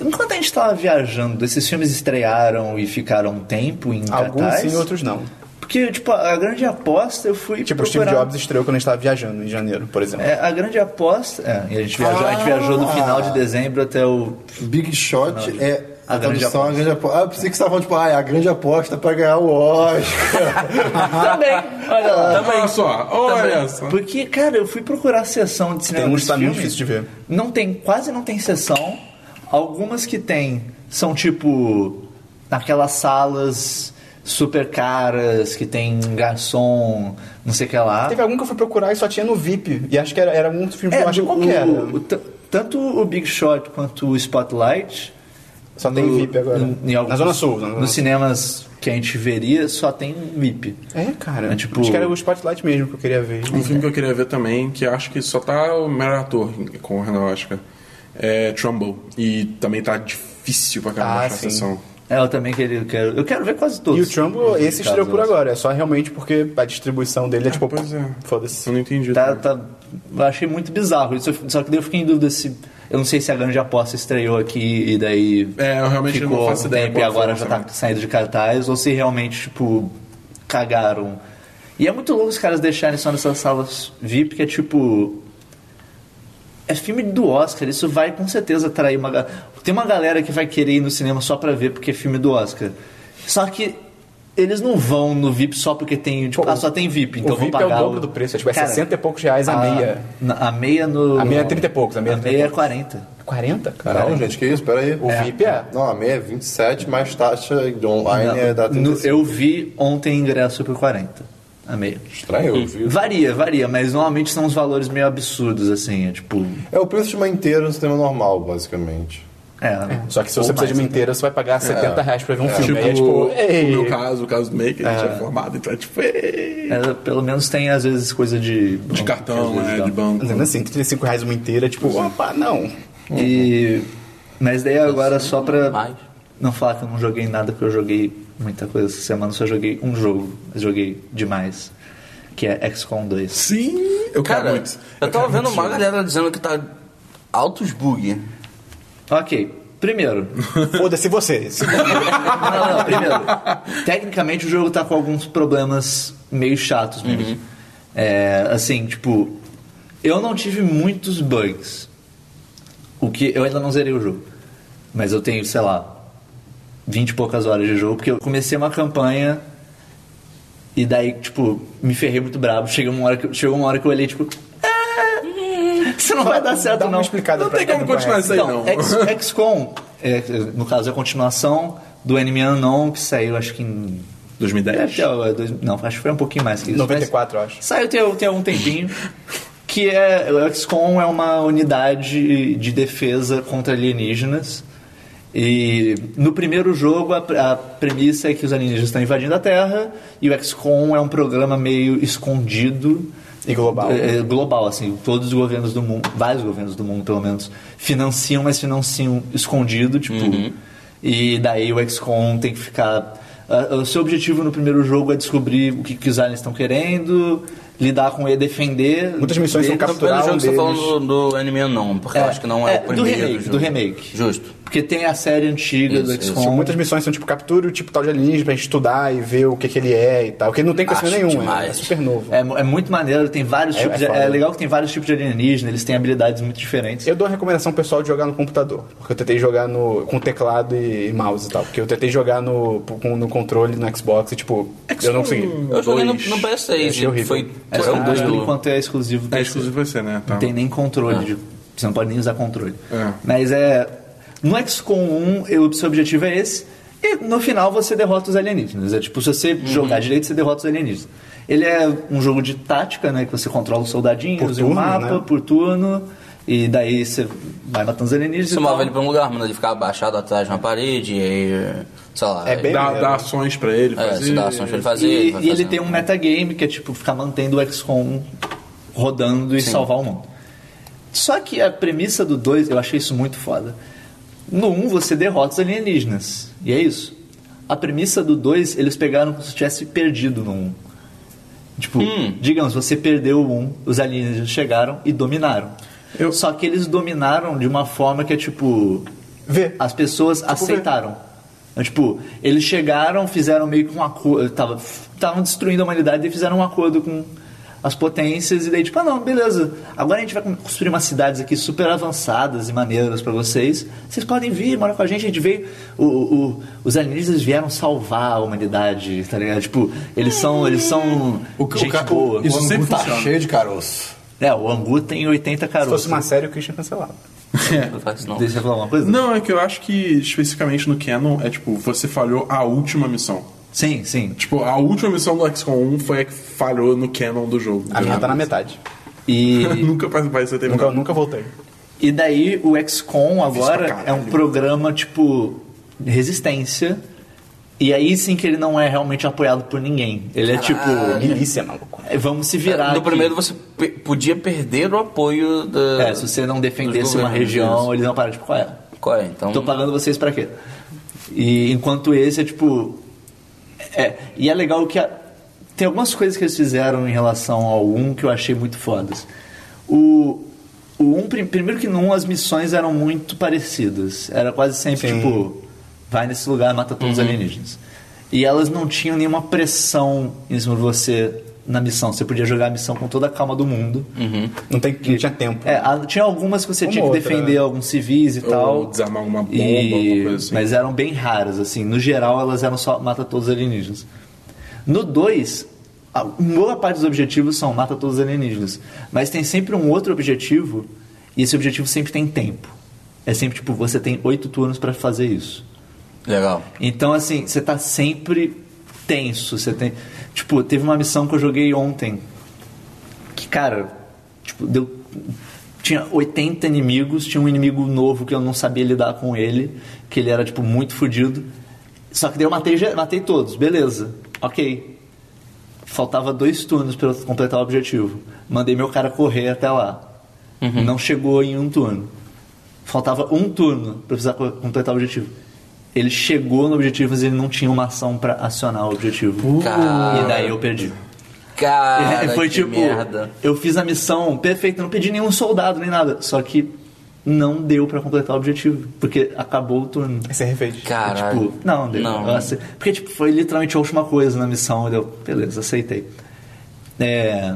Enquanto a gente tava viajando, esses filmes estrearam e ficaram um tempo em
Alguns
cartaz?
sim, outros não.
Porque, tipo, a grande aposta eu fui
Tipo, o
procurar...
Steve Jobs estreou quando a gente tava viajando em janeiro, por exemplo.
É, a grande aposta... É, e a gente viajou, a gente viajou
Ah.
do final de dezembro até o...
Big Shot é
A
a
grande
tradução
aposta.
a grande aposta. Ah, eu pensei que você tava falando, tipo, ah, é a grande aposta pra ganhar o Oscar.
Também! Olha lá.
Olha só, olha só.
Porque, cara, eu fui procurar a sessão de cinema
Tem uns
dos
que tá muito
filmes.
difícil de ver.
Não tem, quase não tem sessão. Algumas que tem são tipo naquelas salas super caras que tem garçom, não sei o que lá.
Teve algum que eu fui procurar e só tinha no VIP. E acho que era, era um filme que eu achei
É, do-
qualquer.
tipo, o- o t- tanto o Big Shot quanto o Spotlight.
Só tem
no-
VIP agora.
em- em alguns-
Na Zona Sul. Na Zona
nos
Sul.
cinemas que a gente veria, só tem VIP.
É, cara.
É, tipo-
Acho que era o Spotlight mesmo que eu queria ver.
Um filme que eu queria ver também, que acho que só tá o melhor ator concorrendo ao Oscar, é Trumbull. E também tá difícil pra caramba
Ah,
achar a
sim.
sessão.
É, eu também queria, eu quero, eu quero ver quase todos.
E o Trumbo,
Caso
esse estreou por
eu-
agora. É só realmente porque a distribuição dele é tipo...
pois é.
Foda-se.
Eu não entendi.
Tá,
também.
tá, eu achei muito bizarro. Isso, só que daí eu fiquei em dúvida se. Eu não sei se a grande aposta estreou aqui e daí.
É, eu realmente
ficou
não faço
um
ideia
tempo e
qual foi
agora
o
já tá
lançamento.
saindo de cartaz ou se realmente, tipo, cagaram. E é muito louco os caras deixarem só nessas salas VIP, que é tipo. É filme do Oscar, isso vai com certeza atrair uma. ga- Tem uma galera que vai querer ir no cinema só pra ver porque é filme do Oscar. Só que eles não vão no VIP só porque tem. Tipo,
Pô,
ah, só tem VIP, então
o
vou
VIP
pagar.
é o dobro do preço. É tipo, é
Cara,
60 e poucos reais a, meia.
na- A meia no.
A meia é 30 e poucos, a
A
meia
meia, é
é 30 e
40.
40, cara?
Não, gente, que isso? Pera aí.
O VIP é...
Não, a meia é 27, mais taxa de online
Não,
é da
no-
35.
eu vi ontem ingresso por 40. A meia.
Estranho, eu vi.
Varia, varia, mas normalmente são uns valores meio absurdos, assim. É tipo.
É o preço de uma inteira no cinema normal, basicamente.
É,
Só que se você
ou
precisar de uma
mais,
inteira, você vai pagar 70 reais pra ver um filme.
Tipo,
Aí é tipo...
o
Ei,
meu caso, o caso do Maker, a gente é formado, então é tipo, ei,
né? É, pelo menos tem, às vezes, coisa de.
de cartão, né,
tá.
de banco.
Fazendo assim, 35 reais uma inteira, tipo, opa, não.
E. Mas daí agora só pra.
Mais.
Não falar que eu não joguei nada, porque eu joguei muita coisa essa semana, só joguei um jogo, mas joguei demais. Que é XCOM 2.
Sim, eu
Cara,
quero muito.
eu tava
quero
vendo
muito
uma
isso.
galera dizendo que tá altos bug.
Ok, primeiro,
Foda-se você.
Não, não, primeiro. Tecnicamente o jogo tá com alguns problemas meio chatos mesmo.
Uhum.
É, assim, tipo, eu não tive muitos bugs. O que eu ainda não zerei o jogo. Mas eu tenho, sei lá, 20 e poucas horas de jogo, porque eu comecei uma campanha e daí, tipo, me ferrei muito brabo. Chegou uma hora que, eu- chegou uma hora que eu olhei, tipo, "Ah, isso não vai dar certo,
Dá uma
não.
explicada
Não
pra
tem
quem
como continuar
conhece.
isso aí, não.
Então, X- XCOM, é, no caso, é a continuação do Enemy Unknown, que saiu acho que em...
2010?
Até, ó, dois- não, acho que foi um pouquinho mais que isso.
94,
mas
eu acho.
Saiu tem, tem algum tempinho. Que é... O XCOM é uma unidade de defesa contra alienígenas. E no primeiro jogo, a, pre- a premissa é que os alienígenas estão invadindo a Terra e o XCOM é um programa meio escondido
E global.
É, é, global, assim, todos os governos do mundo, vários governos do mundo, pelo menos, financiam, mas financiam escondido, tipo. E daí o XCOM tem que ficar. ah, o seu objetivo no primeiro jogo é descobrir o que, que os aliens estão querendo, lidar com ele, defender.
Muitas missões são
dele.
Não, pelo
capturar um
jogo que você
deles.
tá falando do, do anime, não, porque eu acho que não é,
é,
o
do
primeiro
remake,
jogo.
do remake.
Justo.
Porque tem a série antiga
Isso,
do
isso.
XCOM.
Muitas missões são tipo captura o tipo tal de alienígena pra gente estudar e ver o que, que ele é e tal. Porque ele não tem conhecimento
Acho
nenhum,
demais.
é, é super novo.
É, mu- é muito maneiro, tem vários
É-
tipos. de-
é
É,
foda.
legal que tem vários tipos de alienígena, eles têm habilidades muito diferentes.
Eu dou a recomendação pro pessoal de jogar no computador. Porque eu tentei jogar no, com teclado e mouse e tal. Porque eu tentei jogar no, com- no controle, no Xbox e tipo, eu não consegui.
Eu joguei no, no
Eu achei
PS6 e
horrível.
foi
É,
por
ah, por
um
enquanto é exclusivo.
É
PC.
exclusivo vai ser, né? Tá.
Não tem nem controle.
Ah.
de- você não pode nem usar controle.
É.
Mas é. No XCOM 1, eu, seu objetivo é esse. E no final você derrota os alienígenas. É tipo, se você
Uhum.
jogar direito, você derrota os alienígenas. Ele é um jogo de tática, né? Que você controla os soldadinhos
Por
e o
turno,
mapa
né?
por turno. E daí você vai matando os alienígenas.
Você
e
move
tal.
ele pra um lugar, manda ele ficar abaixado atrás de uma parede, e aí. Sei lá.
É bem-
Dá,
maneiro.
dá ações pra ele
É,
fazer.
você dá ações pra ele fazer.
E,
vai
e ele
fazendo.
tem um metagame que é tipo ficar mantendo o XCOM rodando e salvar o mundo. Só que a premissa do 2, eu achei isso muito foda. No 1 um, você derrota os alienígenas. E é isso. A premissa do 2, eles pegaram como se tivesse perdido no 1. Um. Tipo, digamos, você perdeu o 1, um, os alienígenas chegaram e dominaram.
Eu-
Só que eles dominaram de uma forma que é tipo.
Vê.
As pessoas aceitaram. Então, tipo, eles chegaram, fizeram meio que um acordo. Estavam destruindo a humanidade e fizeram um acordo com as potências. E daí, tipo, ah, não, beleza. Agora a gente vai construir umas cidades aqui super avançadas e maneiras pra vocês. Vocês podem vir, morar com a gente. A gente veio. o- o- o- os alienígenas vieram salvar a humanidade, tá ligado? Tipo, eles são. Eles são.
O, que o,
gente
ca-
boa.
o
tipo, Isso
angu
sempre
tá
funciona.
cheio de caroço.
É, o Angu tem 80
Se
caroços.
fosse uma série, o Christian cancelava.
Não faz isso, não.
Deixa eu falar uma coisa?
Não, é que eu acho que especificamente no Canon é tipo, você falhou a última missão.
Sim, sim.
Tipo, a última missão do XCOM 1 foi a que falhou no Canon do jogo.
A minha tá na metade.
E.
Nunca vai- vai ser
Nunca,
terminado.
nunca voltei.
E daí o XCOM
Isso
agora
pra
é um
caralho.
programa tipo resistência. E aí sim que ele não é realmente apoiado por ninguém. Ele é
Ah,
tipo,
Milícia, maluco.
é, vamos se virar.
No
aqui.
primeiro você pe- podia perder o apoio da.
É, se você não defendesse
dos
uma
governos,
região,
isso.
eles não param tipo, qual é?
Qual é? Então.
Tô pagando vocês pra quê? E enquanto esse é tipo. É, e é legal que. a- tem algumas coisas que eles fizeram em relação ao 1 que eu achei muito fodas. O, o 1, prim- primeiro que no 1 as missões eram muito parecidas. Era quase sempre
Sim.
tipo. Vai nesse lugar, mata todos os alienígenas. E elas não tinham nenhuma pressão em cima de você na missão. Você podia jogar a missão com toda a calma do mundo.
Não, tem, não tinha tempo.
É, a- tinha algumas que você
Uma
tinha que
outra,
defender
né?
alguns civis e tal.
desarmar alguma bomba,
E-
alguma coisa assim.
Mas eram bem raras, assim. No geral, elas eram só mata todos os alienígenas. No 2, a boa parte dos objetivos são mata todos os alienígenas. Mas tem sempre um outro objetivo, e esse objetivo sempre tem tempo. É sempre tipo, você tem oito turnos pra fazer isso.
Legal.
Então, assim, você tá sempre tenso. Você tem. Tipo, teve uma missão que eu joguei ontem. Que, cara, tipo, deu. Tinha 80 inimigos, tinha um inimigo novo que eu não sabia lidar com ele, que ele era, tipo, muito fodido. Só que daí eu matei, ge- matei todos, beleza. Ok. Faltava dois turnos para eu completar o objetivo. Mandei meu cara correr até lá. Não chegou em um turno. Faltava um turno para precisar co- completar o objetivo. Ele chegou no objetivo, mas ele não tinha uma ação para acionar o objetivo.
Cara.
E daí eu perdi.
Cara,
É, foi
que
tipo,
merda.
eu fiz a missão perfeita, não pedi nenhum soldado nem nada. Só que não deu pra completar o objetivo, porque acabou o turno.
É, Você refez.
Caralho.
Tipo, não, deu.
Não.
Eu ace- Porque tipo, foi literalmente a última coisa na missão. Deu, beleza, aceitei. É,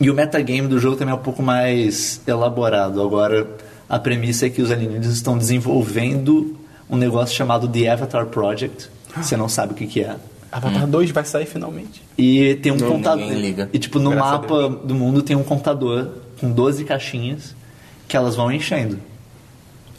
E o metagame do jogo também é um pouco mais elaborado. Agora, a premissa é que os alienígenas estão desenvolvendo um negócio chamado The Avatar Project.
Ah.
Você não sabe o que, que é.
Avatar 2 vai sair finalmente.
E tem um contador.
ninguém liga.
E tipo, no
Graças a
mapa do mundo tem um contador com 12 caixinhas que elas vão enchendo.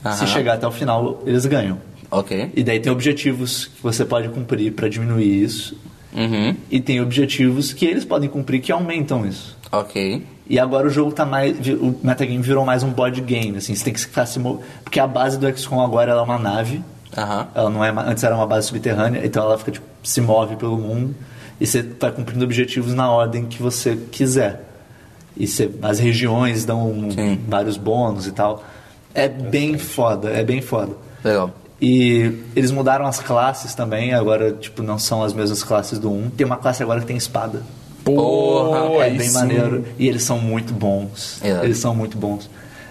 Se
Aham.
chegar até o final, eles ganham.
Ok.
E daí tem objetivos que você pode cumprir pra diminuir isso.
Uhum.
E tem objetivos que eles podem cumprir que aumentam isso.
Ok.
E agora o jogo tá mais. vi- O metagame virou mais um board game, assim, você tem que ficar se mo- Porque a base do XCOM agora ela é uma nave.
Aham.
Ela não é ma- antes era uma base subterrânea, então ela fica tipo, se move pelo mundo e você vai cumprindo objetivos na ordem que você quiser. E você- as regiões dão um,
Sim.
vários bônus e tal. É bem foda, é bem foda.
Legal.
E eles um. mudaram as classes também, agora tipo não são as mesmas classes do 1. Tem uma classe agora que tem espada.
Porra,
é
aí
bem
sim.
maneiro. E eles são muito bons.
Exato.
Eles são muito bons.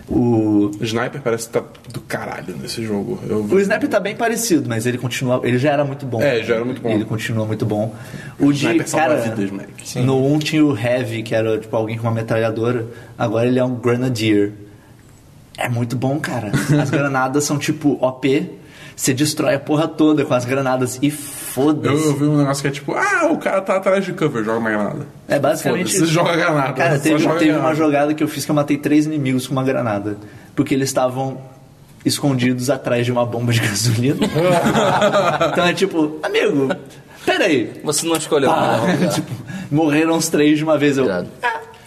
O,
O Sniper parece que tá do caralho nesse jogo. Eu
o Snap tá bem parecido, mas ele continua. Ele já era muito bom.
É, já era muito bom.
Ele continua muito bom. O de
Sniper salva
cara,
vidas, moleque. Sim.
no 1 tinha o Heavy, que era tipo alguém com uma metralhadora. Agora ele é um Grenadier. É muito bom, cara. As granadas são tipo OP. Você destrói a porra toda com as granadas e
Eu, eu
foda-se.
vi um negócio que é tipo, ah, o cara tá atrás de cover, joga uma granada.
É basicamente.
Foda-se, joga granada.
Cara,
Só
teve,
joga
teve
granada.
uma jogada que eu fiz que eu matei três inimigos com uma granada. Porque eles estavam escondidos atrás de uma bomba de gasolina. então é tipo, amigo, peraí.
Você não escolheu. né?
Ah,
não, cara.
tipo, morreram os três de uma vez. Eu. "Ah,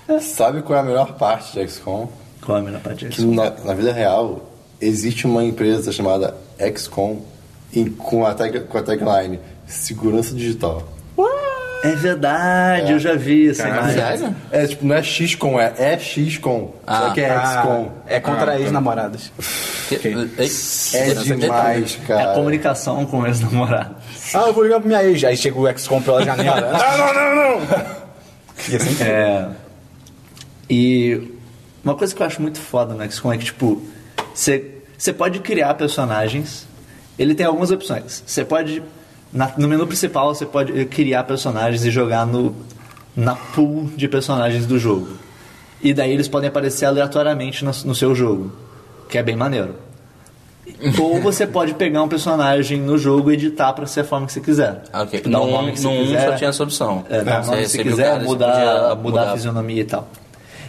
Irado.
Sabe qual é a melhor parte de XCOM?
Come na parte
Que na, na vida real existe uma empresa chamada XCOM em- com, a tag, com a tagline Segurança Digital.
É verdade, eu já vi essa
Caralho.
imagem.
Sério?
É tipo, não é XCOM, é XCOM.
Ah.
só que é XCOM.
Ah, é contra ex-namoradas.
Que- Ei,
É
segurança digital.
demais,
É
cara.
a comunicação com o ex-namorado.
Ah, eu vou ligar pra minha ex. Aí chega o XCOM pela janela. não, Ah, não, não, não. E assim,
É. E uma coisa que eu acho muito foda no XCOM é que, tipo, você você pode criar personagens. Ele tem algumas opções. Você pode. na- no menu principal, você pode eh, criar personagens e jogar no, na pool de personagens do jogo. E daí eles podem aparecer aleatoriamente no, no seu jogo. Que é bem maneiro. Ou você pode pegar um personagem no jogo e editar pra ser a forma que você quiser. Tipo,
Ah, ok.
Dar o
No
nome que você
no um
quiser.
só tinha essa opção.
É, dá o
Você
nome se
recebia o
quiser,
cara, você podia
mudar, mudar
mudar.
a fisionomia e tal.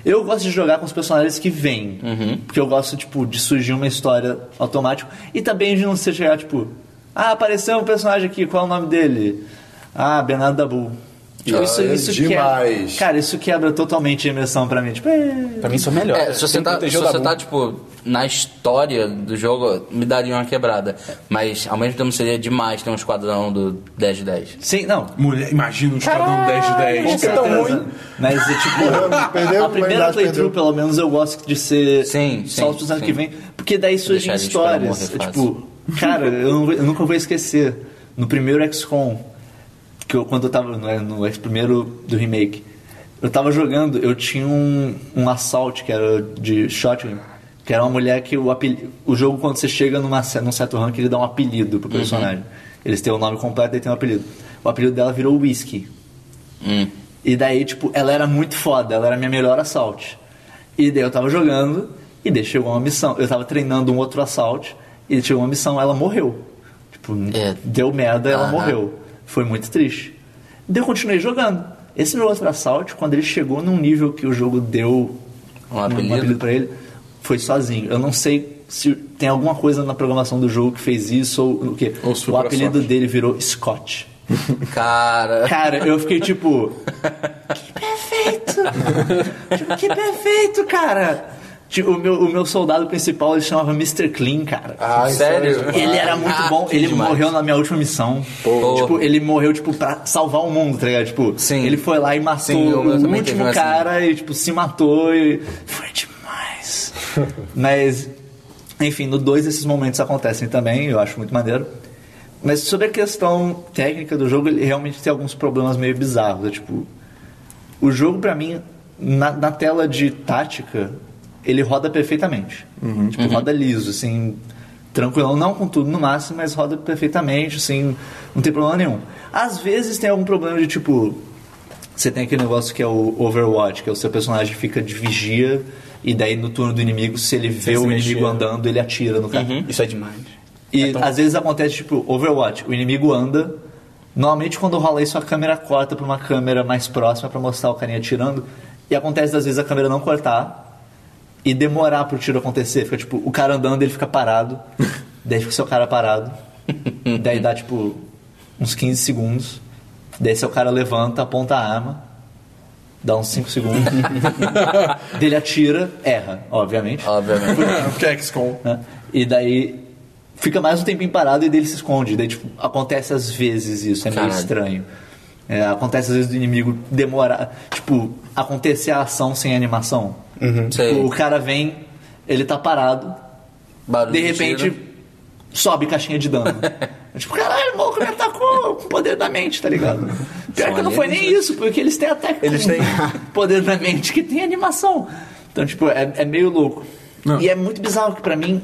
Eu gosto de jogar com os personagens que vêm.
Uhum.
Porque eu gosto, tipo, de surgir uma história automática. E também de não ser chegar, tipo... Ah, apareceu um personagem aqui, qual é o nome dele? Ah, Bernardo Dabu.
Tipo,
Ah, é demais.
Quebra, cara, isso quebra totalmente a imersão pra mim. Tipo, é...
pra mim isso é melhor.
É, se
Tem
você,
que
tá, se
proteger o
você
Dabu.
tá, tipo, na história do jogo, me daria uma quebrada. Mas, ao mesmo tempo, seria demais ter um esquadrão do 10 de 10.
Sim, não.
Mulher, imagina um esquadrão 10 de 10.
é
Você
cara.
tá
Certeza.
ruim.
Mas, é, tipo,
perdeu,
a primeira
humanidade
playthrough,
perdeu.
pelo menos, eu gosto de ser
Sim,
só
sim,
os anos
sim.
que vem. Porque daí surgem
Deixar eles pra
histórias.
morrer
Tipo, cara, eu, não vou- eu nunca vou esquecer. No primeiro XCOM, que eu, quando eu tava no, no ex- primeiro do remake, eu tava jogando, eu tinha um, um assalto que era de shotgun, que era uma mulher que o, apeli- o jogo, quando você chega numa, ce- num certo rank, ele dá um apelido
Uhum.
pro personagem. Eles têm o nome completo e tem um apelido. O apelido dela virou Whiskey.
Hum.
E daí, tipo, ela era muito foda, ela era minha melhor assalto. E daí eu tava jogando, e daí chegou uma missão. Eu tava treinando um outro assalto, e chegou uma missão, ela morreu. Tipo,
É.
deu merda, ela
Aham.
morreu. Foi muito triste. Daí eu continuei jogando. Esse meu outro assalto, quando ele chegou num nível que o jogo deu
Um apelido?
pra ele, foi sozinho. Eu não sei se tem alguma coisa na programação do jogo que fez isso ou o quê.
Ou se foi
o
pra
apelido
sorte.
dele virou Scott.
Cara...
Cara, eu fiquei tipo. Que perfeito! Tipo, que perfeito, cara! Tipo, o, meu, o meu soldado principal ele chamava Mr. Clean, cara.
Ah, isso
Sério?
é-
ele era muito
ah,
bom,
que
ele
demais.
morreu na minha última missão. Tipo, ele morreu, tipo, pra salvar o mundo, tá ligado? Tipo,
Sim.
ele foi lá e matou
Sim, eu- eu
o
também teve
último
uma assim.
cara e, tipo, se matou e. Foi demais. Mas, enfim, no 2 esses momentos acontecem também, eu acho muito maneiro. Mas sobre a questão técnica do jogo, ele realmente tem alguns problemas meio bizarros. É, tipo, o jogo, pra mim, na, na tela de tática, ele roda perfeitamente.
Uhum.
Tipo, roda liso, assim, tranquilo. Não com tudo no máximo, mas roda perfeitamente, assim, não tem problema nenhum. Às vezes tem algum problema de tipo. Você tem aquele negócio que é o Overwatch, que é o seu personagem fica de vigia, e daí no turno do inimigo, se ele vê
se
o
mexer.
inimigo andando, ele atira no cara.
Isso é demais.
E às vezes acontece, tipo, Overwatch, o inimigo anda. Normalmente quando rola isso, a câmera corta pra uma câmera mais próxima pra mostrar o carinha atirando. E acontece, às vezes, a câmera não cortar e demorar pro tiro acontecer. Fica tipo, o cara andando, ele fica parado. daí fica o seu cara parado. daí dá, tipo, uns 15 segundos. Daí seu cara levanta, aponta a arma. Dá uns 5 segundos. Daí ele atira, erra, obviamente.
Obviamente.
Porque é XCOM.
Né? E daí fica mais um tempinho parado e dele se esconde. Daí, tipo, acontece às vezes isso, é meio
Caralho.
estranho. É, acontece às vezes do inimigo demorar. Tipo, acontecer a ação sem animação.
Uhum. Sei.
Tipo, o cara vem, ele tá parado,
Barulho
de repente
tiro.
sobe caixinha de dano. É tipo, caralho, o maluco me atacou com o poder da mente, tá ligado? Pior
São
que não foi nem
alienígenas.
isso, porque eles têm até
Eles têm.
poder da mente que tem animação. Então, tipo, é, é meio louco.
Não.
E é muito bizarro que pra mim,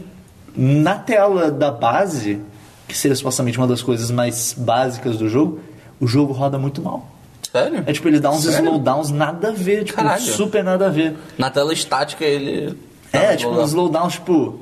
na tela da base, que seria supostamente uma das coisas mais básicas do jogo, o jogo roda muito mal.
Sério?
É tipo, ele dá uns slowdowns nada a ver, tipo,
Caralho.
super nada a ver.
Na tela estática ele.
É,
Tava
tipo,
rolando.
uns slowdowns, tipo.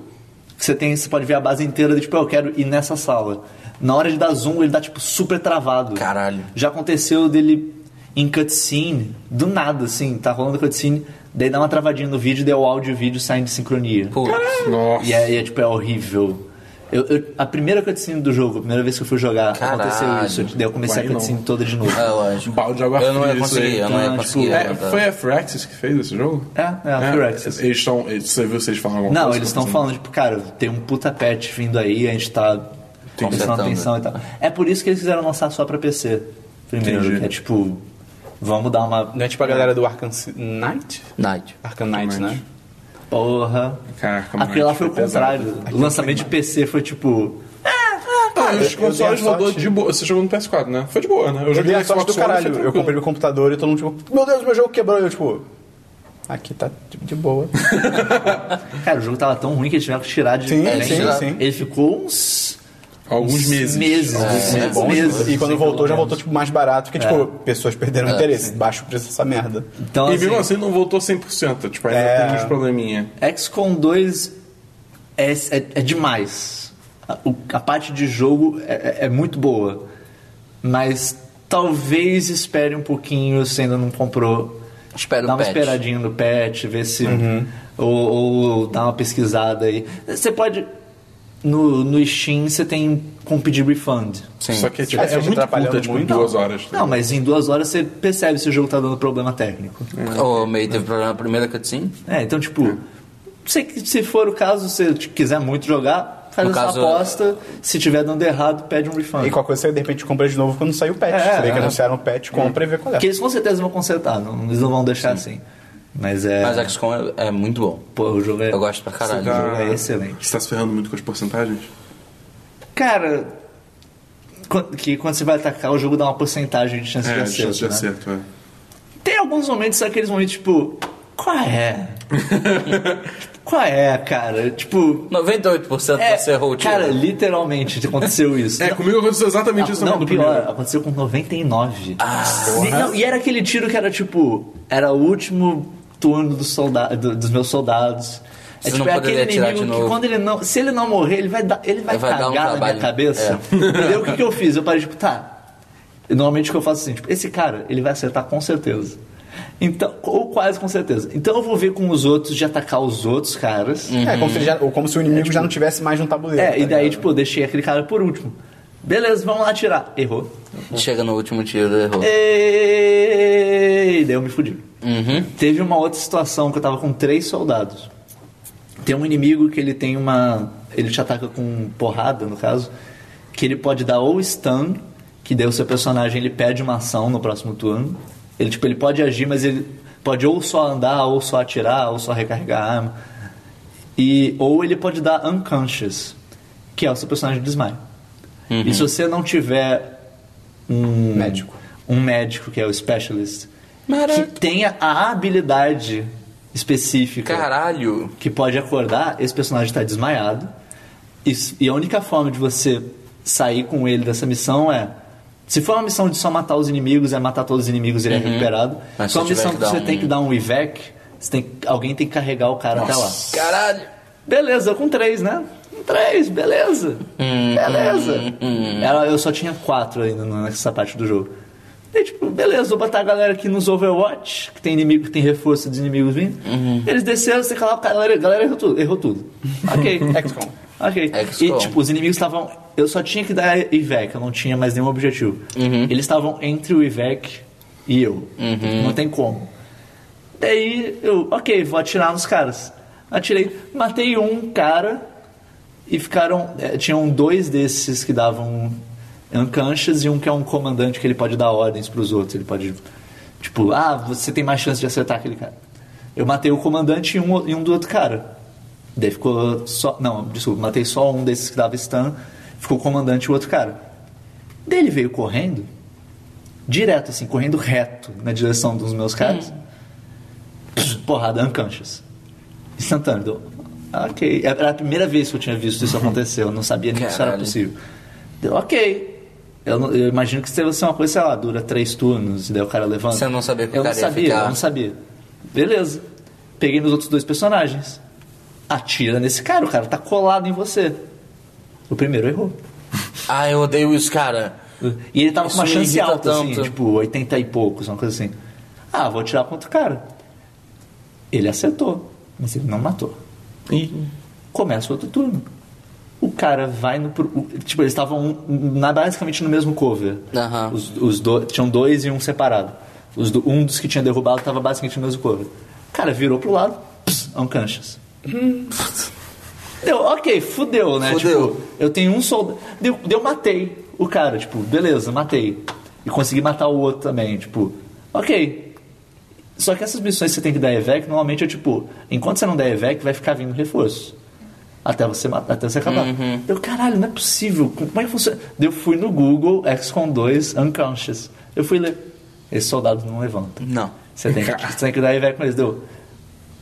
que Você, tem, você pode ver a base inteira de tipo, eu quero ir nessa sala. Na hora de dar zoom, ele dá tipo super travado.
Caralho.
Já aconteceu dele em cutscene, do nada, assim, tá rolando cutscene, daí dá uma travadinha no vídeo, daí o áudio e o vídeo saem de sincronia.
Pô,
Nossa.
E aí é tipo, é horrível. Eu, eu- a primeira cutscene do jogo, a primeira vez que eu fui jogar,
Caralho.
aconteceu isso. Daí eu comecei
Aí
a
não.
cutscene toda de novo.
é lógico.
Um balde de água
Eu não ia
fria,
conseguir,
isso aí.
eu não ia
Então,
conseguir.
tipo,
É,
aguentar.
foi a Firaxis que fez esse jogo?
É, é a Firaxis.
Eles estão. eles- Você viu se eles falaram alguma
Não,
coisa?
eles estão falando, tipo, cara, tem um puta patch vindo aí, a gente tá prestando
um
Consertando.
né?
atenção e tal. É por isso que eles quiseram lançar só pra PC. Primeiro,
Entendi.
que é tipo, vamos dar uma né,
Não é tipo a galera do Arkham C- Knight?
Night.
Arkham Knight, né?
porra.
Caraca, mano,
Aquele lá foi o
foi é pesado.
contrário. O lançamento de PC foi tipo.
Ah, os
eu- eu dei a
consoles rodou
sorte.
de boa. Você jogou no PS4, né? Foi de boa, né? Eu
Eu
joguei
dei
no
a sorte é do
Xbox One, foi
caralho. Eu
tranquilo.
comprei meu computador e todo mundo tipo, meu Deus, meu jogo quebrou. Eu tipo, aqui tá de de boa.
Cara, o jogo tava tão ruim que eles tiveram que tirar de.
Sim,
É,
sim,
tirar-
sim.
Ele ficou uns.
Alguns
uns
meses.
meses, uns
É,
meses,
bons
meses,
tipo, E quando
assim,
voltou,
pelo menos.
já
É.
voltou tipo mais barato, porque tipo, pessoas perderam o interesse. Baixa o preço dessa merda.
Então,
E mesmo
assim,
assim não voltou 100%. Tipo, ainda
É.
tem uns probleminha.
XCOM 2 é, é, é demais. A, o- a parte de jogo é, é- é muito boa. Mas talvez espere um pouquinho se ainda não comprou.
Espera o
Dá uma
patch.
esperadinha no patch, ver se. Ou, ou dá uma pesquisada aí. Você pode. No, no Steam você tem como pedir refund.
Sim.
Só que tipo,
Mas
é,
fica
muito
tá atrapalhando
curta, tipo,
muito?
duas horas.
Não, mas em duas horas você percebe se o jogo tá dando problema técnico.
O meio teve problema na primeira cutscene.
É, então, tipo, se, se for o caso, se você quiser muito jogar, faz
No
essa
caso,
aposta. Se tiver dando errado, pede um refund.
E qualquer coisa você de repente compra de novo quando sair o patch.
É,
você vê que
é.
anunciaram o patch, compra e vê qual é.
Que eles com certeza vão consertar, não, eles não vão deixar assim. Mas é.
Mas XCOM é, é muito bom.
pô, o jogo é.
Eu gosto pra caralho.
O jogo é excelente.
Você tá se ferrando muito com as porcentagens?
Cara. quan- Que quando você vai atacar, o jogo dá uma porcentagem de chance de
é,
acerto.
chance de
né?
acerto, é.
Tem alguns momentos, só aqueles momentos tipo. Qual é? Tipo, qual é, cara? Tipo.
98%
É,
você errou o tiro.
cara, literalmente aconteceu isso.
É,
Não-
comigo aconteceu exatamente isso
não,
no
pior,
primeiro.
aconteceu com 99. e, não, e era aquele tiro que era tipo. Era o último turno do solda- do- dos meus soldados.
Você
é tipo,
não
é
poderia
aquele
atirar
inimigo
de
que
novo.
quando ele não. Se ele não morrer, ele vai, dar, ele vai,
Ele vai dar
cagar na
um
minha
trabalho. É.
cabeça. E daí o que, que eu fiz? Eu parei, tipo, tá. Normalmente o que eu faço é assim, tipo, esse cara, ele vai acertar com certeza. Então, ou quase com certeza. Então eu vou ver com os outros de atacar os outros caras.
Hum.
É, como se, ele já- ou como se o inimigo já não tivesse mais no tabuleiro.
Uhum. tipo, É, e
tá
daí,
ligado?
tipo, eu deixei aquele cara por último. Beleza, vamos lá atirar. Errou.
Chega no último tiro, errou.
É. E daí eu me fudi.
Uhum.
Teve uma outra situação que eu tava com três soldados. Tem um inimigo que ele tem uma. Ele te ataca com porrada, no caso. Que ele pode dar ou stun, que daí o seu personagem ele pede uma ação no próximo turno. Ele, tipo, ele pode agir, mas ele pode ou só andar, ou só atirar, ou só recarregar a arma. E, ou ele pode dar unconscious, que é o seu personagem de desmaio. E se você não tiver um
Médico.
um médico que é o specialist, que tenha a habilidade específica
Caralho.
que pode acordar, esse personagem está desmaiado. E, e a única forma de você sair com ele dessa missão é. Se for uma missão de só matar os inimigos, é matar todos os inimigos, ele é recuperado.
Uhum. Mas
se for
se
uma missão que
tiver que
você
dar
tem
um-
que dar um evac, você tem que- alguém tem que carregar o cara até lá.
Caralho.
Beleza, com três, né? Com três, beleza. beleza. Ela- eu só tinha quatro ainda nessa parte do jogo. E tipo, beleza, vou botar a galera aqui nos Overwatch, que tem inimigo, que tem reforço dos inimigos vindo. Eles desceram, você calava, a galera, a galera errou tudo. Errou tudo. Ok.
XCOM.
Ok.
XCOM.
E tipo, os inimigos estavam. Eu só tinha que dar Ivec, eu não tinha mais nenhum objetivo. Eles estavam entre o Ivec e eu. Não tem como. Daí eu, ok, vou atirar nos caras. Atirei, matei um cara e ficaram. eh, tinham dois desses que davam unconscious e um que é um comandante que ele pode dar ordens pros outros. Ele pode, tipo, ah, você tem mais chance de acertar aquele cara. Eu matei o comandante e um, e um do outro cara. Daí ficou só. Não, desculpa, matei só um desses que dava stun, ficou o comandante e o outro cara. Daí ele veio correndo direto, assim, correndo reto na direção dos meus caras.
Hum.
Pss, Porrada, unconscious. Instantâneo. Deu, ok. É, Era a primeira vez que eu tinha visto isso acontecer. Eu não sabia nem que isso era
Caralho.
possível. Deu, ok. Eu, não- eu imagino que isso deve ser uma coisa, sei lá, dura três turnos, e daí o cara levanta.
Você não sabia que o
eu
cara
não
ia
sabia,
ficar.
Eu não sabia. Beleza. Peguei nos outros dois personagens. Atira nesse cara, o cara tá colado em você. O primeiro errou.
Ah, eu odeio isso, cara.
E ele tava
Isso
com uma
me
chance
irrita
alta, assim,
tanto.
tipo 80 e poucos, uma coisa assim. Ah, vou atirar contra o cara. Ele acertou, mas ele não matou.
Ih,
Começa o outro turno. O cara vai no. pro- o- Tipo, eles estavam um- na- basicamente no mesmo cover.
Aham.
Os, os do- tinham dois e um separado. Os do- um dos que tinha derrubado tava basicamente no mesmo cover. O cara virou pro lado, pss, é um unconscious. Deu, ok, fudeu, né?
Fudeu.
Tipo, eu tenho um soldado. Deu, deu, matei o cara, tipo, beleza, matei. E consegui matar o outro também, tipo, ok. Só que essas missões que você tem que dar evac, normalmente é tipo, enquanto você não der evac, vai ficar vindo reforço. Até você, ma- até você acabar.
Uhum.
Deu, caralho, não é possível. Como é que funciona? Deu, fui no Google, XCOM 2, Unconscious. Eu fui ler. Esse soldado não levanta.
Não.
Você tem, que- você tem que dar evac com eles. Deu,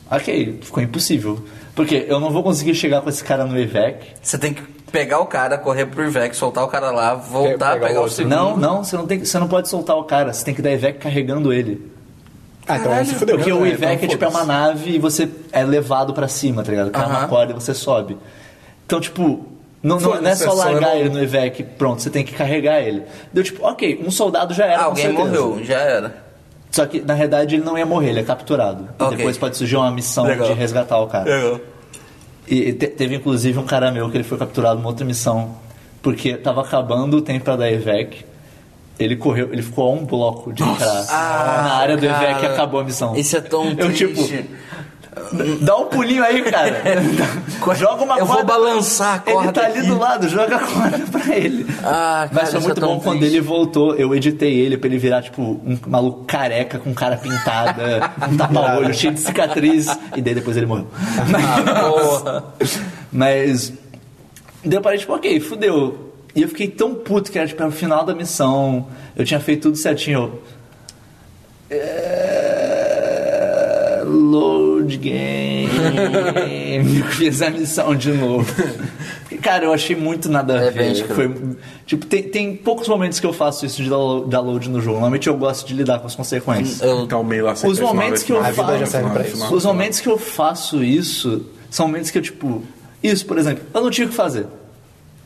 ok, ficou impossível. Porque eu não vou conseguir chegar com esse cara no evac.
Você tem que pegar o cara, correr pro Ivex, soltar o cara lá, voltar,
Pe- pegar
pegar,
o
o
outro.
segundo.
Não, não, você não, tem, que- você não pode soltar o cara, você tem que dar evac carregando ele.
Ah, então se fudeu.
Porque
né?
o
Então
evac é tipo é uma
foda-se.
nave e você é levado pra cima, tá ligado? Cai uma
Aham.
corda e você sobe. Então, tipo, não, não- não é
Foda-se, é
só
só
largar
eu-
ele no evac, pronto, você tem que carregar ele. Deu tipo, ok, um soldado já era.
Ah,
com
alguém
certeza.
morreu, já era.
Só que na realidade ele não ia morrer, ele é capturado. E
Ok.
Depois pode surgir uma missão
Legal. É,
de resgatar o cara. E te- teve inclusive um cara meu que ele foi capturado numa outra missão, porque tava acabando o tempo pra dar evac. Ele correu, ele ficou a um bloco de entrar na área do
cara,
evac e acabou a missão.
Isso é tão
Eu, tipo,
triste.
Dá um pulinho aí, cara. joga uma
Eu vou
corda.
balançar a corda
Ele tá ali
aqui.
do lado, joga a corda pra ele.
Ah, cara,
Mas foi
isso
muito
é tão
bom quando
triste.
ele voltou. Eu editei ele pra ele virar, tipo, um maluco careca com cara pintada, um tapa-olho cheio de cicatriz. E daí depois ele morreu.
Ah,
Mas, mas Daí eu parei, tipo, ok, fudeu. E eu fiquei tão puto que era, tipo, era o final da missão. Eu tinha feito tudo certinho. Eu... É... Load game. eu fiz a missão de novo. Cara, eu achei muito nada a
É bem
ver.
escroto.
Foi, tipo, tem, tem poucos momentos que eu faço isso de download download no jogo. Normalmente eu gosto de lidar com as consequências.
Eu-
tá o meio lá sequência,
momentos
lá,
que eu
lá,
falo-
lá,
A vida já
serve
lá,
pra
lá,
isso.
lá, lá.
Os momentos que eu faço isso são momentos que eu, tipo. Isso, por exemplo, eu não tinha o que fazer.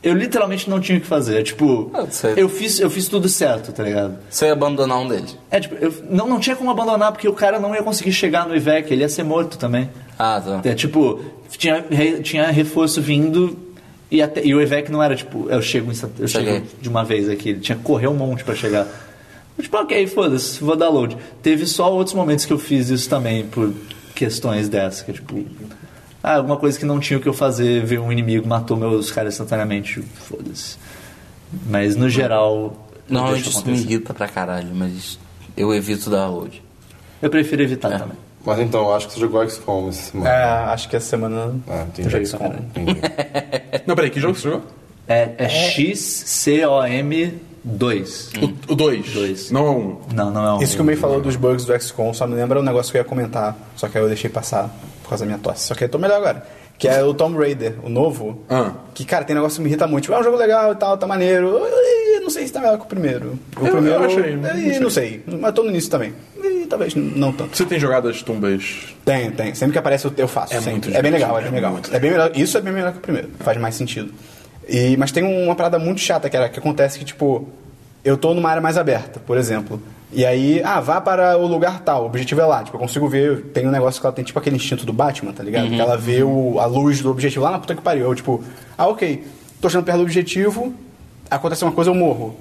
Eu literalmente não tinha o que fazer. É, Tipo,
Ah, certo.
eu fiz, eu fiz tudo certo, tá ligado?
Você ia abandonar um deles.
É, tipo, eu não, não tinha como abandonar porque o cara não ia conseguir chegar no IVEC, ele ia ser morto também.
Ah, tá.
É, tipo, tinha, re- tinha reforço vindo e, até, e o Evec não era tipo, eu chego, insta- eu
Cheguei.
chego de uma vez aqui, ele tinha que correr um monte pra chegar. Eu, Tipo, ok, foda-se, vou dar load. Teve só outros momentos que eu fiz isso também por questões dessa, que é tipo, ah, alguma coisa que não tinha o que eu fazer, veio um inimigo, matou meus caras instantaneamente, foda-se. Mas no geral, eu
Normalmente
deixo
isso me
acontecer.
irrita pra caralho, mas eu evito dar load.
Eu prefiro evitar
É.
também.
Mas então, eu acho que você jogou XCOM essa semana.
É, acho que essa semana.
Ah, entendi.
Eu jogo só caralho.
Entendi.
Não, peraí, que jogo você jogou?
É, é XCOM2.
Hum.
O 2.
Dois.
Não é um.
Não, não é um.
Isso que o meio falou dos bugs do XCOM só me lembra um negócio que eu ia comentar, só que aí eu deixei passar por causa da minha tosse. Só que eu tô melhor agora. Que é o Tomb Raider, o novo.
Ah.
Que, cara, tem negócio que me irrita muito. Tipo, é um jogo legal e tal, tá maneiro. Ih, não sei se tá melhor que o primeiro. O
Eu-
primeiro.
eu achei,
Ih,
não
não, sei. Mas tô no início também. Ih, talvez n- não tanto.
Você tem jogado as tumbas.
Tem, tem. Sempre que aparece eu- eu faço.
É
sempre.
muito
é bem
divertido,
legal, é
é
bem legal.
muito
É bem melhor, isso é bem melhor que o primeiro. Faz mais sentido. E, mas tem uma parada muito chata, cara, que acontece que, tipo, eu tô numa área mais aberta, por exemplo. E aí, ah, vá para o lugar tal, o objetivo é lá. Tipo, eu consigo ver, tem um negócio que ela tem tipo aquele instinto do Batman, tá
Uhum.
ligado? Que ela vê o- a luz do objetivo lá na puta que pariu. Eu, tipo, ah, ok, tô chegando perto do objetivo, acontece uma coisa, eu morro.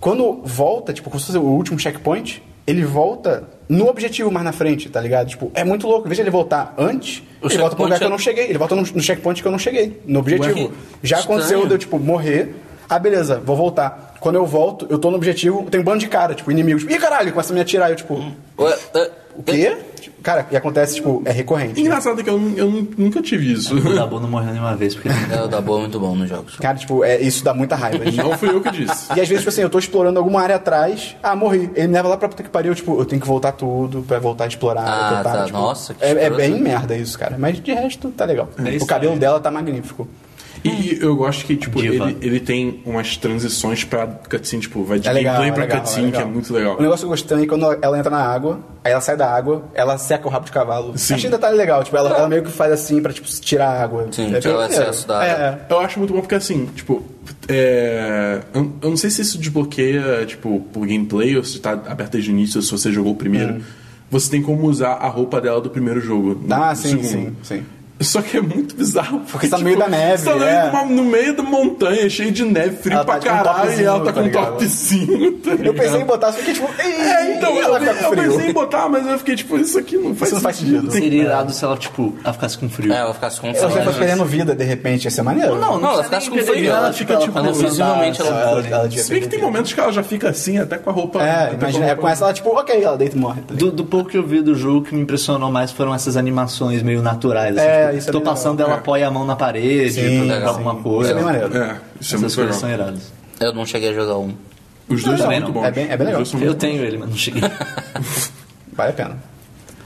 Quando volta, tipo, como se fosse o último checkpoint, ele volta no objetivo mais na frente, tá ligado? Tipo, é muito louco. Em vez de ele voltar antes,
O
ele volta pro lugar
checkpoint
que eu
é-
não cheguei. Ele volta no, no checkpoint que eu não cheguei, no objetivo.
que
Já
estranho.
aconteceu de eu, tipo, morrer. Ah, beleza, vou voltar. Quando eu volto, eu tô no objetivo, tem um bando de cara, tipo, inimigos. Tipo, Ih, caralho, começa a me atirar. Eu, tipo,
Ué, é,
O quê? Tipo, Cara, e acontece, tipo, é recorrente. né?
Engraçado que eu, nu- eu nu- nunca tive isso.
O Dabu não morreu nenhuma vez, porque ele
É, o Dabu é muito bom nos jogos.
Cara, tipo, é, isso dá muita raiva.
Não fui eu que disse.
E às vezes, tipo assim, eu tô explorando alguma área atrás, ah, morri. Ele me leva lá pra puta que pariu, tipo, eu tenho que voltar tudo pra voltar a explorar. a área que eu
Ah,
tava,
tá.
tipo,
Nossa, que
é, é
escroto. É
bem merda isso, cara. Mas de resto, tá legal. o cabelo dela tá magnífico.
E eu gosto que, tipo,
Diva.
ele, ele tem umas transições pra cutscene, tipo, vai de
É legal.
gameplay
é
pra
legal,
cutscene,
é legal.
que é muito legal.
O negócio que eu gostei é quando ela entra na água, aí ela sai da água, ela seca o rabo de cavalo.
Sim.
Achei um detalhe legal, tipo, ela, ela meio que faz assim pra, tipo, tirar a água.
Sim,
bem
tirar o
maneiro.
excesso da
É,
água.
é.
Eu acho muito bom porque assim, tipo, é... eu, eu não sei se isso desbloqueia, tipo, por gameplay ou se tá aberto desde o início, ou se você jogou o primeiro. Você tem como usar a roupa dela do primeiro jogo. no-
Hum. Ah,
no
sim, sim,
segundo.
sim.
Só que é muito bizarro. Porque,
tá no meio da neve,
Você tá no,
é.
meio de uma- no meio da montanha, cheio de neve, frio
Ela tá
pra
com um
caralho, e ela tá
topzinho,
com um
tá ligado?
topzinho. Tá
Eu pensei em
ligado?
botar, só que tipo, ei,
É, então, eu,
ela fica
eu
com frio.
pensei em botar, mas eu fiquei tipo, isso aqui não faz
Isso não faz sentido.
Tem-
seria irado se ela, tipo, ela ficasse com frio.
É, ela ficasse com
Se ela
saudade.
fosse perdendo vida, de repente, ia ser maneiro.
Não, ela ficasse com frio.
ela fica, tipo,
ela visivelmente ela-
devia
Se bem que tem
perder.
momentos que ela já fica assim, até com a roupa. até
É,
com a
imagina, é,
roupa-
com essa ela, tipo, ok, ela deita e morre. tá ligado?
Do, do pouco que eu vi do jogo, o que me impressionou mais foram essas animações meio naturais. assim,
É,
tipo,
isso é
tô
bem
passando,
legal.
ela
É.
apoia a mão na parede,
Sim,
pra
sim.
pegar alguma coisa.
Isso é bem maneiro.
É, isso é
Essas
muito
coisas
legal.
são iradas.
Eu não cheguei a jogar um.
Os dois
Não,
são
não.
muito bons.
É bem- é bem
Os dois
legal.
são muito
Eu tenho ele, mas não cheguei.
Vale a pena.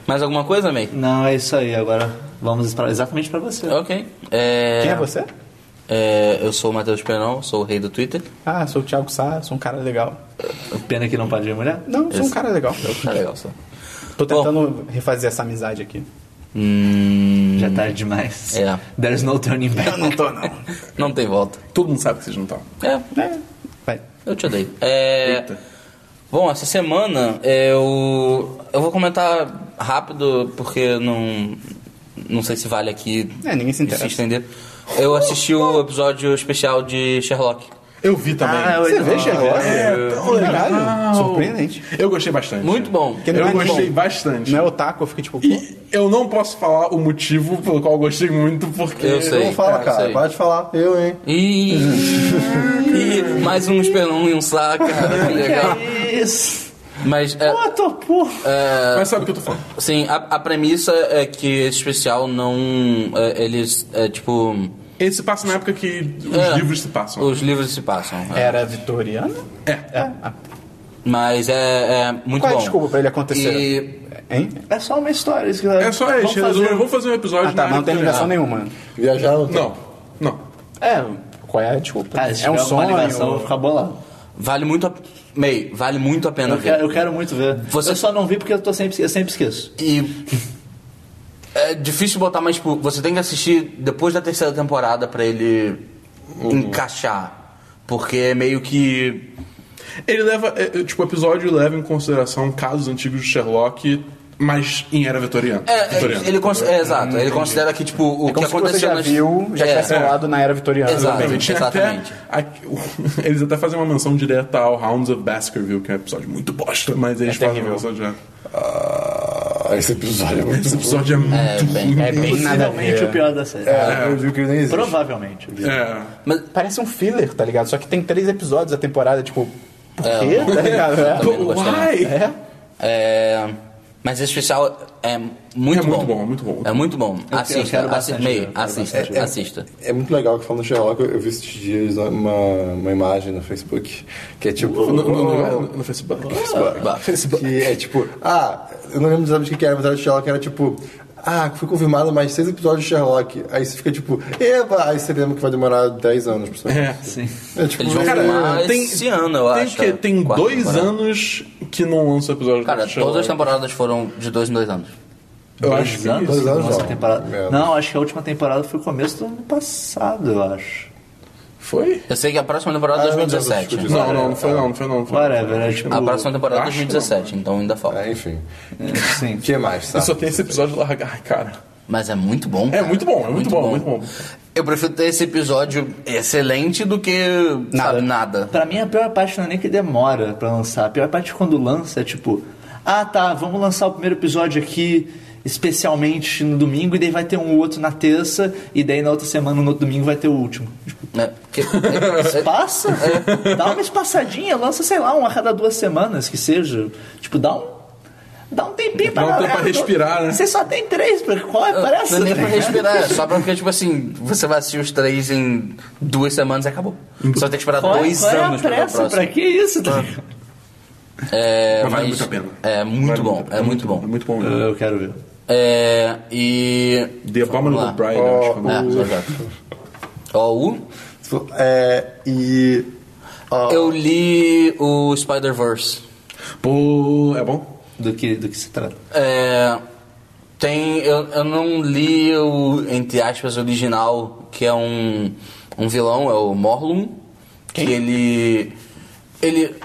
Mais alguma coisa, May?
não, é isso aí. Agora vamos pra, exatamente pra você.
Ok. É...
Quem é você?
É, eu sou o Matheus Penol, sou o rei do Twitter. Tá
Ah, sou o Thiago Sá, sou um cara legal.
Pena é que não pode ver mulher.
Não, sou um
Esse-
cara legal.
Tá legal, só.
Tô
Então-
tentando refazer essa amizade aqui.
Hum...
Já é tarde demais.
É.
There's no turning back.
não tô, não.
Não tem volta.
bons. Todo mundo sabe que vocês não estão.
É,
É, vai.
eu te odeio. É...
Eita.
Bom, essa semana é, eu eu vou comentar rápido porque não não sei se vale aqui.
É, ninguém se interessa.
Se estender. Eu assisti o episódio especial de Sherlock.
Eu vi também.
Ah,
Você vê, chegou?
É,
É, Caralho, surpreendente.
Eu gostei bastante.
Muito bom.
Porque não
Eu
é bom.
gostei bastante.
Não é otaku, eu fiquei tipo, pô,
E eu não posso falar o motivo pelo qual eu gostei muito, porque.
Eu sei.
Não fala,
É, eu
cara.
sei.
Para de falar. Eu, hein?
E, e mais um espelão e um saco,
É.
cara, que legal.
Isso.
Mas é,
Ah, tô porra.
Mas sabe o que eu tô falando?
Sim, a, a premissa é que esse especial não. é, eles. É, tipo.
Esse passa na época que os
é,
livros se passam.
Os livros se passam. é.
era vitoriana?
É.
Mas é, é muito
Qual é a
bom.
desculpa pra ele acontecer?
E,
Hein?
É só uma história. Isso que
É só
Vamos
isso. Vamos fazer,
fazer...
vamos fazer um episódio.
Ah, tá,
na
mas não tem
área
ligação nenhuma.
Viajar no tempo.
Não, não.
É, qual é a desculpa?
Ah, se
é um
tiver Uma
sonho.
ligação, eu vou ficar bolado.
vale muito a May, vale muito a pena
Eu
ver.
quero, eu quero muito ver.
Você-
Eu só não vi porque eu, tô sempre, eu sempre esqueço.
E. É difícil botar, mas tipo, você tem que assistir depois da terceira temporada pra ele encaixar. Porque é meio que.
Ele leva. é, é, Tipo, o episódio leva em consideração casos antigos de Sherlock, mas em era vitoriana.
É,
vitoriana.
ele, ele cons- é, exato, ele considera que tipo, o
É como
que
se você
aconteceu
já
nas-
viu, já um
É.
tivesse rolado na era vitoriana.
Exato.
Bem, tinha até-
Exatamente.
aqui- eles até fazem uma menção direta ao Hounds of Baskerville, que é um episódio muito bosta, mas eles
É
fazem uma
terrível.
menção direta.
Ah, esse episódio é muito
Esse episódio é muito
bem-
ruim.
É bem nada a
Provavelmente o
ver.
pior da série.
É, eu vi que ele nem existe.
Provavelmente.
É.
Mas
Parece um filler, tá ligado? Só que tem três episódios a temporada, tipo, por quê? Tá ligado?
também não
But
gostei, não.
why?
É. É.
É, mas esse especial é muito
É
bom.
muito bom, é muito bom.
É muito bom.
eu
Assista,
quero
assi
bastante
May,
ver, eu quero
assista,
bastante ver.
assista.
É muito legal que falando do Sherlock, eu eu vi esses dias uma, uma imagem no Facebook que é tipo.
No, no- no- no Facebook.
Bah.
Que é tipo, ah, eu não lembro exatamente o que era, mas era o Sherlock, era tipo, ah, foi confirmado mais seis episódios de Sherlock. Aí você fica tipo, eba, aí você lembra que vai demorar 10 anos pra sair.
É.
Sim.
É tipo,
Eles vão
é,
filmar esse ano, eu
tem
acho.
que-
a
tem
quarta
dois
temporada.
anos que não lança episódio
Cara,
do
todas as
Sherlock.
temporadas foram de dois em dois anos.
Eu acho que
anos?
dois anos É.
Nossa,
não.
temporada.
É.
Merda.
Não, acho que a última temporada foi o começo do ano passado, eu acho.
foi.
Eu sei que a próxima temporada é
Ah, eu não
2017.
lembro disso,
Não, não, não foi não, não foi não. não foi,
Whatever, é tipo.
A próxima temporada é
tipo, Acho que
2017, então ainda falta.
é, enfim.
Sim.
O que mais,
Eu
sabe?
só tenho esse episódio largar, cara.
Mas é muito bom.
É
cara.
muito bom, é muito bom, muito bom.
Eu prefiro ter esse episódio excelente do que nada. Sabe, nada.
Pra mim, a pior parte não é nem que demora pra lançar. A pior parte quando lança é tipo, ah tá, vamos lançar o primeiro episódio aqui especialmente no domingo, e daí vai ter um outro na terça, e daí na outra semana, no outro domingo, vai ter o último. Tipo,
É, porque- é, é-
passa, dá uma espaçadinha, lança, sei lá, um a cada duas semanas que seja. Tipo, dá um. Dá um tempinho pra
Dá um
galera.
tempo pra respirar, né?
Você só tem três, pra- qual é? Parece.
Não é nem pra
né?
respirar, é só pra porque, tipo assim, você vai assistir os três em duas semanas e acabou. Você vai ter que esperar
Qual é-
dois
qual é a
anos pra ver o
pressa?
próximo.
Pra que isso? tá
Ah.
ligado?
É,
Mas vale
mas
muito a pena.
É muito
Vale muito
bom,
a pena.
é muito bom.
É muito bom. né?
Ah, Eu quero ver.
É, e.
The Abominable
Vamos lá.
Bride, eu acho que é o
É,
nome.
exato. Ó, o.
So, É, e. ó,
Eu li o Spider-Verse.
Pô, é bom?
Do que, do que se trata.
É, tem. Eu, eu não li o, entre aspas, original, que é um, um vilão, é o Morlun. Que ele. Ele.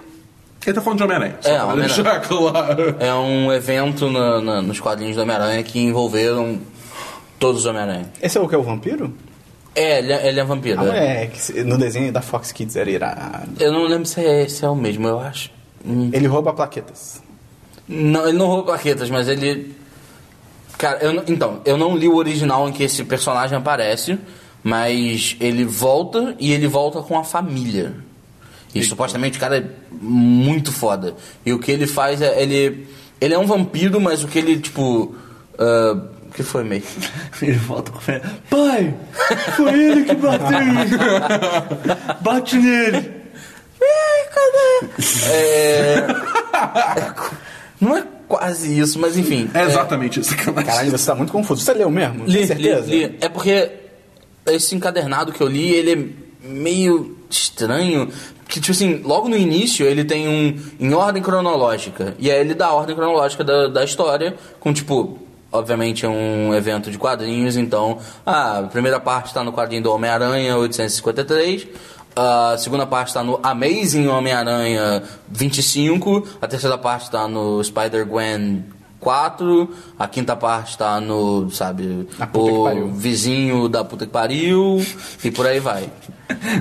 Ele tá falando de Homem-Aranha. só
É,
pra
Homem-Aranha.
deixar claro.
É um evento na- na- nos quadrinhos do Homem-Aranha que envolveram todos os Homem-Aranha.
Esse é o que? É o vampiro?
É, ele, é- ele é vampiro.
Ah,
é.
é. que se- no desenho da Fox Kids era irado.
Eu não lembro se é, se é o mesmo, eu acho. Hum.
Ele rouba plaquetas.
Não, ele não rouba plaquetas, mas ele. Cara, eu não- então, eu não li o original em que esse personagem aparece, mas ele volta e ele volta com a família. E supostamente o cara é muito foda. E o que ele faz é. Ele, ele é um vampiro, mas o que ele, tipo. ah, o que foi, meio?
Ele volta com a fé. Pai, foi ele que bateu em mim. Bate nele.
É... Não é quase isso, mas enfim.
É exatamente isso que eu
Caralho, você tá muito confuso. Você leu mesmo?
Li,
Tem
li,
certeza?
li. É porque esse encadernado que eu li, ele é meio estranho. Que, tipo assim, logo no início ele tem um. em ordem cronológica. E aí ele dá a ordem cronológica da, da história, com tipo. Obviamente é um evento de quadrinhos, então. ah, a primeira parte está no quadrinho do Homem-Aranha 853. A segunda parte está no Amazing Homem-Aranha 25. A terceira parte está no Spider-Gwen 4, a quinta parte tá no, sabe,
puta que
o
pariu.
vizinho da puta que pariu e por aí vai.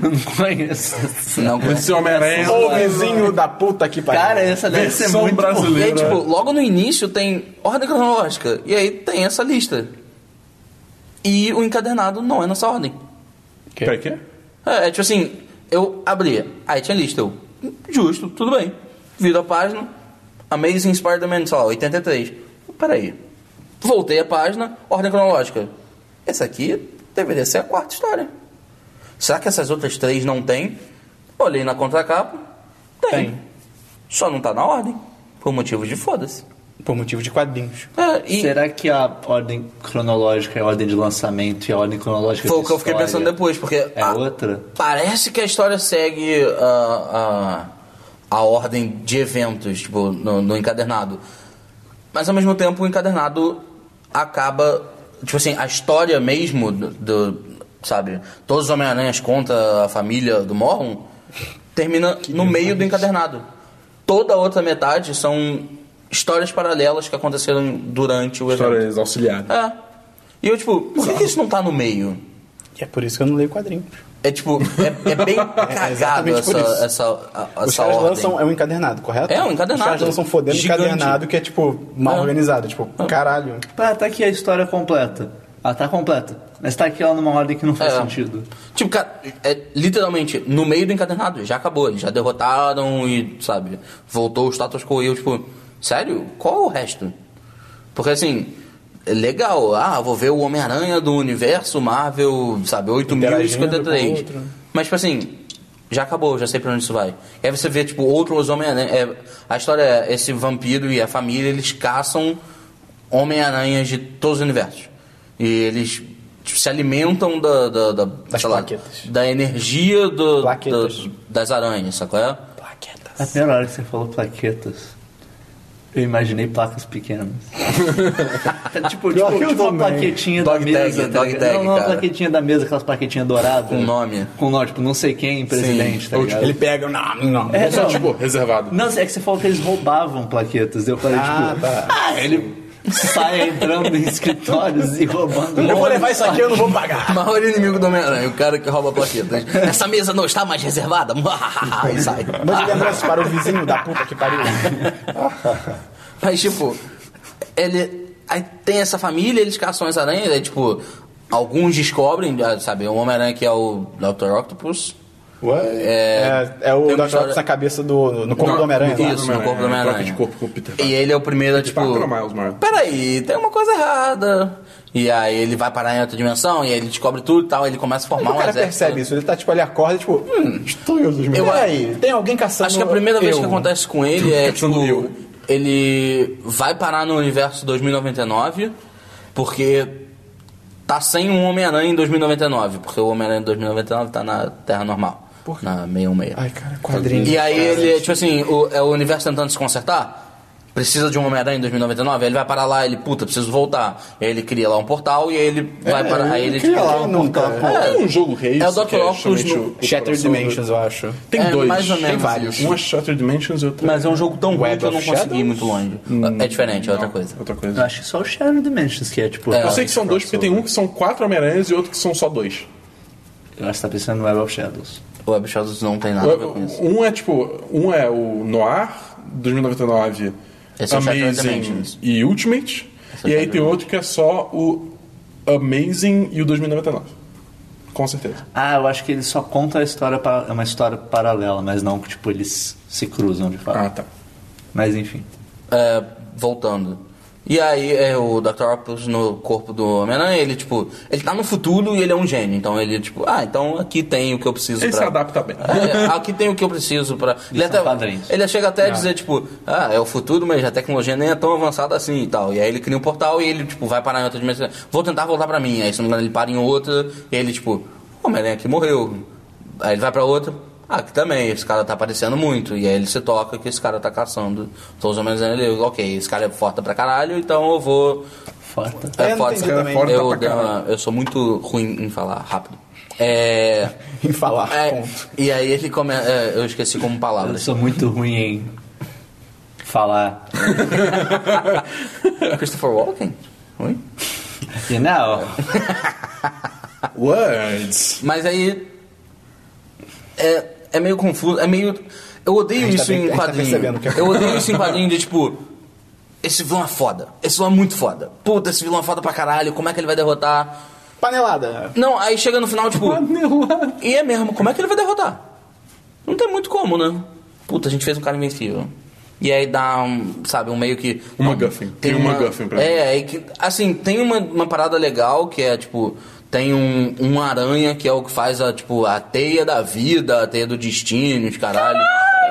Eu não conheço.
Não
Esse Homem-Aranha. é
Ô vizinho da puta que pariu.
Cara, essa deve ser
Versão
muito
E aí,
brasileira.
tipo, logo no início tem ordem cronológica e aí tem essa lista. E o encadernado não é nessa ordem.
Peraí, quê?
É, é tipo assim, eu abria, aí tinha lista, eu, justo, tudo bem. Viro a página, Amazing Spider-Man, sei lá, 83. Peraí. Voltei a página, ordem cronológica. Essa aqui deveria ser a quarta história. Será que essas outras três não tem? Olhei na contracapa, tem.
Tem.
Só não tá na ordem, por motivos de foda-se.
Por motivo de quadrinhos.
É, e
Será que a ordem cronológica é a ordem de lançamento e a ordem cronológica
foi
de
o que eu fiquei
história
pensando depois, porque...
É
a-
outra?
Parece que a história segue a, a, a ordem de eventos, tipo, no, no encadernado. Mas ao mesmo tempo o encadernado acaba. Tipo assim, a história mesmo do. do- sabe? Todos os Homem-Aranhas contra a família do Morron termina no meio do encadernado. Toda a outra metade são histórias paralelas que aconteceram durante o evento.
Histórias auxiliares.
É. E eu, tipo, por que que isso não tá no meio?
E é por isso que eu não leio quadrinhos.
É tipo, é, é bem cagado
exatamente por
essa,
isso.
essa, a-
Os
essa
caras
ordem.
lançam. É um encadernado, correto?
É um encadernado.
Os caras lançam fodendo
Gigante.
encadernado que é tipo mal
É.
organizado. Tipo, caralho.
Pá, tá aqui a história completa. Ela tá completa. Mas tá aqui ela numa ordem que não faz
É.
sentido.
Tipo, cara, é literalmente no meio do encadernado, já acabou, eles já derrotaram e, sabe, voltou o status quo. E eu, tipo, sério? Qual é o resto? Porque assim, é legal, ah, vou ver o Homem-Aranha do universo Marvel, sabe,
Interagindo com
8053.
o outro.
Mas, tipo assim, já acabou, já sei pra onde isso vai. E aí você vê, tipo, outros Homem-Aranha. é, a história é esse vampiro e a família, eles caçam Homem-Aranhas de todos os universos. E eles tipo, se alimentam da, da, da,
Das
sei lá,
plaquetas.
da energia do,
Plaquetas.
do- das aranhas, sacou? É?
A primeira hora que você falou plaquetas, eu imaginei placas pequenas. Tá tipo, tipo,
que eu
tipo uma
também.
plaquetinha
Dog
da
tag,
mesa. tá
dog
ligado?
tag,
não, não uma
cara.
plaquetinha da mesa, aquelas plaquetinhas douradas.
Com nome.
Com nome, tipo, não sei quem, presidente, tá
Ou,
ligado?
Ele pega. Não, não.
É,
Só,
não.
tipo, reservado.
Não, é que você falou que eles roubavam plaquetas. Eu falei,
Ah,
tipo,
tá.
ah, ele sai entrando em escritórios e roubando.
Eu vou
nomes,
levar isso aqui, eu não vou pagar.
Maior inimigo do Homem-Aranha, o cara que rouba plaquetas. Essa mesa não está mais reservada? e sai.
Mande lembranças para o vizinho da puta que pariu.
Mas, tipo, ele. Aí tem essa família, eles caçam as aranhas, aí, tipo, alguns descobrem, ah, sabe, o Homem-Aranha que é o Dr. Octopus.
Ué?
É, é o
tem uma
Dr.
história-
Octopus na cabeça do. no- no corpo do Homem-Aranha. lá.
Isso, no corpo do Homem-Aranha.
né? Troca de corpo com o Peter
E ele é o primeiro, a, tipo.
Parker ou Miles Morales?
Peraí, tem uma coisa errada. E aí ele vai parar em outra dimensão, e aí ele descobre tudo e tal, ele começa a formar
O
um
cara
exército.
percebe isso, ele tá tipo, ele acorda e tipo, hum,
Estou eu dos meus.
Eu-
peraí, tem alguém caçando.
Acho que é a primeira vez
eu.
que acontece com ele é
Pensando
tipo,
eu.
ele vai parar no universo 2099 porque tá sem um Homem-Aranha em 2099, porque o Homem-Aranha em 2099 tá na Terra normal, na 616.
Ai, cara, quadrinho.
E aí ele, tipo assim, o, é o universo tentando se consertar. Precisa de um Homem-Aranha em 2099, aí ele vai parar lá, ele, puta, preciso voltar. Aí ele cria lá um portal e aí ele vai para. Aí ele,
Cria
tipo,
lá um
nunca.
portal, pô.
Tem um jogo rei.
É o Dr. Octopus no-
Shattered Dimensions, eu acho.
Tem
É,
dois.
mais ou
Tem
menos
vários.
isso.
Um é Shattered Dimensions e outro
Mas é um jogo tão ruim
Web
que eu não
of
consegui
Shadows?
ir muito longe. é diferente, é outra coisa.
Outra
Eu
coisa.
acho que só o Shadow Dimensions que é tipo.
Eu sei que são dois, porque tem um que são quatro Homem-Aranhas e outro que são só dois.
Eu acho que tá pensando no Web of Shadows.
O Web Shadows não tem nada a ver com isso.
Um é tipo, um é o Noir, 2099,
Esse é o Shattered
Amazing
Dimensions.
e Ultimate.
Esse é o
e aí
Shattered
tem outro que é só o Amazing e o 2099. Com certeza.
Ah, eu acho que ele só conta a história, pa- é uma história paralela, mas não que tipo eles se cruzam de fato.
Ah, tá.
Mas enfim.
É, voltando. E aí é o Dr. Octopus no corpo do Homem-Aranha, ele tipo, ele tá no futuro e ele é um gênio, então ele tipo, ah, então aqui tem o que eu preciso
Ele
pra...
se adapta bem.
É, aqui tem o que eu preciso pra... Ele,
são
até,
padrinhos.
ele chega até a dizer tipo, ah, é o futuro, mas a tecnologia nem é tão avançada assim e tal. E aí ele cria um portal e ele tipo, vai parar em outra dimensão, vou tentar voltar pra mim. Aí se não me engano ele para em outra e ele tipo, o Homem-Aranha aqui morreu. Aí ele vai pra outra... Ah, que também, esse cara tá aparecendo muito. E aí ele se toca que esse cara tá caçando todos os homens ele, ok, esse cara é forte pra caralho, então eu vou.
Forta.
É,
não
foda.
entendi também.
Forte
eu,
pra
dei uma-
caralho.
eu sou muito ruim em falar rápido. É.
Em falar,
é,
ponto.
e aí ele come, é, eu esqueci como
Eu
palavras.
sou muito ruim em falar.
Christopher Walken? Ruim?
E não,
Words.
Mas aí. É, é meio confuso, é meio. Eu odeio
gente tá
isso
bem- a
em
gente tá
quadrinho.
percebendo o que é-
eu odeio isso em quadrinho de tipo. Esse vilão é foda. Esse vilão é muito foda. Puta, esse vilão é foda pra caralho. Como é que ele vai derrotar?
Panelada.
Não, aí chega no final, tipo. E é mesmo, como é que ele vai derrotar? Não tem muito como, né? Puta, a gente fez um cara invencível. E aí dá um, sabe, um meio que.
Um
não,
MacGuffin. Tem um MacGuffin pra mim.
É, aí que. Assim, tem uma, uma parada legal que é, tipo. Tem um, um aranha que é o que faz a, tipo, a teia da vida, a teia do destino, os caralho.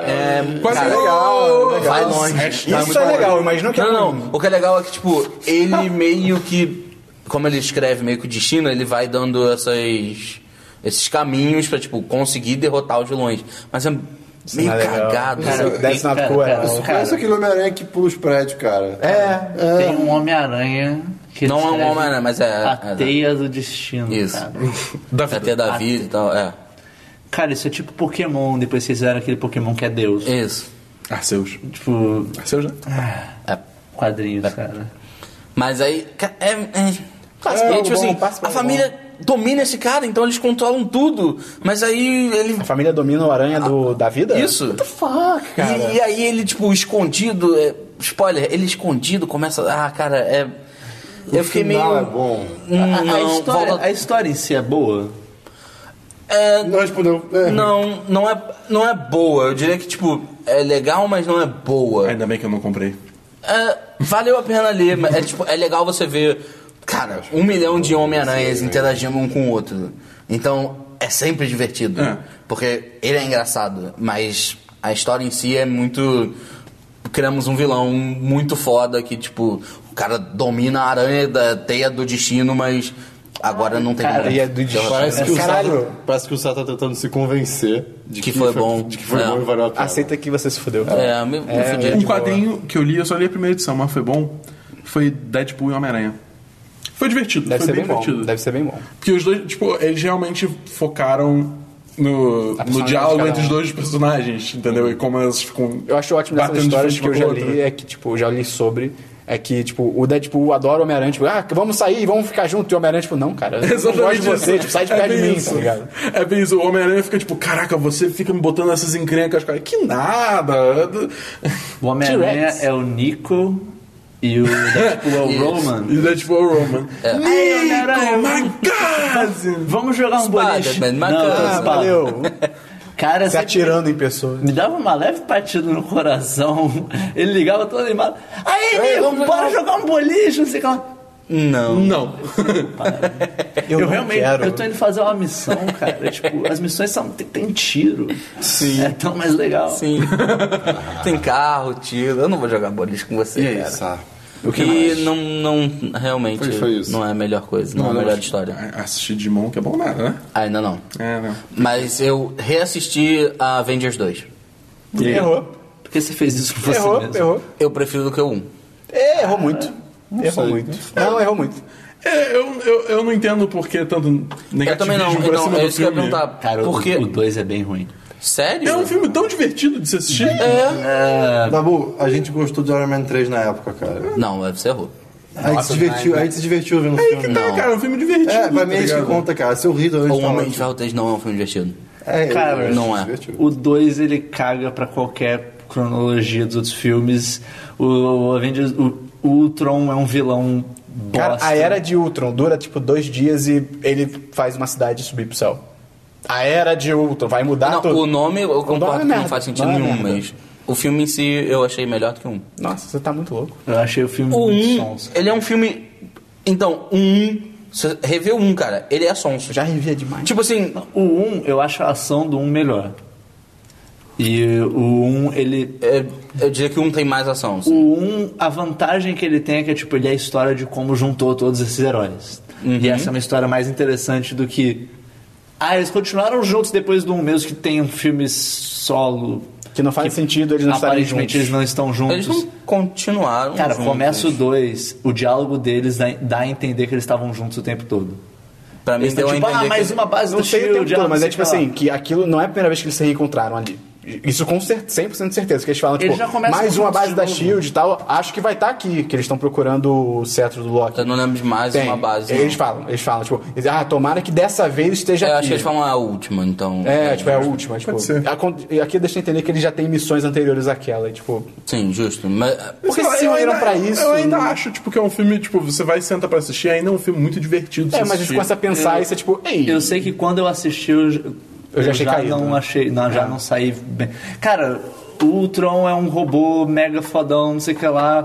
É,
Quase
cara,
legal, legal.
Vai longe.
Hashtag-
Isso é legal, imagina que é
Não,
ruim.
não. O que é legal é que, tipo, ele meio que. Como ele escreve meio que o destino, ele vai dando essas, esses caminhos pra, tipo, conseguir derrotar os vilões. Mas é meio
não é legal.
cagado. assim.
Cara,
sabe?
that's not
cara,
cool at
cara,
all.
cara,
Parece aquele Homem-Aranha que pula os prédios, cara.
É.
tem um Homem-Aranha que
Não é um
escreve
Homem-Aranha, mas é-
A
é-
teia do destino.
Isso.
Cara.
Da
Pra
vida.
ter da vida e tal, é.
Cara, isso é tipo Pokémon, depois vocês fizeram aquele Pokémon que é Deus.
Isso.
Arceus.
Tipo, ah,
Arceus, né?
É.
quadrinhos, cara.
Mas aí. ca- É. é...
Passa
E aí,
pelo
tipo
bom,
assim,
passa
a
pelo
família domina esse cara, então eles controlam tudo. Mas aí ele
A família domina o aranha do, da vida?
Isso.
What the fuck, cara?
E, e aí ele, tipo, escondido. é, spoiler, ele escondido começa. Ah, cara, é. eu fiquei meio.
final é bom.
Hum,
A- a,
não,
história,
volta-
a história em si é boa?
é,
Não respondeu. É.
não, não é, não é boa. Eu diria que, tipo, é legal, mas não é boa.
Ainda bem que eu não comprei.
É, valeu a pena ler, mas é, tipo, é legal você ver, cara, um milhão de Homem-Aranhas interagindo um com o outro. Então, é sempre divertido.
É.
Porque ele é engraçado, mas a história em si é muito. Criamos um vilão muito foda que, tipo, o cara domina a aranha da teia do destino, mas agora não tem
Cara,
ninguém.
e é do destino.
Parece que, o
Caralho.
Sá, parece que o Sá tá tentando se convencer de
Que foi bom.
de que foi
É.
bom e valeu a pena.
Aceita que você se fudeu.
É, me, me fudi.
Um quadrinho que eu li, eu só li a primeira edição, mas foi bom. Foi Deadpool e Homem-Aranha. Foi divertido,
Deve
foi
ser
bem
bem bom.
divertido.
Deve ser bem bom.
Porque os dois, tipo, eles realmente focaram no, no
personalidade de
diálogo
cada
entre os
um.
dois personagens, entendeu? E como elas ficam.
Eu acho ótimo dessas
batendo de
histórias
frente
que eu
uma
já
com a
li,
outra.
é que, tipo, já li sobre. É que, tipo, o Deadpool adora o Homem-Aranha, tipo, ah, vamos sair, vamos ficar junto. E o Homem-Aranha, tipo, não, cara, eu não gosto de
Exatamente
você,
isso. É
tipo, sai de perto de
bem
mim,
isso.
tá ligado?
É bem isso. O Homem-Aranha fica tipo, caraca, você fica me botando essas encrencas, cara. Que nada!
O Homem-Aranha
T-Rex.
é o Nico e o Deadpool é o
Isso.
Roman. É,
E daí, tipo, o Roman.
É.
Homem-Aranha.
Nico, my God!
Vamos jogar um
Spider-Man,
boliche.
mas
Não,
cara,
tá
Ah,
ocupado.
valeu.
Cara,
Se
sempre
atirando em pessoas.
Me dava uma leve partida no coração. Ele ligava todo animado. Aí,
Ei,
nego,
vamos
bora
jogar
jogar um boliche, não sei o que lá.
Não.
Não.
Eu,
não
realmente,
quero.
eu tô indo fazer uma missão, cara. tipo, as missões são, tem, tem tiro. Sim. É tão mais legal.
Sim. Tem carro, tiro. Eu não vou jogar boliche com você,
E é
cara.
isso. ah.
O que e não, não, realmente,
Foi- foi isso.
não é a melhor coisa, não, é a melhor história.
Assistir Digimon que é bom nada, né?
Ainda não.
É, não.
Mas eu reassisti a Avengers 2.
Errou.
Por que você fez isso com você
Errou,
mesmo?
errou.
Eu prefiro do que o 1.
É, Errou muito. Errou muito. Não, errou muito.
É, eu, eu, eu não entendo por que tanto negativismo
Eu também não.
pra
Então,
cima
é
do
isso que eu ia
filme.
perguntar.
Cara, o-
porque...
o 2 é bem ruim.
Sério?
É um filme tão divertido de se assistir.
É.
Dabu, a gente gostou de Iron Man 3 na época, cara.
Não, é você errou.
A gente se divertiu, a gente se divertiu vendo o
Aí que
filme.
tá,
Não.
cara, é um filme divertido.
É, pra mim
tá
é isso que
ligado?
conta, cara. Se eu rir durante
O
tá
Homem de
ótimo.
Ferro 3 não é um filme divertido.
É, eu-
Cara,
eu-
não
se
é.
tipo
divertiu.
O 2 ele caga pra qualquer cronologia dos outros filmes. O, o Avengers, o, o Ultron é um vilão bosta.
Cara, a era de Ultron dura tipo dois dias e ele faz uma cidade subir pro céu. A era de Ultron vai mudar
não,
tudo.
o nome eu
nome
concordo
é
que não
Ah, merda.
faz sentido
Não é
nenhum,
merda.
mas o filme em si eu achei melhor do que o 1.
Nossa, você tá muito louco.
Eu achei o filme
O
muito
1,
sonso.
ele é um filme. Então, o 1. Você revê o 1, cara, ele é sonso.
Já revia demais.
Tipo assim,
O 1, um, eu acho a ação do 1 um melhor. E o 1, um, ele.
é- eu diria que o 1 tem mais ação.
O
assim.
1, um, a vantagem que ele tem é que tipo, ele é a história de como juntou todos esses heróis. E
Uhum.
essa é uma história mais interessante do que. Ah, eles continuaram juntos depois do 1, mesmo que tenha um filme solo.
Que não faz sentido eles não estarem
Aparentemente
juntos.
eles não estão juntos.
Eles não continuaram.
Um Cara,
juntos.
começa o 2, o diálogo deles dá, dá a entender que eles estavam juntos o tempo todo.
Pra mim
Eles
deu
estão
a
tipo,
entender.
ah,
que
mais uma base
Não
do
sei o
Shield. ah,
tempo todo,
não
mas
sei
é
o
tipo
que lá.
assim, que aquilo não é a primeira vez que eles se reencontraram ali. Isso com cer- 100% de certeza, que eles falam,
Eles
tipo,
já começam
mais
com
uma
um
tudo
base
de
da
novo.
SHIELD e tal, acho que vai estar aqui, que eles estão procurando o cetro do Loki.
Eu não lembro de Tá mais
Tem.
uma base.
Eles
não.
falam, eles falam, tipo, eles- ah, tomara que dessa vez esteja
Eu
aqui.
acho que eles falam a última, então.
É, tipo, é a última. Tipo,
Né? Pode ser.
acon- e aqui deixa eu entender que ele já tem missões anteriores àquela. E, tipo,
Sim, justo. Mas, é,
porque
Sei lá,
se
eu
uniram
ainda-
pra isso.
Eu ainda
não-
acho, tipo, que é um filme, tipo, você vai e senta pra assistir, ainda é um filme muito divertido. de
É,
se
mas a gente
assistir.
começa a pensar e você, tipo, ei.
Eu sei que quando eu assisti, eu,
Eu já achei caído,
não
né?
achei, não, já não saí bem. Cara, o Ultron é um robô mega fodão, não sei o que lá.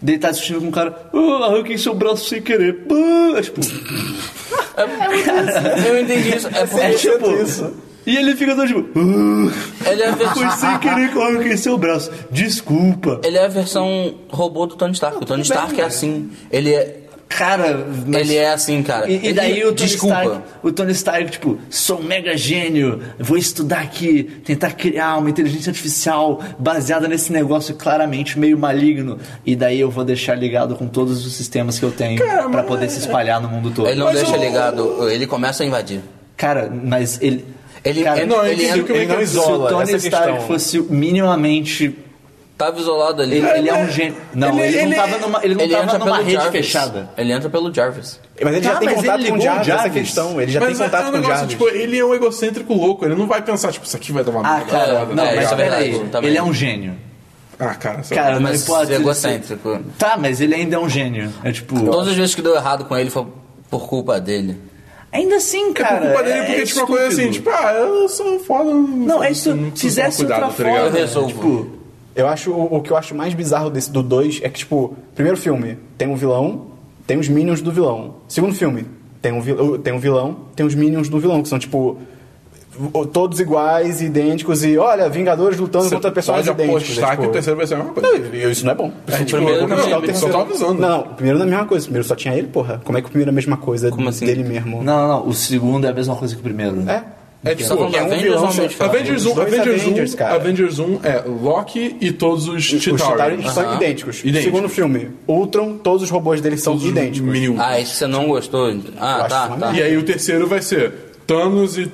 Daí tá assistindo com um cara, ah, arranquei seu braço sem querer. Ah, tipo,
Eu entendi isso. É
é
porque
tipo isso. E ele fica todo tipo, ah,
ele é a
foi
versão.
sem querer que eu arranquei seu braço. Desculpa.
Ele é a versão robô do Tony Stark. O Tony Stark é assim. Ele é.
Cara, mas...
Ele é assim, cara.
E, e
Ele-
daí o Tony
Desculpa.
Stark, o Tony Stark, tipo, sou um mega gênio, vou estudar aqui, tentar criar uma inteligência artificial baseada nesse negócio claramente meio maligno. E daí eu vou deixar ligado com todos os sistemas que eu tenho
Cara,
pra
mas-
poder se espalhar no mundo todo.
Ele não
Mas
deixa
o-
ligado. Ele começa a invadir.
Cara, mas ele.
Ele-
cara,
ele- Não, eu ele- entendi
o que eu
ele não
quero
se
dizer.
o
isola.
Tony
essa
Stark
questão.
fosse minimamente.
Tava isolado ali.
Ele, ele é um
é-
gênio. Não,
ele-
ele,
ele-
não tava numa, ele não
Ele é
tava
entra
numa
pelo
rede
Jarvis.
fechada.
Ele entra pelo Jarvis.
Mas ele
Tá,
já tem
mas ele
contato com
ligou
o
o
Jarvis, essa
Jarvis.
questão. Ele já
Mas
tem
é
contato
um
com o
negócio,
Jarvis.
tipo, ele é um egocêntrico louco, ele não vai pensar, tipo, isso aqui vai dar uma
Ah,
merda,
cara,
vai dar
não,
uma
é,
mas
isso é
merda.
verdade.
peraí,
também.
ele é um gênio.
Ah, cara, sei lá.
Cara,
Mas
não importa. ele ser-
egocêntrico.
Tá, mas ele ainda é um gênio. É tipo.
Todas as vezes que deu errado com ele foi por culpa dele.
Ainda assim,
É
cara.
por culpa dele, porque, tipo, uma coisa assim, tipo, ah, eu sou foda.
Não, é isso.
não preciso tomar
Fizesse
cuidado,
outra
tá ligado?
Eu
forma.
resolvo.
Tipo,
Eu acho, o, o que eu acho mais bizarro desse do 2 é que, tipo, primeiro filme, tem um vilão, tem os minions do vilão. Segundo filme, tem um, vil- uh, tem um vilão, tem os minions do vilão, que são, tipo, o- todos iguais, idênticos, e olha, Vingadores lutando
Você
contra pessoas
pode
idênticas.
apostar que
é,
o
tipo-
terceiro vai ser a mesma coisa.
Não, Isso não é bom.
É, tipo,
primeiro
eu vou
não,
avisar o
ele
terceiro. Só tô avisando.
Não, o primeiro não é a mesma coisa. O primeiro só tinha ele, porra. Como é que o primeiro é a mesma coisa
Como assim?
dele mesmo?
não, não, não. O segundo é a mesma coisa que o primeiro. né?
É.
É tipo,
Só falando
é um
Tá Avengers
vilão,
ou Homem de Ferro?
Avengers
Os
1,
dois
Avengers 1,
Avengers, cara.
Avengers 1 é Loki e todos os
Os Chitauri
Chitauri.
são
Aham.
idênticos.
Idênticos.
Segundo filme, Ultron, todos os robôs dele são
Todos os
idênticos.
mini-
Ah, isso você não gostou?
Eu
Ah,
acho
tá,
uma
tá.
E aí o terceiro vai ser Thanos e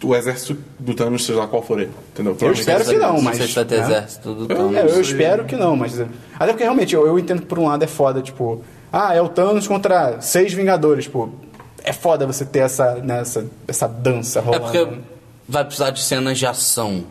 o exército do Thanos, seja lá qual for ele. Entendeu?
Eu espero que não, mas.
Você está
né?
exército tá, do
Eu,
Thanos.
eu espero que não, mas. Até porque realmente eu, eu entendo que por um lado é foda, tipo, ah, é o Thanos contra seis Vingadores, tipo. É foda você ter essa, né, essa, essa dança
É
rolando.
porque vai precisar de cenas de ação.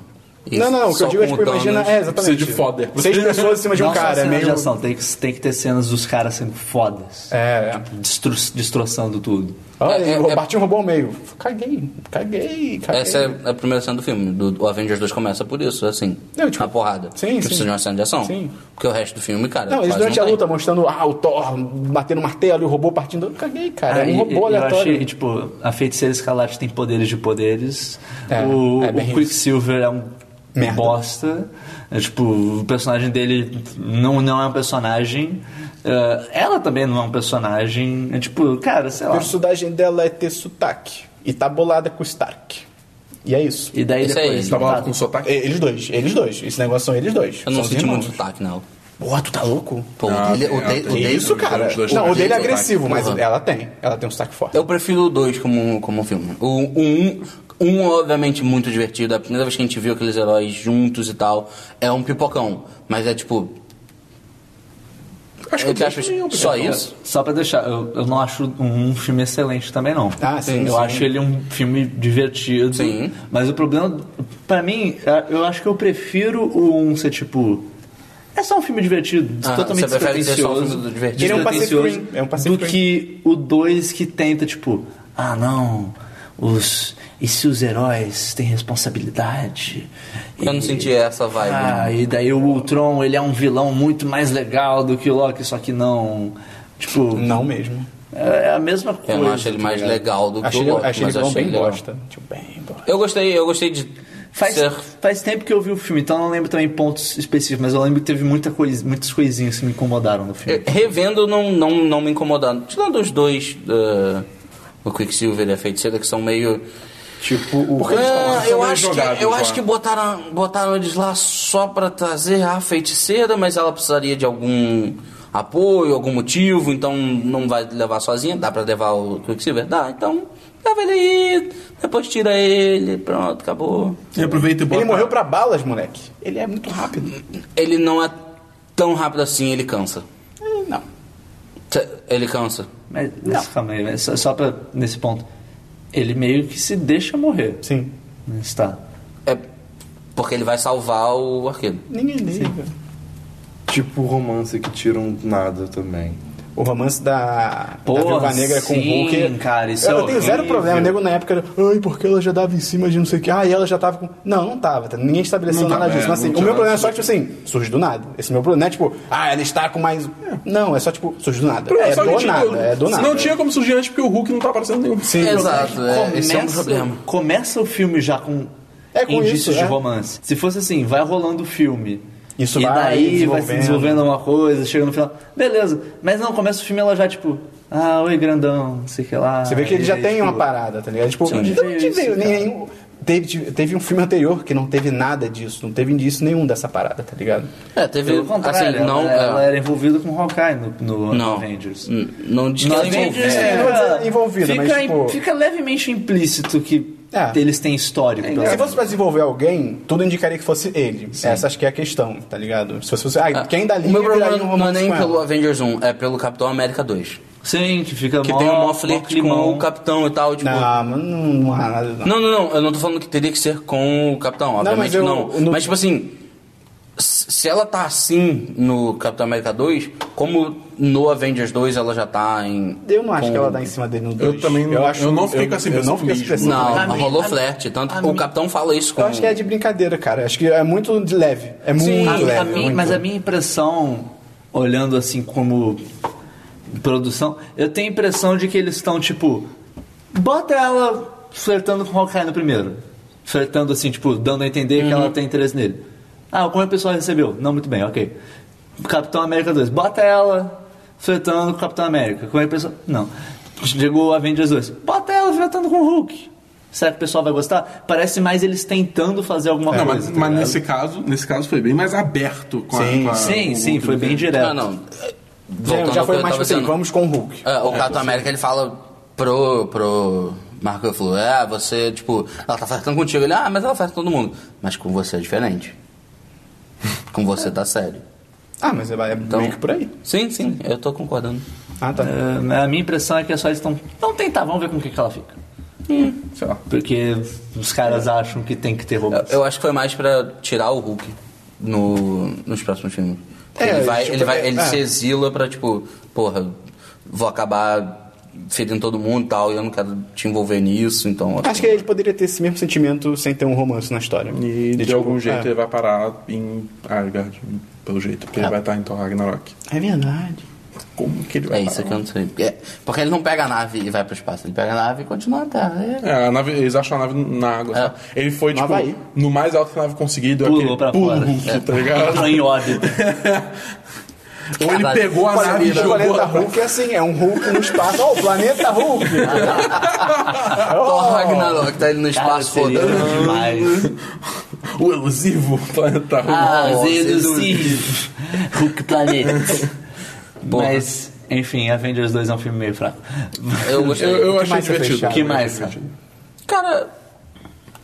E
Não, não, o que
só
eu digo é,
com
tipo,
o Thanos.
imagina... É, exatamente.
Precisa de foder.
Seis pessoas em cima de um
Não só
cara, é
cenas de
meio...
ação, tem que, tem que ter cenas dos caras sendo fodas.
É, é.
destru- destroçando tudo.
Ah,
É,
ele
é,
roubou-
é-
partiu um robô ao meio. Caguei, caguei, caguei.
Essa é a primeira cena do filme. Do, o Avengers 2 começa por isso, assim.
Não, tipo,
na porrada.
sim,
Que
sim.
Precisa de uma cena de ação.
Sim.
Porque o resto do filme, cara.
Não, eles
quase
durante a
tem.
luta mostrando ah, o Thor batendo martelo e o robô partindo. Eu caguei, cara.
Ah,
e-
é um
e-
robô
eu
aleatório.
achei, tipo, a feiticeira escalate tem poderes de poderes.
É,
o,
é bem
o Quicksilver é um
Merda.
bosta. É, tipo, o personagem dele não, não é um personagem. É, ela também não é um personagem. É tipo, cara, sei
A
lá.
personagem dela é ter sotaque. E tá bolada com o Stark. E é isso.
E daí
Isso aí, tá
depois.
Tava lá com sotaque?
E- Eles dois, eles dois. Esse negócio são eles dois.
Eu não
são
senti muito
irmãos.
sotaque nela.
Porra, tu tá louco?
Pô,
Ah,
o dele,
tem-
o dele,
ah,
o
tem
Que
dele-
isso, cara?
Os dois
não, o
têm
dele é
sotaque.
agressivo, mas
Porra.
ela tem. Ela tem um sotaque forte.
Eu prefiro o 2 como, como filme. O 1, um, um, obviamente, muito divertido. A primeira vez que a gente viu aqueles heróis juntos e tal, é um pipocão. Mas é tipo.
Acho que
eu
o
acho
dois também é um
só
pipocão.
isso.
Só pra deixar, eu, eu não acho um, um filme excelente também, não.
Ah, sim,
Eu
sim.
acho ele um filme divertido.
Sim.
Mas o problema, pra mim, é- eu acho que eu prefiro o um ser tipo. É só um filme divertido,
Ah,
totalmente
você prefere ser só um
despretensioso.
filme do divertido?
Ele é um Pacific
despretensioso,
Rim, é um Pacific
Do
Rim.
que o dois que tenta, tipo, ah não, os. E se os heróis têm responsabilidade?
Eu não
E-
senti essa vibe.
Ah, e daí o Ultron, ele é um vilão muito mais legal do que o Loki, só que não. Tipo,
Não mesmo.
é é a mesma coisa.
Eu não acho ele mais
tá ligado?
legal do que
Achei,
o Loki,
achei
mas
ele
eu
bom,
achei
bem
ele legal.
bosta. Tipo, bem bosta.
Eu gostei, eu gostei de
Faz,
ser
Hum.
faz tempo que eu vi o filme, então eu não lembro também pontos específicos, mas eu lembro que teve muita coisa, muitas coisinhas que me incomodaram no filme.
Eu- Revendo não, não, não me incomodando. Tirando os dois, eh, o Quicksilver e a Feiticeira, que são meio...
Tipo, o
Porque eles estão lá,
Ah,
são
eu
meio
acho que,
jogados
eu
lá.
acho que botaram, botaram eles lá só pra trazer a feiticeira, mas ela precisaria de algum apoio, algum motivo, então não vai levar sozinha. Dá pra levar o Quicksilver? Dá, então leva ele aí, depois tira ele, pronto, acabou.
E aproveita e bota.
Ele morreu pra balas, moleque. Ele é muito rápido.
Ele não é tão rápido assim, ele cansa.
É, Não.
Cê- Ele cansa.
Mas, mas calma aí, mas só, só pra, nesse ponto. Ele meio que se deixa morrer.
Sim.
Mas tá.
É porque ele vai salvar o arqueiro.
Ninguém liga.
Tipo romance que tiram do nada também.
O romance da,
Porra,
da Viúva Negra é com o
sim,
Hulk.
cara, isso
eu,
é
eu tenho zero
horrível.
problema. O nego na época era, ai, porque ela já dava em cima de não sei o que. Ah, e ela já tava com. Não, não tava. tá? Ninguém estabeleceu
Não
nada
tava,
disso.
é,
Mas, assim,
não
o meu
tinha
problema é
nada.
só, tipo assim, surge do nada. Esse é o meu problema não é tipo, ah, ela está com mais. Não, é só tipo, surge do nada. É
Só que,
do
tipo,
nada, é do nada.
Não tinha como surgir antes porque o Hulk não tá aparecendo nenhum.
Sim,
Exato, é, esse é um problema.
começa o filme já com,
É, com
indícios
isso,
de
é.
romance. Se fosse assim, vai rolando o filme.
Isso
e
vai
daí vai se
desenvolvendo.
desenvolvendo alguma coisa, chega no final. Beleza. Mas não, começa o filme ela já, tipo, ah, oi grandão, não sei o que lá.
Você vê que ele
E
já
daí,
tem
tipo,
uma parada, tá ligado? Tipo,
Sim, onde
não
veio
te
isso,
veio
cara?
nenhum. Teve, teve um filme anterior que não teve nada disso, não teve indício nenhum dessa parada, tá ligado?
É, teve.
Pelo contrário,
Assim,
ela,
não. é,
ela era envolvida com Hawkeye no, no
não.
Avengers.
N- Não diz que um.
No
ela
Avengers,
envolveu.
é, não vou dizer envolvida,
fica,
mas, tipo-
im- fica levemente implícito que
É.
eles têm histórico. pelo
Se
é.
menos.
fosse pra desenvolver alguém, tudo indicaria que fosse ele. Essa acho que é a questão, tá ligado? Se fosse você. Ah, quem dali
O meu
viraria
problema
um
não é nem
romance com
pelo
ela?
Avengers 1, é pelo Capitão América 2.
Sim, que fica
Que
mó-
tem um mó
mó
flerte
climão.
com o Capitão e tal, tipo.
Não, mas não, não há nada. Não.
Não, não, não. Eu não tô falando que teria que ser com o Capitão. Obviamente
mas eu-
não.
no-
Mas, tipo assim. Se se ela tá assim no Capitão América 2, como no Avengers 2 ela já tá em.
Eu não acho
com-
que ela dá em cima dele no
Eu
dois.
também não- eu não fiquei com essa
eu não
impressão
fiquei com essa
mesmo.
impressão
Não,
também.
mim-
rolou
a-
flerte. Tanto
a
o
mim-
Capitão fala isso com.
Eu acho que é de brincadeira, cara. Acho que é muito de leve. É muito
Sim,
A-
leve.
a minha-
muito.
mas a minha impressão, olhando assim como produção, eu tenho a impressão de que eles estão tipo. Bota ela flertando com o Hawkeye no primeiro. Flertando assim, tipo, dando a entender que ela tem interesse nele. Ah, como o pessoal recebeu? Não, muito bem, ok. Capitão América 2, bota ela flertando com o Capitão América. Como é que o pessoal. Não. Chegou o Avengers 2, bota ela flertando com o Hulk. Será que o pessoal vai gostar? Parece mais eles tentando fazer alguma
É,
Não,
coisa.
mas,
tá
mas
ligado?
nesse caso, nesse caso foi bem mais aberto com a-
Sim,
com a,
Sim,
com o
sim,
Hulk
foi
do
bem
que-
direto.
Ah, não.
Já,
Voltando
já foi
ao que eu
mais
tava
tipo assim,
dizendo.
vamos com o Hulk.
É, o Capitão América ele fala pro, pro Marco Flu, é, você, tipo, ela tá flertando contigo. Ele, ah, mas ela flerta com todo mundo. Mas com você é diferente. Com você tá sério.
Ah, mas é, é
Então.
meio que por aí.
Sim, sim, eu tô concordando.
Ah, tá.
É, a minha impressão é que é só eles estão. Então tentar, vamos ver com o que, que ela fica.
Sei lá.
Porque os caras acham que tem que ter romance.
Eu acho que foi mais pra tirar o Hulk no, nos próximos filmes.
É,
ele vai,
tipo,
ele, vai,
é,
ele
é.
se exila pra, tipo, porra, vou acabar ferindo todo mundo e tal, e eu não quero te envolver nisso, então...
Acho que ele poderia ter esse mesmo sentimento sem ter um romance na história.
E de,
tipo,
algum jeito
é.
ele vai parar em Asgard, pelo jeito,
É.
porque ele vai estar em Thor Ragnarok.
É verdade.
Como que ele vai
É isso
parar?
que eu não sei. É, porque ele não pega a nave e vai pro espaço, ele pega a nave e continua na Terra.
um-
É.
É, a nave, eles acham a nave na água.
É.
sabe? Ele foi,
No
tipo,
Havaí.
no mais alto que a nave conseguiu, deu
Pulou
aquele
pra
pulo
fora.
Hulk,
É.
tá ligado?
Entrou em óbito.
Ou ele
Caralho.
pegou a nave e
O
jogou
planeta
pra
Hulk é assim, é um Hulk no espaço. Ó, o planeta Hulk!
Oh!
Thor Ragnarok, tá ele no
Cara,
espaço
seria
rodando.
demais.
o elusivo planeta Hulk.
Ah,
Nossa,
Zeus Hulk Planet.
Porra.
Mas, enfim, Avengers 2 é um filme meio fraco.
Eu gostei.
eu eu achei
mais você fez,
divertido.
é. O
Thiago?
que mais, cara?
Cara,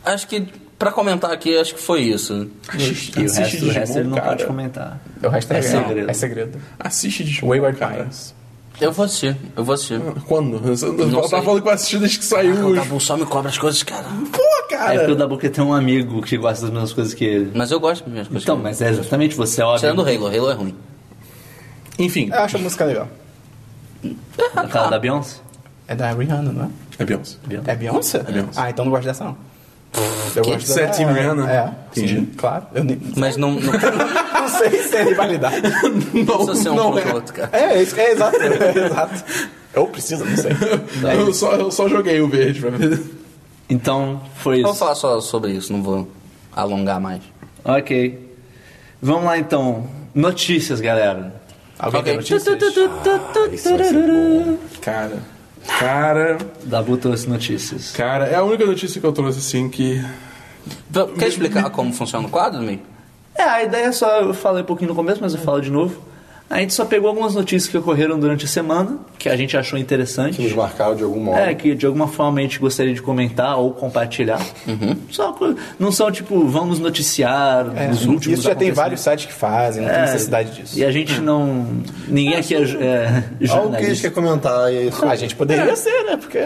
acho que pra comentar aqui, acho que foi isso.
Assiste
E o
assiste
resto, o resto ele
Digimon,
não pode
cara.
comentar.
O resto é,
É
segredo.
segredo.
É segredo.
Assiste Digimon,
Wayward
cara.
Pines.
Eu vou assistir, eu vou assistir.
Quando? Eu
sei.
tava falando que vai assistir desde que
Ah,
saiu.
O
os-
Dabu só me cobra as coisas, cara.
Pô,
É
cara!
porque o Dabuca tem um amigo que gosta das mesmas coisas que ele.
Mas eu gosto das minhas coisas.
Então, mas é exatamente você, óbvio.
Hum, Tirando o Halo, Halo é ruim.
Enfim,
Eu acho a música legal.
Aquela da Beyoncé?
É da Rihanna, não é?
é Beyoncé.
É Beyoncé? É
Beyoncé.
Ah, então não gosto dessa não. Eu
Que?
gosto
Você é
da-
Team
né?
Rihanna?
É.
Entendi.
Sim, claro. Eu nem-
Mas não, não
não sei se é rivalidade.
precisa ser um
não
contra
é.
o outro, cara.
É, é, isso- é exato. É exato. Eu preciso, não sei.
Eu só, eu só joguei o verde pra ver.
Então, foi
Vamos
isso.
falar só sobre isso, não vou alongar mais.
Ok. Vamos lá, então. Notícias, galera.
Alguém
Ok.
tem notícias?
Cara. Cara.
Dabu trouxe notícias.
Cara, é a única notícia que eu trouxe assim que.
V- Quer explicar como funciona o quadro, Mi?
É, a ideia é só, eu falei um pouquinho no começo, mas eu falo de novo. A gente só pegou algumas notícias que ocorreram durante a semana, que a gente achou
Que nos
interessante.
marcaram de algum modo.
É, que de alguma forma a gente gostaria de comentar ou compartilhar. Só co- não são tipo, vamos noticiar
É,
os últimos
isso já tem
acontecimentos.
vários sites que fazem, não tem
É,
necessidade disso.
E a gente não. Ninguém aqui é, ju- é
Algo que eles
jornalista.
querem comentar e é
A gente
É.
poderia ser, né? Porque.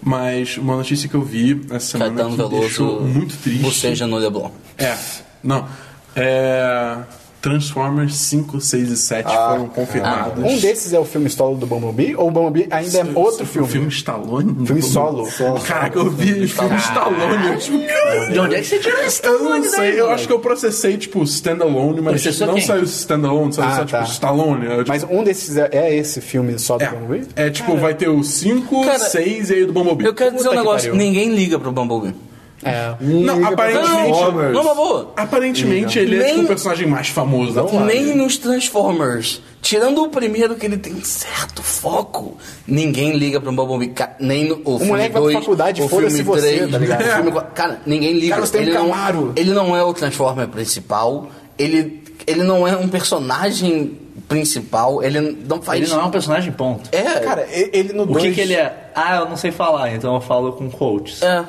Mas uma notícia que eu vi
Tá
essa semana
Caetano
que me
Veloso
deixou muito triste.
Ou seja, no Leblon.
É. Não. É. Transformers 5, 6 e 7 foram confirmados.
Ah, Um desses é o filme solo do Bumblebee, ou o Bumblebee ainda é outro filme?
O filme Stallone?
Filme solo.
Caraca, eu vi o filme Stallone. eu, tipo,
De onde é que você tirou esse
tá
Eu não
tamanho
né,
daí,
sei, eu
moleque?
acho que eu processei, tipo, standalone, mas
Processou
não
quem?
saiu standalone, saiu
Ah,
só, tipo,
tá.
Stallone. eu, tipo,
Mas um desses é, é esse filme só do Bumblebee?
é, é, tipo, vai ter o 5,
Cara,
6 e aí o do Bumblebee.
Eu quero dizer um
Puta que
negócio,
pariu.
ninguém liga pro Bumblebee.
É.
Não,
Não,
aparentemente...
não, não, uma boa.
Aparentemente ele é tipo,
Nem-
o personagem mais famoso da
Então
Marvel.
Nem nos Transformers, tirando o primeiro que ele tem certo foco, ninguém liga pro Bumblebee. Ca- Nem no, o, filme
moleque vai pra
dois,
faculdade,
o
foda-se
filme
você,
três,
tá ligado?
o filme quatro. cara, ninguém liga.
Cara, você tem um
ele,
Camaro.
não, ele não é o Transformer principal, ele, ele não é um personagem principal, ele não faz...
Ele não é um personagem, ponto.
É,
Cara, e- ele no
O
dois.
que, que ele é? Ah, eu não sei falar, então eu falo com coaches.
é.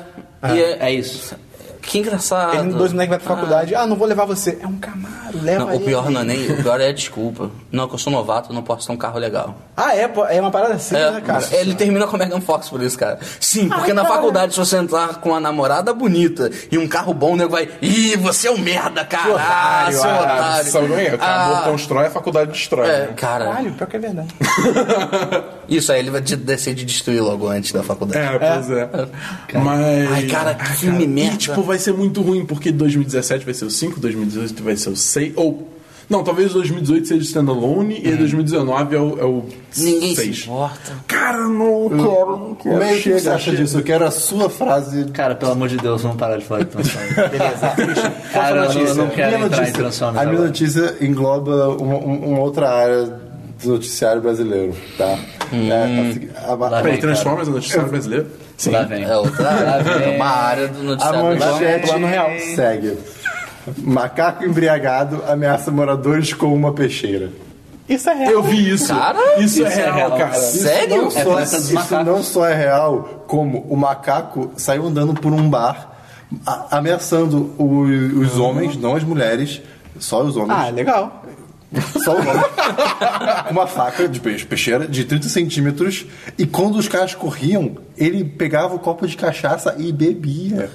E é-
É isso.
que engraçado.
Ah. Ele no dois moleque vai pra
Ah.
faculdade. Ah, não vou levar você. É um Camaro, leva
Não, o
ele.
pior não é nem, o pior é a desculpa. Não, que eu sou novato, eu não posso ter um carro legal.
Ah, é, pô, é uma parada assim, né, cara?
É, ele termina com a Megan Fox por isso, cara. Sim, porque na faculdade, se você entrar com uma namorada bonita e um carro bom, o nego vai. Ih, você é um merda, cara. Ah, seu
Ah,
otário. Ah,
sabe como é? Acabou, constrói, a faculdade destrói.
É,
né?
cara.
Caralho, pior que é verdade.
Isso aí, ele vai de- decide destruir logo antes da faculdade.
É, pois é. Mas. Ah,
Ai, cara, que filme merda.
E, tipo, vai ser muito ruim, porque 2017 vai ser o 5, 2018 vai ser o 6. Ou. Não, talvez 2018 seja standalone e 2019 é o, é o
Ninguém
seis.
se importa.
Cara, não quero, não quero.
Meio é que você acha disso? Eu quero a sua frase.
Cara, pelo amor de Deus, vamos parar de falar de Transformers. Cara, eu não- eu não quero
Minha
entrar em
notícia-
Transformers.
a minha
agora.
notícia engloba uma, um- uma outra área do noticiário brasileiro, tá? É, a segui- a, a-
Hum. Lá
Peraí,
vem,
Transformers é noticiário brasileiro? Sim.
Lá vem.
É outra
vem.
é uma área do
a
noticiário.
manchete
Plano real.
segue. Macaco embriagado ameaça moradores com uma peixeira.
Isso é real.
Eu vi isso.
Cara,
isso, é,
isso é
real,
real.
cara.
Isso
Sério?
não
É
só-
planeta dos
isso
macacos.
não só é real, como o macaco saiu andando por um bar a- ameaçando o- os homens, não as mulheres, só os homens.
Ah, legal.
Só um homem. Com uma faca de pe- peixeira de 30 centímetros. E quando os caras corriam, ele pegava o copo de cachaça e bebia.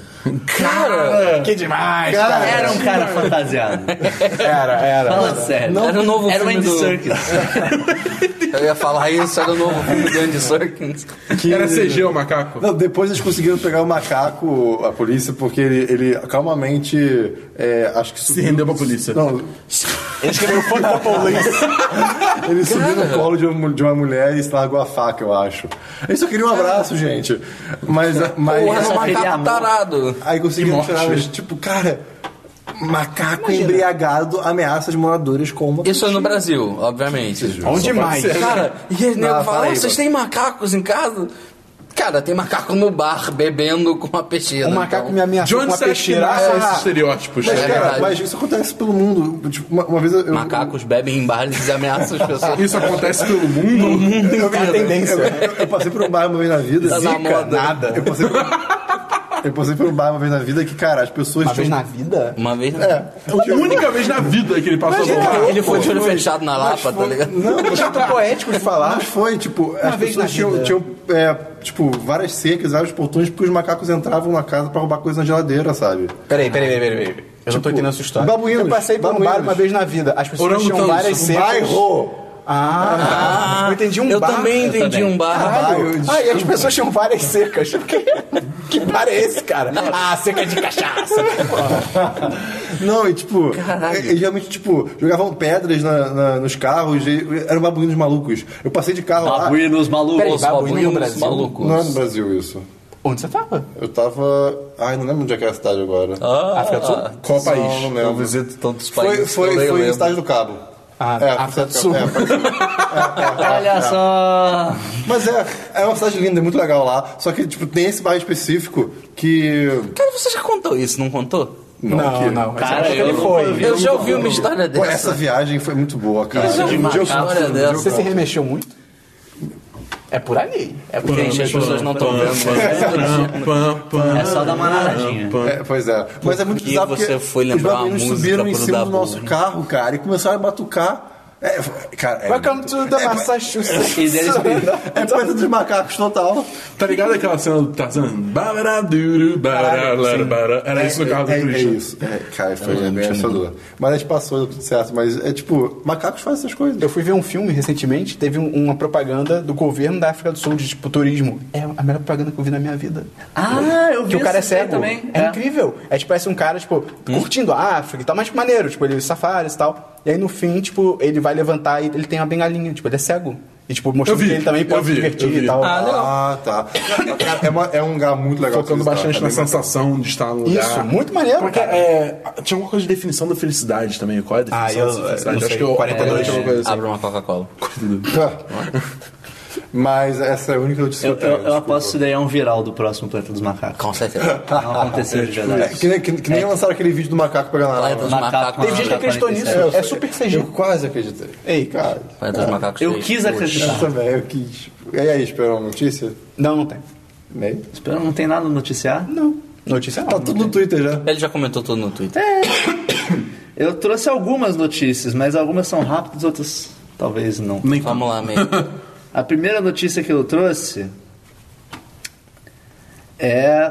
Cara,
Que demais,
Cara,
Era um cara fantasiado.
Era, era.
Fala sério.
Era o novo
Era um o
filme
Andy
do-
Serkis.
eu ia falar isso, era o novo filme do Andy Serkins.
Era CG o macaco?
Não, depois eles conseguiram pegar o macaco, a polícia, porque ele, ele calmamente. é, acho que subiu-
rendeu pra polícia.
Não. Ele escreveu fuck the police. ele subiu no colo de uma, de uma mulher e se largou a faca, eu acho. Ele só queria um abraço, gente. Mas. mas
Porra, era um
só queria
macaco
amor.
tarado.
Aí
E
conseguiram
morte.
tirar, mas, tipo, cara. Macaco embriagado ameaça os moradores com uma.
Isso é no Brasil, obviamente.
Onde mais?
Cara, e eles nego falam, "Ah,
Paraíba.
vocês têm macacos em casa? Cara, tem macaco no bar, bebendo com uma peixeira.
Um macaco
então.
me
De
ameaçou com
onde
uma
você acha que
peixeira.
nascem esses
Ah,
estereótipos?
Mas,
É
cara,
verdade.
mas isso acontece pelo mundo. Tipo, uma, uma vez eu.
Macacos bebem em bares e ameaçam as pessoas.
Isso acontece pelo mundo?
Eu, eu, eu, eu- eu passei por um bar uma vez na vida.
Tá na moda.
nada. Eu passei, por, eu passei por um bar uma vez na vida que, cara, as pessoas.
Uma vez
tinham-
na vida?
Uma vez. né?
É A única vez na vida que ele passou no carro.
Ele foi de olho fechado na Lapa, tá ligado?
Não,
Um jeito poético de falar.
Mas foi, tipo, as
vez
pessoas
na
tinham,
vida.
tinham é, tipo, várias cercas, vários portões, porque os macacos entravam na casa pra roubar coisa na geladeira, sabe?
Peraí, peraí, peraí, peraí. Eu
tipo,
não tô entendendo a sua história.
babuínos,
eu passei por um
babuínos.
bar uma vez na vida. As pessoas
Orangotangos,
tinham várias
um
secas.
Bairro!
Ah, eu entendi um
eu
bar.
também entendi
também.
um bar.
Bairro.
Ah, e as pessoas tinham várias secas. Que- Que bar é esse, cara? Ah, seca de cachaça.
Não, e tipo,
Caralho.
eles realmente, tipo, jogavam pedras na- na- nos carros, e, eram babuínos malucos. Eu passei de carro lá.
Babuínos malucos.
Os babuínos
babuíno no Brasil.
malucos.
Não é no Brasil isso.
Onde você tava?
Eu tava. Ai, não lembro onde é que era a cidade agora.
Ah,
África do Sul?
Qual
Não,
país?
não lembro.
visito tantos
Foi,
países.
foi, foi em Estádio do Cabo.
Ah,
É,
África do Sul.
é, foi-
Olha só.
Mas é, é uma cidade linda, é muito legal lá. Só que, tipo, tem esse bairro específico que.
Cara, você já contou isso, não contou?
É,
que-
Não, não.
Cara,
Cara, ele
eu um nunca
foi.
Eu já ouvi uma história
Pô,
dessa.
essa viagem foi muito boa, cara.
Isso é uma
Um dia eu
história
conto, um dia eu
dessa.
Você se
conto.
remexeu muito? É por ali. É por ali.
Gente, as pessoas não estão vendo.
É só dar uma naradinha.
É, pois é. Mas é muito
que
bizarro porque
você foi lembrar
os babuínos
uma música
subiram em
pro
cima do
Dabu,
nosso
né?
carro, cara, e começaram a batucar. É, cara, é
Welcome
muito-
to the Massachusetts.
E deles-
É coisa dos macacos total.
Tá ligado aquela cena do Tarzan? Baraduru, baralabará. Era isso no carro do
é, é
Christian.
isso. É, cara, foi bem assustador. Mas a gente passou, deu tudo certo. Mas é tipo, macacos fazem essas coisas.
Eu fui ver um filme recentemente, teve um- uma propaganda do governo da África do Sul de tipo turismo. É a melhor propaganda que eu vi na minha vida.
Ah, eu vi
Que o cara é
esse daí
cego.
também.
É, incrível. É tipo, parece um cara, tipo, curtindo a África e tal, mas tipo, maneiro, tipo, ele safaris e tal. E aí no fim, tipo, ele vai levantar e ele tem uma bengalinha, tipo, ele é cego. E tipo, mostrando
Eu vi,
que ele também
eu
pode
vi,
se divertir
eu vi.
e tal.
Ah, legal.
Ah, tá. Cara, é, uma- é um lugar muito legal.
Focando
de visitar,
bastante
tá
na
bem bacana.
sensação de estar no lugar.
Isso, muito maneiro,
Porque,
cara.
é, tinha alguma coisa de definição da felicidade também. Qual é a definição
Ah, eu-
dessa felicidade?
eu não
Acho
sei.
que eu,
42.
alguma coisa assim.
Abra uma Coca-Cola.
Mas essa é a única notícia
Eu,
que eu tenho.
eu, eu
desculpa.
aposto que isso daí é um viral do próximo Planeta dos Macacos.
Com certeza.
Não aconteceu de
É,
verdade.
que, nem- que- que nem lançaram aquele vídeo do macaco pegando a
Planeta
arma.
dos Macacos.
Teve gente que acreditou nisso.
eu-
É super CG.
Eu quase acreditei.
Ei,
cara.
Planeta dos Macacos.
Eu
fez.
quis
Eu
acreditar.
também, eu quis. E aí, esperou uma notícia?
Não, não tem.
Nem.
Espera, Tipo, não tem nada a noticiar?
Não. Notícia
Tá
não.
tudo no Twitter já.
Ele já comentou tudo no
É.
Twitter.
Eu trouxe algumas notícias, mas algumas são rápidas, outras talvez não.
Vamos lá, meio.
A primeira notícia que eu trouxe é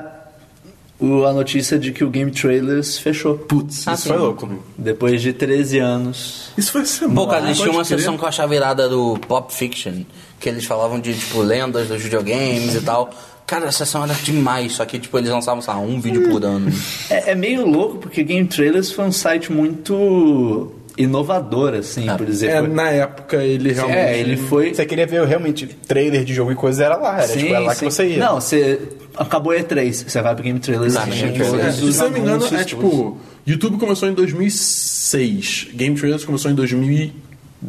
o- a notícia de que o Game Trailers fechou. Putz.
Ah, sim.
louco.
Depois de 13 anos.
Isso foi semana.
Pô, cara, eles tinham uma
Pode crer.
sessão que eu achava irada do Pop Fiction, que eles falavam de, tipo, lendas dos videogames e tal. Cara, a sessão era demais, só que, tipo, eles lançavam, sei lá, um vídeo por ano.
É, é meio louco porque Game Trailers foi um site muito inovador, assim,
Ah,
por dizer.
É,
Foi-
na época ele realmente.
é, ele foi.
Você queria ver realmente trailer de jogo e coisa, era
é,
lá. Era tipo, era lá que você ia.
Não, você. Acabou E3, você vai pro Game Trailers.
Ah,
assiste
Game
todos
Trailers.
os
É, Se eu não me engano,
anúncios,
é tipo. YouTube começou em 2006. Game Trailers começou em 2000.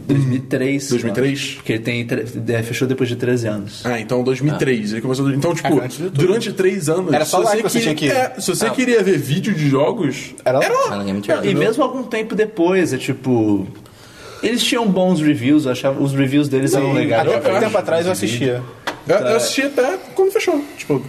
2003.
2003?
Porque ele tem, tre- é, fechou depois de 13 anos.
Ah, então 2003. Ele começou. Então, tipo,
antes de tudo.
durante três anos.
Era só
se
lá que você
queria-
tinha que ir. Ah.
é, se você queria ver vídeo de jogos.
Era lá.
Era no Game
Não,
Trailers.
e mesmo algum tempo depois, é tipo. Eles tinham bons reviews, eu achava, os reviews deles eram legais.
Até
Eu
pouco
né?
acho.
tempo atrás eu assistia.
Eu, eu assisti até quando fechou. Tipo,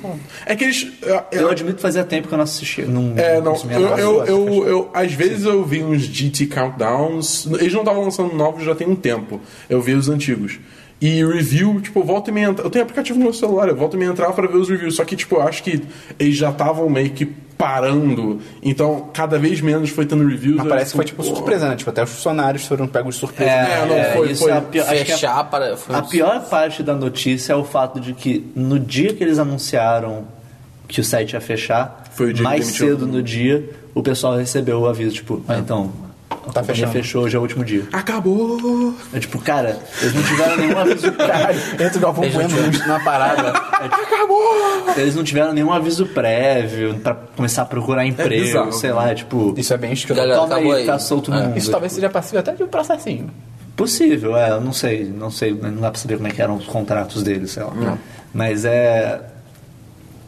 é que eles. eu-
Eu admito que fazia tempo que eu não assistia. Não,
É, não.
consumia
Eu,
nada.
eu, eu, eu- às vezes eu vi uns GT Countdowns. Eles não estavam lançando novos já tem um tempo. Eu vi os antigos. E review, tipo, eu volto e me entra... Eu tenho aplicativo no meu celular, eu volto e me entrar pra ver os reviews. Só que, tipo, eu acho que eles já estavam meio que parando. Então, cada vez menos foi tendo reviews.
Mas
eu
parece que foi
fico,
tipo
pô.
surpresa, né? Tipo, até os funcionários foram pegos de surpresa.
É, não,
É,
foi-
isso
foi-
é a pior- acho que é a
Fechar para. foi-
A pior parte da notícia é o fato de que no dia que eles anunciaram que o site ia fechar,
Foi o dia que
mais
demitiu
cedo
todo mundo.
no dia, o pessoal recebeu o aviso, tipo, ah, então,
Tá
a companhia
fechando.
fechou, hoje é o último dia.
Acabou!
É tipo, cara, eles não tiveram nenhum aviso prévio.
Entra o Galvão
Eles não
Bueno
tiveram-
na parada.
Eles não tiveram nenhum aviso prévio pra começar a procurar emprego,
bizarro.
sei lá, é tipo...
Isso é bem escroto.
Galera,
Toma
acabou
aí,
aí.
tá solto no
É.
mundo.
Isso talvez seja passível até de um processinho.
Possível, é, eu não sei, não sei, não dá pra saber como é que eram os contratos deles, sei lá. Mas é.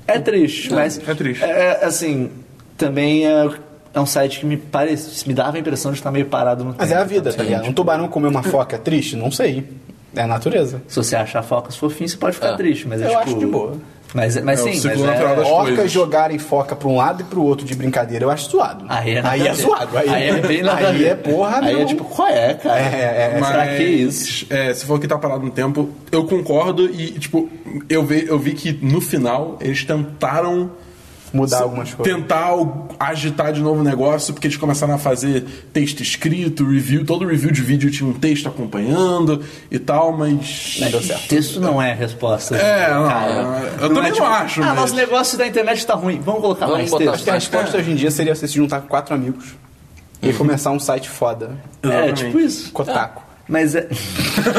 É triste, mas.
é triste.
É, é, assim, também é, é um site que me parece. me dava a impressão de estar meio parado no
Mas é
tempo.
a vida, tá ligado? Um tubarão comer uma foca é triste? Não sei. É a natureza.
Se você achar focas fofinhos, você pode ficar
É.
triste, mas é
Eu
tipo.
acho de boa.
Mas, mas
É o
sim, mas
ciclo
é-
natural das
Orcas
coisas.
jogarem foca pra um lado e pro outro de brincadeira, eu acho zoado.
Aí é, nada
aí
a
é
ver.
zoado. Aí,
é bem nada a
Aí
ver.
é porra,
Aí
não.
é tipo, qual é, cara?
É, é, é.
Pra que isso?
É, você falou que tá parado no tempo. Eu concordo e, tipo, eu vi, eu vi que no final eles tentaram
Mudar algumas coisas.
tentar o- agitar de novo o negócio, porque eles começaram a fazer texto escrito, review, todo review de vídeo tinha um texto acompanhando e tal, mas.
Não deu certo. Texto não é a resposta.
É, não, eu também não acho,
Ah,
mas-
nosso negócio da internet tá ruim. Vamos colocar
Vamos
mais
botar
texto.
A resposta hoje em dia seria você se juntar com quatro amigos e
Uhum.
começar um site foda.
É,
Exatamente.
tipo isso.
Kotaku.
Mas é.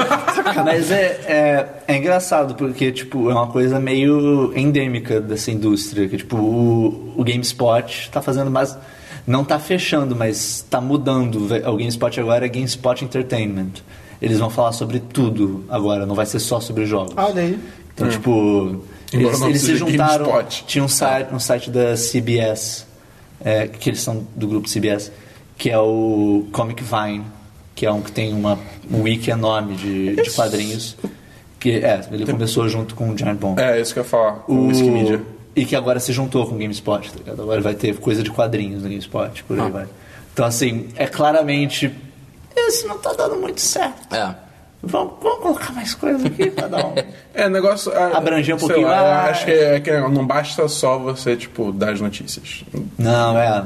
Mas é, é, é engraçado, porque, tipo, é uma coisa meio endêmica dessa indústria. Que, tipo, o, o GameSpot tá fazendo mais. Não tá fechando, mas tá mudando. Ve- O GameSpot agora é GameSpot Entertainment. Eles vão falar sobre tudo agora, não vai ser só sobre jogos.
Ah, Olha aí.
Então, tipo,
É. Embora
eles,
não
eles se
seja
juntaram.
GameSpot.
Tinha um site, um site da CBS, é, que eles são do grupo CBS, que é o Comic Vine, que é um que tem uma um wiki enorme de, de quadrinhos. Que, é, ele começou junto com o Giant Bomb.
É, isso que eu ia falar, com o Whisky Media.
E que agora se juntou com o GameSpot, tá ligado? Agora vai ter coisa de quadrinhos no GameSpot, por
Ah.
aí vai. Então, assim, é claramente. Esse não tá dando muito certo.
É.
Vamos, vamos colocar mais coisa aqui pra dar um.
É, negócio. é,
Abranger um
sei
pouquinho
lá, eu
mais.
Acho que, é, que não basta só você, tipo, dar as notícias.
Não, é.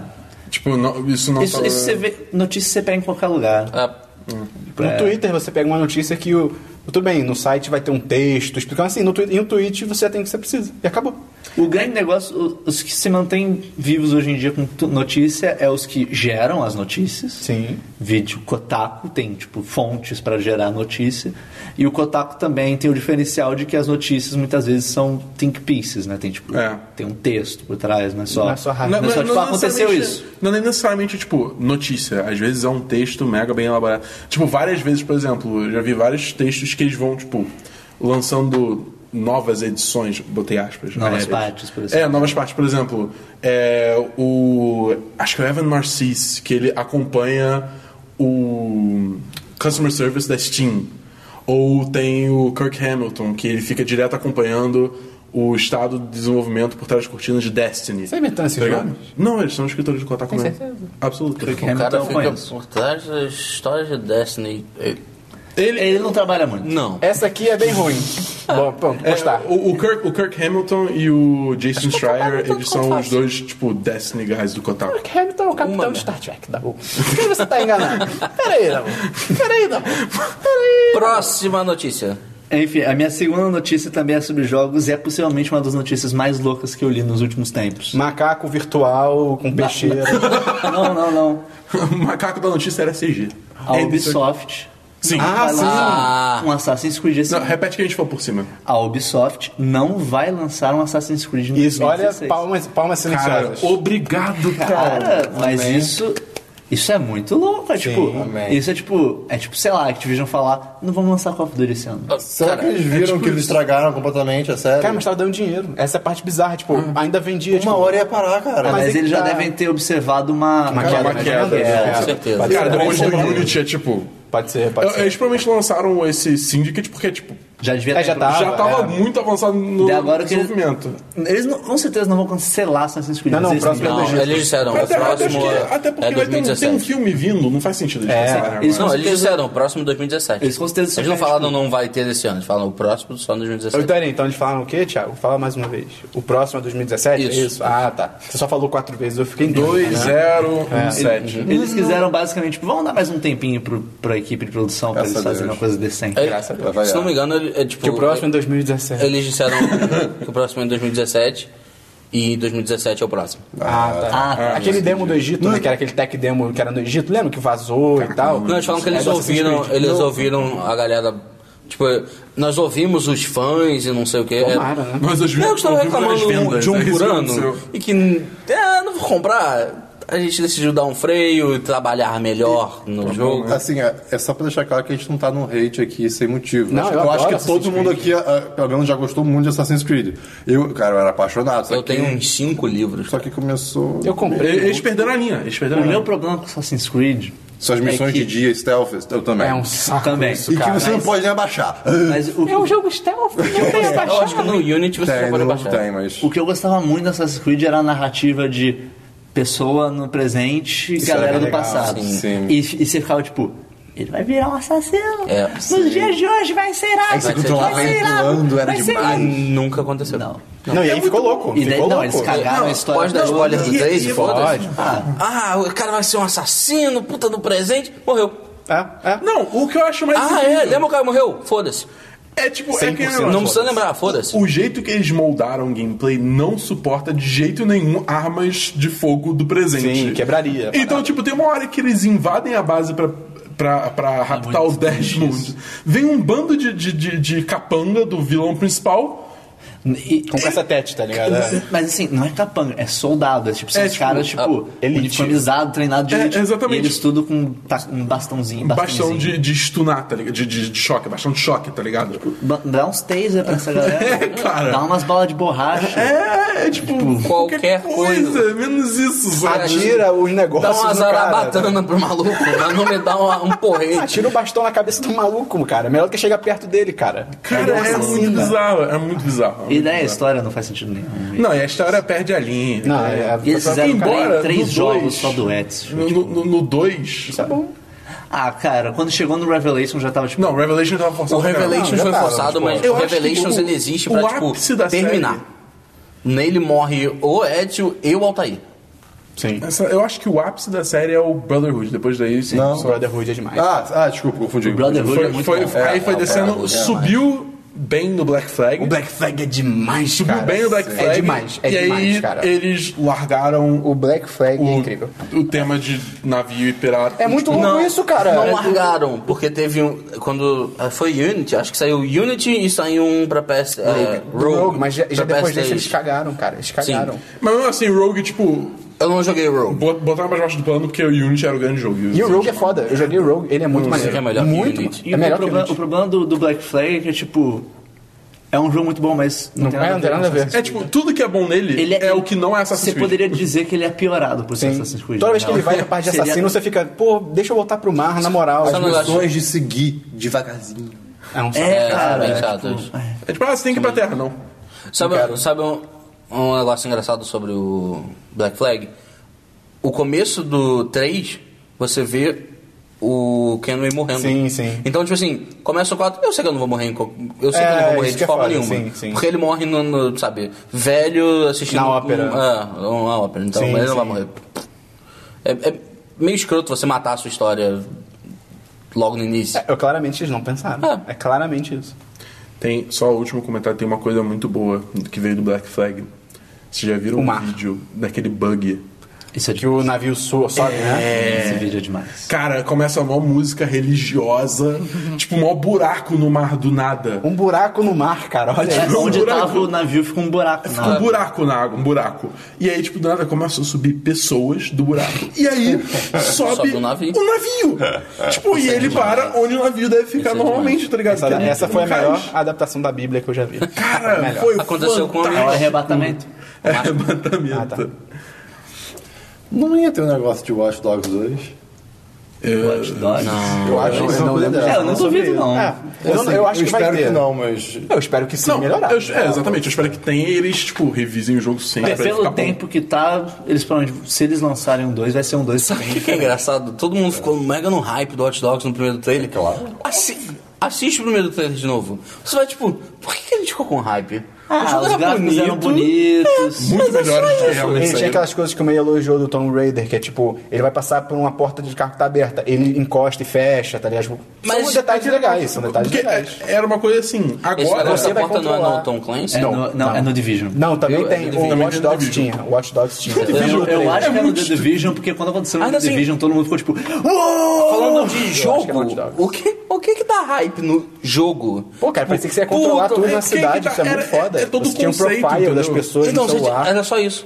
Tipo, não- isso não
Isso,
tá-
isso você vê, notícia você pega em qualquer lugar.
É.
É.
No Twitter você pega uma notícia que o. Tudo bem, no site vai ter um texto explicando assim, no Twitter, em um tweet você já tem o que você precisa. E acabou.
O grande negócio, o- os que se mantêm vivos hoje em dia com tu- notícia é os que geram as notícias.
Sim.
Vídeo Kotaku tem tipo fontes para gerar notícia e o Kotaku também tem o diferencial de que as notícias muitas vezes são think pieces, né? Tem tipo
É.
tem um texto por trás, não é só
Não é só rápido.
não é só, tipo, aconteceu
necessariamente-
isso.
Não é necessariamente, tipo, notícia. Às vezes é um texto mega bem elaborado. Tipo, várias vezes, por exemplo, eu já vi vários textos que eles vão, tipo, lançando novas edições, botei aspas.
Novas
aéreas.
partes, por exemplo.
É, novas partes. Por exemplo, é, o... Acho que é o Evan Narcisse, que ele acompanha o Customer Service da Steam. Ou tem o Kirk Hamilton, que ele fica direto acompanhando o estado de desenvolvimento por trás das cortinas de Destiny.
Você inventando esses
Tá ligado?
nomes?
Não, eles são escritores de Kotaku mesmo.
certeza?
Absoluto. Kirk
É,
O
Hamilton.
cara
então,
fica
conheço.
por trás das histórias de Destiny. É.
Ele, ele não trabalha muito.
Não.
Essa aqui é bem ruim. Bom, pronto,
É,
postar.
o, o Kirk, o Kirk Hamilton e o Jason Schreier,
tanto
eles são
quanto
os dois, tipo, Destiny guys do Kotaku.
Mark Hamilton é o capitão
Uma
de
merda.
Star Trek, Dabu. Por que você tá enganado? Peraí, Dabu. Peraí, Dabu. Peraí.
Próxima notícia.
Enfim, a minha segunda notícia também é sobre jogos e é possivelmente uma das notícias mais loucas que eu li nos últimos tempos.
Macaco virtual com peixeira.
não, não, não.
o macaco da notícia era CG.
A
É,
Ubisoft.
Sim.
Ah,
vai
sim.
lançar Um Assassin's Creed esse
Não,
ano.
repete que a gente falou por cima.
A Ubisoft não vai lançar um Assassin's Creed no
Isso, olha,
2016.
palmas, palmas
Cara,
silenciosas.
obrigado, cara.
Cara, mas isso. Isso é muito louco, é tipo.
amém.
Isso é tipo. É tipo, sei lá, a Activision falar, não vamos lançar Call of Duty esse ano.
Será que eles viram que eles estragaram completamente, é sério?
Cara, mas tá tava dando dinheiro. Essa é a parte bizarra, tipo, ainda vendia.
Uma hora ia parar, cara.
Mas,
mas é que
eles já
tá-
devem ter observado uma.
Uma queda,
uma queda,
Com
né?
certeza.
Cara, depois do
Pode ser.
Unity é tipo.
Pode ser, pode
Eu-
ser.
Eles provavelmente lançaram esse Syndicate porque, tipo,
Já devia
É, já
em
tá.
produção.
já tava muito avançado no
Daí agora que-
desenvolvimento.
é
Eles não- com certeza não vão cancelar Assassin's Creed.
Não, não,
Eles-
próximo é
Não,
Não,
eles disseram, o
Até, até
próximo
porque,
é-
até porque
é
vai ter um, tem um
2017.
filme vindo, não faz sentido
É,
eles cancelarem né? agora.
eles
Não, eles
certeza-
disseram, o próximo é 2017.
Eles com certeza
Eles não
só querem,
falaram não vai ter desse ano, eles falaram o próximo só em 2017.
Então, então eles falaram o quê, Thiago? Fala mais uma vez. O próximo é 2017?
Isso.
É Ah, tá. Você só falou quatro vezes, eu fiquei em dois. né?
é 2017.
Eles quiseram basicamente, tipo, vamos dar mais um tempinho pro, pra equipe de produção pra
Graças
eles
a
fazerem
Deus.
uma coisa decente.
É,
graças a Deus, vai
se não
lá.
me engano, ele- é tipo.
Que o próximo é 2017.
Eles disseram que o próximo é em 2017 e 2017 é o próximo.
Ah, tá.
Ah, tá.
aquele demo do Egito, né? Que era aquele tech demo que era no Egito, lembra? Que vazou e tal.
Não, eles falam um que eles
assim,
É do Assassin's
ouviram,
Creed.
eles
Não.
ouviram a galera. Tipo, nós ouvimos os fãs e não sei o quê.
Tomara, né?
Nós hoje
Não, que estavam
ouvimos
reclamando
as vendas,
de
é
né?
um
isso
por
que
ano
aconteceu.
e que. Ah, não vou comprar. A gente decidiu dar um freio e trabalhar melhor no jogo.
Assim, é, é só pra deixar claro que a gente não tá num hate aqui sem motivo.
Não,
acho,
eu
eu, acho
adoro
que todo
Assassin's
mundo aqui, ah, pelo menos, já gostou muito de Assassin's Creed. Eu, cara, eu era apaixonado. Só
Eu
que,
tenho um uns cinco livros.
Só que começou.
Eu comprei.
Eles perderam a linha, eles perderam
O
a
meu
linha.
problema com Assassin's Creed
Suas missões
É que-
de dia, stealth, eu também.
É um saco
Também.
isso,
e que
cara.
você não pode nem abaixar. Ah,
Mas o,
É um jogo stealth, É, não tem
Eu acho que
abaixado.
no Unity você já
Tem,
pode
não,
baixar.
tem, mas.
o que eu gostava muito da Assassin's Creed era a narrativa de pessoa no presente e
Isso
galera
era
do
legal,
passado.
sim, sim.
E, e você ficava tipo, ele vai virar um assassino.
É,
Nos
sim.
dias de hoje vai ser
Aí
irado.
você controlava ele pulando, era
Ah,
demais.
nunca aconteceu.
Não.
Não,
É
e aí ficou louco.
E daí,
ficou
não,
louco.
eles cagaram a história.
Pode dar
toda.
spoiler do
E-
3,
e-
foda-se.
Ah,
Ah, o cara vai ser um assassino, puta no presente, morreu.
É, é.
Não, o que eu acho mais
Ah,
incrível
é, lembra o cara morreu? Foda-se.
é tipo, é
100%
aquele
não
negócio.
Não precisa lembrar, foda-se.
O jeito que eles moldaram o gameplay não suporta de jeito nenhum armas de fogo do presente.
Sim, é quebraria.
Então, tipo, tem uma hora que eles invadem a base pra, pra, pra raptar o Desmond. Vem um bando de, de, de, de capanga do vilão principal.
e-
Com essa tete, tá ligado? É.
Mas assim, não é capanga, é soldado. É, tipo, são
É,
os
tipo,
caras, tipo,
a-
elite. uniformizados, treinados de
É,
elite.
exatamente.
E eles tudo com ta- um bastãozinho.
Bastão
bastãozinho.
de, de stunar, tá ligado? De, de, de choque, bastão de choque, tá ligado? Tipo,
Ba- Dá uns taser pra essa galera.
É, cara.
Dá umas balas de borracha.
é, é tipo,
qualquer
é, menos isso, sabe?
É. Atira os
Dá
negócios
uma
no cara.
zarabatana pro maluco, mas não me dá uma- um porrete.
Atira o bastão na cabeça do maluco, cara. Melhor do que chegar perto dele, cara. assim,
Cara, é muito bizarro, é muito bizarro. é muito
E daí a
bizarro.
história não faz sentido nenhum.
Não, e a história perde a linha.
Não, é...
E eles
é-
fizeram
embora,
três, três
no
jogos
dois.
só do Ezio.
No 2.
Tá bom.
Ah, cara, quando chegou no Revelation já tava tipo.
Não, Revelation tava forçado.
O Revelations
Não,
foi
já tava,
forçado,
tipo,
mas
eu
o
acho que
Revelations
o-
ele existe
o
pra,
ápice
tipo,
da
terminar.
série-
Nele morre o Edil e o Altair.
Sim.
Essa- eu acho que o ápice da série é o Brotherhood. Depois daí, sim.
Não.
Brotherhood é demais.
Ah, ah, desculpa, confundi.
Brotherhood é
Foi,
muito
foi-
bom.
aí foi
é,
descendo,
é, é,
subiu bem no Black Flag.
O Black Flag é demais,
subiu
cara.
bem no Black Flag.
É demais, é
e
demais,
aí
cara.
eles largaram o,
O Black Flag é incrível.
o tema de navio e pirata. Tipo,
É muito louco isso, cara.
Não
É-
largaram, porque teve um. Quando. ah, Foi Unity, acho que saiu Unity e saiu um pra PS. é, Rogue,
Rogue, mas já, já
pra
depois
PS3.
desse eles cagaram, cara. Eles cagaram.
Mas mesmo assim, Rogue, tipo,
Eu não joguei Rogue.
bot- botaram mais baixo do plano porque o Unity era o grande jogo.
E o Rogue é foda. Eu joguei o Rogue, ele é muito maneiro.
é melhor que
muito.
Unity.
E
É
o,
melhor que
problema,
Unity.
o problema do, do Black Flag é que, tipo. É um jogo muito bom, mas não,
Não,
tem
é,
nada
não tem nada a ver.
É tipo, tudo que é bom nele é, o que não é Assassin's
Você
Creed.
poderia dizer que ele é piorado por ser
Sim.
Assassin's Creed.
Toda vez que
não.
ele vai na parte de
Seria-
assassino, você fica, pô, deixa eu voltar pro mar, na moral.
Só um
As
não gosto.
missões de seguir devagarzinho.
É um
É,
É,
cara.
bem
é,
chato
tipo,
isso.
é.
É tipo, ah, você tem que ir pra Terra, não.
Sabe, sabe um, um negócio engraçado sobre o Black Flag? O começo do 3, você vê o Kenway morrendo.
Sim, sim.
Então, tipo assim, começa o 4, eu sei que eu não vou morrer em co- Eu sei que eu não
É,
vou morrer
isso
de
que é
forma
foda,
nenhuma.
sim, sim.
Porque ele morre no, no, sabe, velho assistindo.
Na ópera.
Um, é, uma ópera. Então,
Sim,
ele não vai
sim.
morrer. É, é meio escroto você matar a sua história logo no início.
é, Eu, claramente eles não pensaram.
Ah.
É claramente isso.
Tem, só o último comentário, tem uma coisa muito boa que veio do Black Flag. Vocês já viram
O
um
mar.
vídeo daquele bug?
Isso é
Que
demais.
o navio soa,
É.
sobe, né?
Esse vídeo é demais.
Cara, começa uma música religiosa, tipo, um maior buraco no mar do nada.
Um buraco no mar, cara. Olha
É,
isso.
onde
buraco.
tava o navio fica um buraco. na
Um
água.
buraco na água, um buraco. E aí, tipo, do nada começam a subir pessoas do buraco. E aí sobe,
Sobe o navio. é
o navio. tipo, e ele para onde o navio deve ficar
Isso é
normalmente, tá ligado?
Essa,
Que é
essa
muito
foi a
eficaz.
melhor adaptação da Bíblia que eu já vi.
Cara,
Melhor.
foi
Aconteceu com a
É o
fantástico.
arrebatamento.
É, arrebatamento.
Ah, tá.
Não ia ter um negócio de Watch Dogs 2.
É.
Watch Dogs.
Eu acho que
isso é uma
lembro.
coisa
É, eu não duvido, não.
É, eu, não-
Assim,
eu acho que vai
espero
ter.
que não, mas...
Eu espero que sim
Não,
melhorar.
eu- é, exatamente. Eu espero que tenha e eles, tipo, revisem o jogo sempre.
É,
pra ele ficar
pelo
bom.
tempo que tá, eles provavelmente, se eles lançarem um 2, vai ser um 2
Sabe o que, que é engraçado? Todo mundo ficou mega no hype do Hot Dogs no primeiro trailer. Claro. assiste o primeiro trailer de novo. Você vai tipo, por que, que a gente ficou com hype?
Ah,
o jogo
os
era
gráficos
bonito.
eram bonitos.
Muito melhores do que
Ele
realmente
é
tinha
saíram.
aquelas coisas que o meio elogiou do Tom Raider, que é tipo, ele vai passar por uma porta de carro que tá aberta, ele encosta e fecha, tá ligado? Tipo,
Mas-
são detalhes legais, são detalhes
Porque
legais.
é, era uma coisa assim,
Esse
agora...
negócio
você
da
vai
porta não é
controlar.
no Tom Clancy?
É no, não,
Não.
é no Division.
Não, também
Eu-
tem.
eu
O
também
Watch
vi
Dogs
no
tinha. o Watch Dogs tinha.
Eu, eu
trailer.
acho que
É
era no
muito
The Division, porque quando aconteceu no
Ainda
The
assim-
Division, todo mundo ficou tipo...
Falando de
acho que é Watch
jogo,
Dogs.
o que, o que que dá hype no jogo?
Pô, cara, parecia que você ia controlar
Puta,
tudo
é
na
que-
cidade,
que
isso é
era-
muito foda.
é todo
você tinha um
conceito,
profile das
entendeu?
pessoas
então,
no
você-
celular.
era só isso.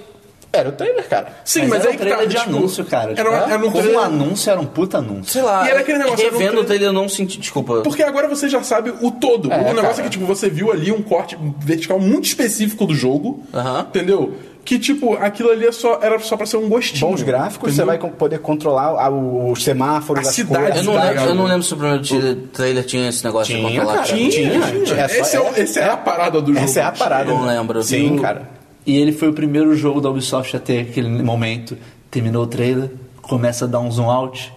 Era o trailer, cara.
Sim,
Mas,
mas,
era
aí
um
que tá,
trailer de
tipo,
anúncio, cara.
Era,
Tipo,
era um
Como
trailer-
anúncio, era um puta anúncio.
Sei lá,
E era aquele negócio, era um
revendo o
trailer-
trailer, eu não senti... Desculpa.
Porque agora você já sabe o todo. o negócio
cara.
é que, tipo, você viu ali um corte vertical muito específico do jogo,
Aham.
entendeu? Que, tipo, aquilo ali é só, era só pra ser um gostinho.
Bons gráficos, você vai
entendeu?
com- poder controlar a- o- os semáforos,
A
as
cidade.
cores.
Eu não,
Tá,
lembro, eu
cara.
não lembro se o primeiro ti- trailer tinha esse negócio tipo, de
Tinha,
controlar.
cara.
Tinha, tinha.
tinha. É só-
Essa, é, o-
é-
essa é a parada do jogo.
Essa é a parada.
Eu não lembro.
Sim,
Eu-
cara.
E ele foi o primeiro jogo da Ubisoft a ter aquele momento. Terminou o trailer, começa a dar um zoom out.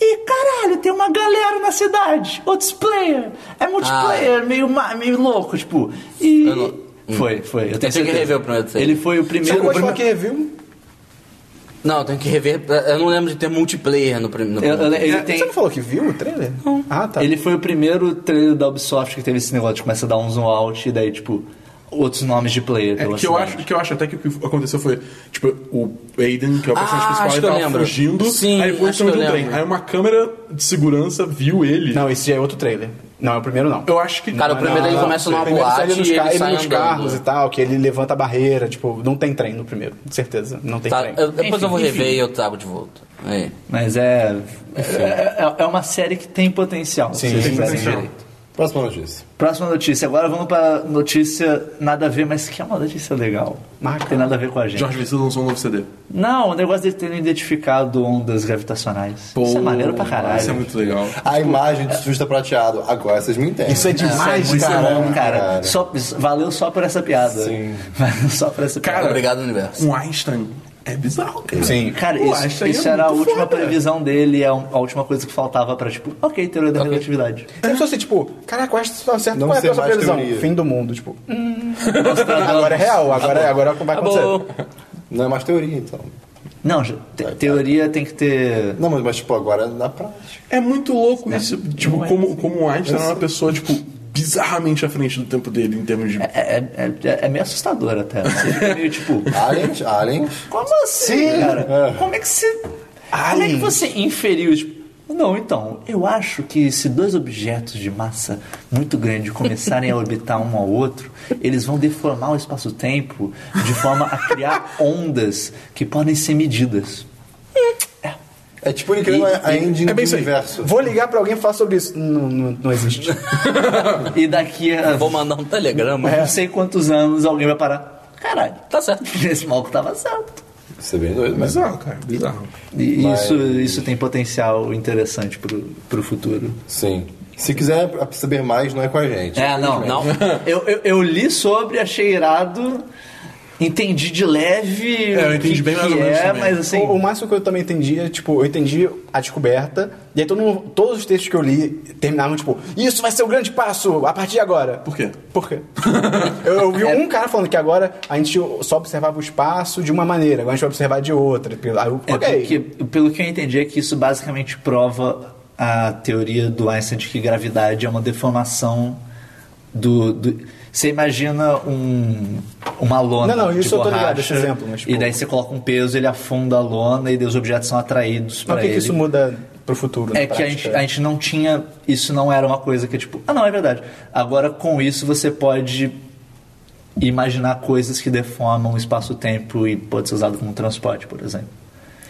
E caralho, tem uma galera na cidade, outros player. É multiplayer, meio, ma- meio louco, tipo. E.
Eu não-
Foi, foi. Eu tenho
tenho que
certeza.
rever o primeiro trailer.
Ele foi o
Você
primeiro.
pode falar que review?
Não, eu tenho que rever. Eu não lembro de ter multiplayer no primeiro.
Eu- eu- ele, tem-
Você não falou que viu o trailer? Ah, tá.
ele foi o primeiro trailer da Ubisoft que teve esse negócio de começa a dar um zoom out e daí, tipo, outros nomes de player.
É,
pela
que eu
cidade.
acho que eu acho até que o que aconteceu foi tipo o Aiden que é o personagem
Ah, acho
principal ele
que eu
tava
lembro.
fugindo
Sim,
aí ele foi em
acho
cima
que
de
eu
um
lembro.
trem aí uma câmera de segurança viu ele
Não, esse já é outro trailer. Não, é o primeiro não.
eu acho que
Cara, o primeiro ele começa numa
Ah, primeiro sai
boate
ele nos,
e ele
ca- ele
sai
nos
andando.
carros e tal, que ele levanta a barreira, tipo, não tem trem no primeiro, com certeza, não tem
Tá,
trem.
eu- depois
Enfim,
eu vou rever
enfim.
e eu trago de volta. Aí.
Mas é. É, é- é uma série que tem potencial. se
Sim,
vocês
tem
é
derem
potencial.
Próxima notícia.
Próxima notícia. Agora vamos pra notícia nada a ver, mas que é uma notícia legal.
Marca.
Tem nada a ver com a gente.
Ah, Jorge Vecino lançou um novo CD
Não, o negócio de terem identificado ondas gravitacionais. isso é maneiro pra caralho.
isso é muito legal
A imagem de surfista prateado. Agora vocês me entendem.
Isso é
Isso é
demais,
muito
cara.
bom, cara.
cara.
Só, isso- valeu só por essa piada.
Sim.
Valeu só por essa
Cara,
piada.
Obrigado, universo.
um Einstein é bizarro cara.
Sim.
Cara,
Pô,
isso,
isso aí
isso
é
era a
muito
última
foda.
previsão dele, é um- a última coisa que faltava pra, tipo, ok, teoria da relatividade.
É só assim, tipo, caraca, eu acho que isso tá certo.
Não
Qual é a
sei
sua
mais
previsão?
teoria.
Fim do mundo, tipo. hum. agora é real, agora, agora vai acontecer.
Acabou.
Não é mais teoria, então.
Não, já- te- teoria tem que ter.
Não, mas, mas tipo, agora é na prática.
é muito louco isso tipo
é
como como o Einstein era uma pessoa tipo bizarramente à frente do tempo dele em termos de
É, é, é- é meio assustador até. Você fica meio tipo.
Aliens, aliens.
Como assim, cara? Como é que você. Como é que
Aliens.
você inferiu? Tipo, não, então, eu acho que se dois objetos de massa muito grande começarem a orbitar um ao outro, eles vão deformar o espaço-tempo de forma a criar ondas que podem ser medidas.
É tipo incrível a a engine
é bem isso
do
aí.
universo.
Vou ligar pra alguém e falar sobre isso. Não, não, não existe.
E daqui a
Vou mandar um telegrama.
É.
não sei quantos anos alguém vai parar. Caralho,
Tá certo.
esse maluco tava certo.
Isso é bem doido, mas...
bizarro cara bizarro
E isso, isso tem potencial interessante pro, pro futuro.
Sim. Se quiser saber mais, não é com a gente.
É, não, não. eu, eu, eu li sobre, achei irado, entendi de leve.
É, eu
o que
entendi bem
que
mais ou menos
é,
também.
mas assim.
O, o máximo que eu também entendi é, tipo, eu entendi a descoberta, e aí todo mundo- todos os textos que eu li terminavam, tipo, isso vai ser o grande passo a partir de agora.
Por quê?
Por quê? eu, eu vi
É.
um cara falando que agora a gente só observava o espaço de uma maneira, agora a gente vai observar de outra. Aí eu,
é
ok.
porque, pelo que eu entendi, é que isso basicamente prova a teoria do Einstein de que gravidade é uma deformação do. do- você imagina um, uma lona.
Não, não, isso
de
eu tô
borracha,
ligado, esse exemplo, mas,
E
tipo-
daí você coloca um peso, ele afunda a lona e daí os objetos são atraídos
Mas
para
o que,
ele.
que isso muda pro futuro? na
É que a
prática?
gente, a gente não tinha. Isso não era uma coisa que, tipo, ah, não, é verdade. Agora, com isso, você pode imaginar coisas que deformam o espaço-tempo e pode ser usado como transporte, por exemplo.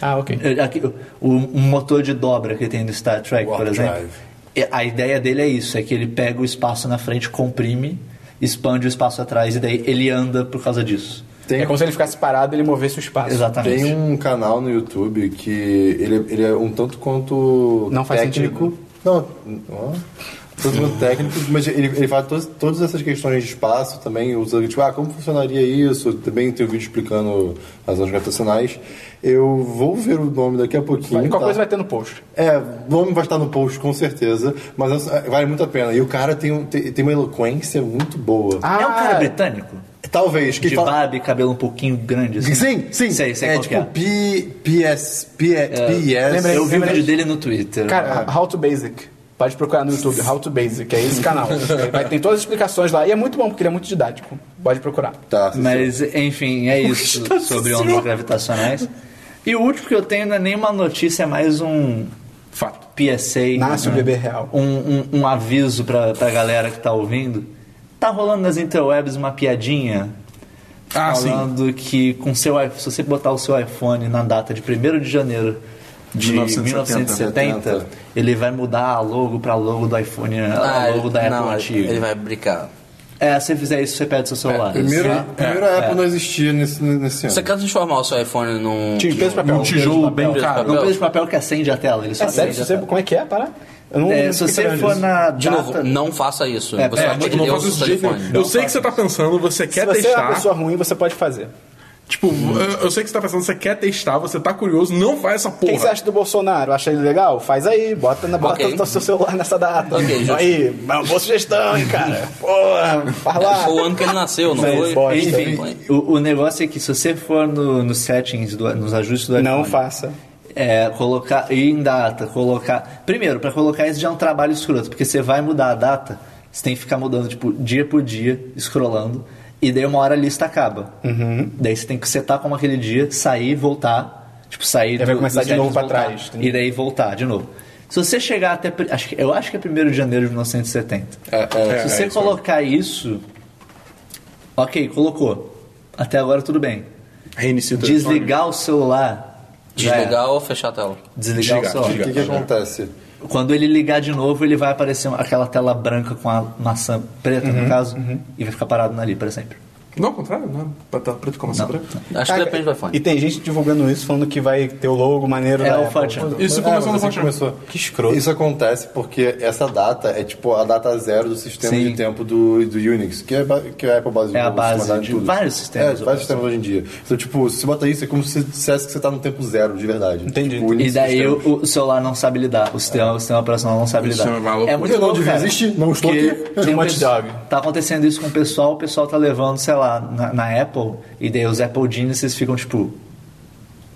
Ah, ok.
É, aqui, o- um motor de dobra que tem no Star Trek,
Warp
por exemplo.
drive.
é- A ideia dele é isso: é que ele pega o espaço na frente, comprime, expande o espaço atrás e daí ele anda por causa disso.
Tem-
É como se ele ficasse parado e ele movesse o espaço.
Exatamente.
Tem um canal no YouTube que ele, ele é um tanto quanto
Não faz
técnico.
sentido.
Não, ó, tanto quanto técnico, mas ele, ele faz tos- todas essas questões de espaço também, usa, tipo, ah, como funcionaria isso? Também tem um vídeo explicando as ondas gravitacionais. Eu vou ver o nome daqui a pouquinho.
Qualquer
tá?
Então-
coisa vai ter no post.
É, o nome vai estar no post com certeza, mas é- vale muito a pena. E o cara tem, um- tem, tem uma eloquência muito boa.
Ah,
É um cara britânico?
Talvez.
De
Ah. Que fala-
barba e cabelo um pouquinho grande. Assim.
Sim, sim.
Sei, sei
é
qual que É.
tipo P, PS, P, PS.
lembrei.
Eu vi o
Lembra
vídeo
disso?
dele no Twitter.
Cara, How to Basic. Pode procurar no YouTube, How to Basic, é esse canal. Ele vai ter todas as explicações lá. E é muito bom, porque ele é muito didático. Pode procurar.
Tá, sim,
Mas, é enfim, é isso
tá
sobre ondas gravitacionais. E o último que eu tenho não é nem uma notícia, é mais um
Fato.
PSA.
Nasce o
né?
bebê real.
Um, um, um aviso pra, pra galera que tá ouvindo. Tá rolando nas interwebs uma piadinha
Ah, sim.
falando que com seu, i- se você botar o seu iPhone na data de 1 de janeiro de
1970,
1970, ele vai mudar a logo pra logo do iPhone, a logo da Apple
Ah, não,
antiga.
ele vai brincar.
É, se você fizer isso, você perde seu
É,
celular.
Primeiro,
Tá?
primeiro a Apple não existia nesse, nesse ano.
Você quer transformar o seu iPhone num...
Tinha peso papel.
Um tijolo bem
papel.
caro.
Não precisa de um papel que acende a tela. Ele só
É sério?
acende a
se você-
tela.
como é que é? Para? Eu não,
É,
não
se
fiquei
você
sabendo
for
disso.
na
De
data-
novo, não faça isso.
É,
Pelo
é,
amor de
tipo, não
Deus,
faça
o
isso
seu
de jeito
telefone.
nenhum. Eu sei que você tá pensando, você
Se
quer
você é
testar.
uma pessoa ruim, você pode fazer.
Tipo, eu- eu sei que você tá pensando, você quer testar, você tá curioso, não faz essa
O que,
porra.
que você acha do Bolsonaro? Acha ele legal? Faz aí, bota, na, bota
Ok.
no seu celular nessa data.
Ok, justo.
aí, é uma boa sugestão, hein, cara. Porra, faz lá.
Foi o ano que ele nasceu, não
Mas
foi?
bosta.
Enfim,
é, O, o negócio é que se você for no- nos settings, do- nos ajustes do iPhone...
Não faça.
É, colocar... E em data, colocar... Primeiro, pra colocar isso já é um trabalho escroto, porque você vai mudar a data, você tem que ficar mudando, tipo, dia por dia, scrollando, e daí uma hora a lista acaba.
Uhum.
Daí você tem que setar como aquele dia, sair, voltar... Tipo, sair
Aí vai
do-
começar
dos
de novo
settings,
pra
voltar,
trás, tem-
E daí voltar de novo. Se você chegar até... pri- Acho, que- eu acho que é 1 de janeiro de 1970.
É,
Se
é
você
isso aí.
colocar isso... Ok, colocou. Até agora tudo bem.
Reinicia o telefone.
Desligar o celular. já é.
desligar ou fechar a tela?
Desligar
Desligar,
o celular.
O que, que acontece?
Quando ele ligar de novo, ele vai aparecer aquela tela branca com a maçã preta, no caso, e vai ficar parado ali para sempre.
Não, ao contrário, não. Tá preto como
Não.
branco.
Acho que
Cara,
depende do iPhone.
E tem gente divulgando isso, falando que vai ter o logo maneiro
É
da
o
Apple.
4chan.
Ah,
Isso começou no
assim
Fortnite.
Que escroto.
assim, Isso acontece porque essa data é tipo a data zero do sistema
Sim.
de tempo do, do Unix, que é, ba- que é a Apple baseou
É a
no sistema
base de
tudo.
vários sistemas.
É, de vários sistemas hoje em dia. Então, tipo, se você bota isso, é como se você dissesse que você tá no tempo zero, de verdade.
Entendi.
Tipo, o Unix
E daí
sistema-
o, o celular não sabe lidar, o
É.
sistema, o sistema operacional não sabe
O
lidar.
sistema é maluco.
É muito
Eu não
louco,
devia
cara,
existir, não estou
porque
aqui.
tem
Too
um
much
pessoal-
dog.
Tá acontecendo isso com o pessoal, o pessoal tá levando, sei lá, na, na Apple, e daí os Apple Geniuses ficam tipo,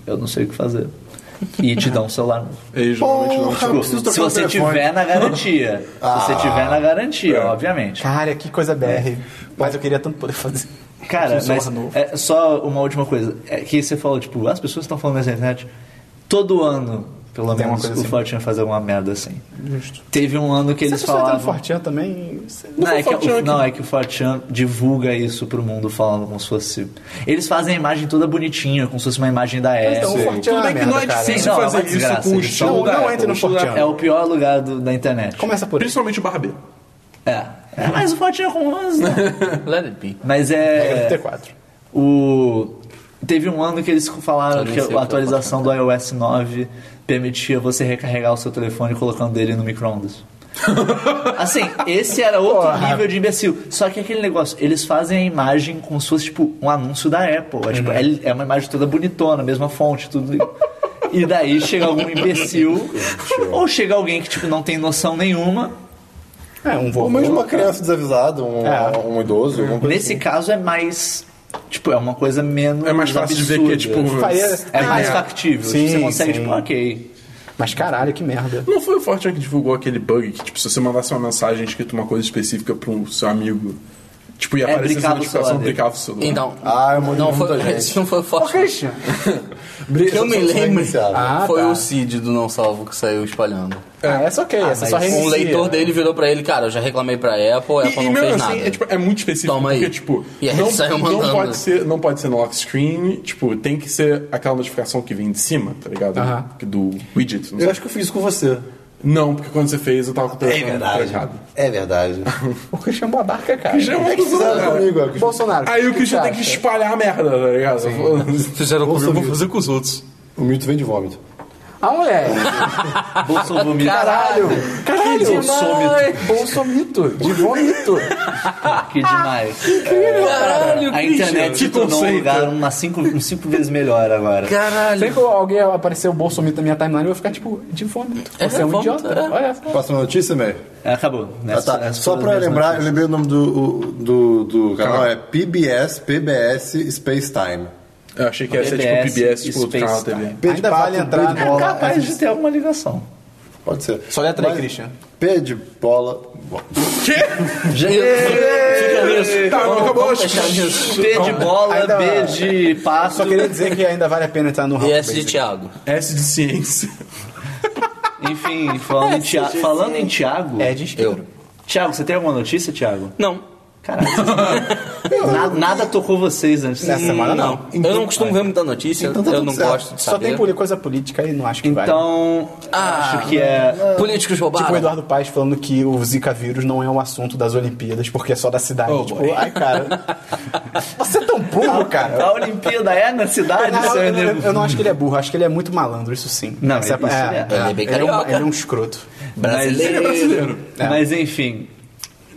eu não sei o que fazer. E te dão um celular novo.
Eles geralmente não.
Porra, eu
Tipo,
preciso trocar
se você
o Ah. telefone.
tiver na garantia. se você tiver na garantia, obviamente.
Cara, que coisa BR. Mas eu queria tanto poder fazer.
Cara,
Um celular
mas
novo.
é, só uma última coisa. É que você falou, tipo, as pessoas estão falando na internet. Todo ano, pelo
Tem uma
menos,
coisa
o
assim.
Fortune faz alguma merda assim. Teve um ano que eles
Se você tá no
falavam.
Fortinha também... você-
Não, é que,
Fortune
o,
aqui.
não, é que o Fortune divulga isso pro mundo falando como se fosse. Eles fazem a imagem toda bonitinha, como se fosse uma imagem da Apple.
Então, o Fortinha é
Tudo
uma
bem que não é
merda, cara.
difícil
Não, é uma
fazer isso
desgraça,
com o
eles
estilo
são-
da
Não
Apple,
entre no
o estilo da
Fortran.
Apple.
É o pior lugar do- da internet.
Começa por isso.
Principalmente o barbeiro.
É. é. Mas o Fortune é com 11, né?
Let it be.
Mas
É.
é.
T4.
O... Teve um ano que eles falaram
Eu nem
que
sei o que
a
eu
atualização do iOS 9 permitia você recarregar o seu telefone colocando ele no micro-ondas. assim, esse era outro
Porra.
nível de imbecil. Só que aquele negócio, eles fazem a imagem como se fosse tipo um anúncio da Apple. É, tipo, é- é uma imagem toda bonitona, mesma fonte, tudo. E daí chega algum imbecil, ou chega alguém que tipo não tem noção nenhuma.
É, um voo.
Ou mesmo uma criança desavisada, um,
É.
um idoso, alguma coisa
Nesse caso é mais. Tipo, é uma coisa menos.
É mais fácil de ver que é tipo.
absurda.
Faria-
É mais
Ah,
factível.
Sim,
tipo, você consegue,
sim.
tipo, ok.
Mas caralho, que merda.
Não foi o Fortran que divulgou aquele bug que, tipo, se você mandasse uma mensagem escrito uma coisa específica pra um seu amigo, tipo, ia
É,
aparecer essa
brincava o
notificação,
celular dele.
brincava o celular.
Então,
Ah, eu mandei
não
muita
foi,
gente.
esse não foi o
Ô,
Fortune.
Christian,
assim.
Que eu me
Só- só
lembro
iniciado.
Ah,
foi
tá.
o Cid do Não Salvo que saiu espalhando.
ah, essa ok, essa só reinicia.
Um leitor dele virou pra ele, cara, eu já reclamei pra Apple, a Apple não
mesmo
fez
assim,
nada.
É, tipo, é muito específico,
Toma aí.
porque, tipo,
E aí
não,
saiu
não,
mandando.
pode ser, não pode ser no lock screen, tipo, tem que ser aquela notificação que vem de cima, tá ligado?
Aham.
Que Do widget, não
Eu
sei.
acho que eu fiz isso com você.
Não, porque quando você fez, eu tava com o
É
telefone
verdade.
trancado.
É verdade.
O Christian Bodarca, cara.
Christian
É que
Bodarca.
fizeram comigo, ó, Bolsonaro.
Aí o
que
Christian
você
tem que
acha?
espalhar a merda, tá ligado?
Fizeram comigo, vou fazer com os outros.
O mito vem de vômito.
é?
Ah, moleque.
Bolsonaro vomita.
Caralho.
Que demais.
Bolsomito. De vômito.
Que demais.
Caralho,
A internet se tornou um lugar umas cinco, uns cinco vezes melhor agora.
Sempre
Caralho.
que alguém aparecer o Bolsomito na minha timeline, eu vou ficar tipo, de vômito.
É,
Você é um
vômito,
idiota.
é.
Olha só.
Passa uma notícia, Mary?
É, acabou.
Ah,
Nessa-
tá.
essas
Só
foram
pra
as minhas
lembrar, eu
notícias.
lembrei o nome do, do, do canal, é PBS, PBS Space Time.
Eu achei que ia ser
PBS,
tipo PBS, tipo outro canal da
Space
TV.
P de
Ainda
pato,
vale entrar
B
na-
de bola.
Capaz de ter alguma ligação.
Pode ser.
Só letra aí,
Mas-
Christian.
P de bola.
Fica nisso.
Tá,
Vamos-
acabou.
vamos fechar nisso.
P de bola,
Ainda-
B de passo.
Só queria dizer que ainda vale a pena entrar no
E
Rafa
essa de
Basic.
Thiago.
S de ciência.
Enfim, falando em, Tia... falando em Thiago.
É de esquerda.
Eu.
Thiago, você tem alguma notícia, Thiago?
Não.
Caralho. vocês- Na- nada tocou vocês antes
Nessa
dessa.
semana, não.
Não. Eu não costumo ver muita notícia.
Então tá
Eu
tudo
não
certo.
gosto de
Só tem
saber.
poli- coisa política e não acho que vale.
Então,
Ah,
acho que é.
Políticos
Tipo o
roubaram.
Eduardo Paes falando que o Zika vírus não é um assunto das Olimpíadas, porque é só da cidade.
Oh,
tipo,
boy.
ai, cara. Você é tão burro, cara.
A Olimpíada é na cidade,
Na real,
seu
eu, não-
nego?
eu não acho que ele é burro, acho que ele é muito malandro, isso sim.
Não,
Essa
ele- isso ele é.
Ele é bem
ele, é um,
carioca.
ele é um escroto.
Brasileiro.
É.
Mas enfim.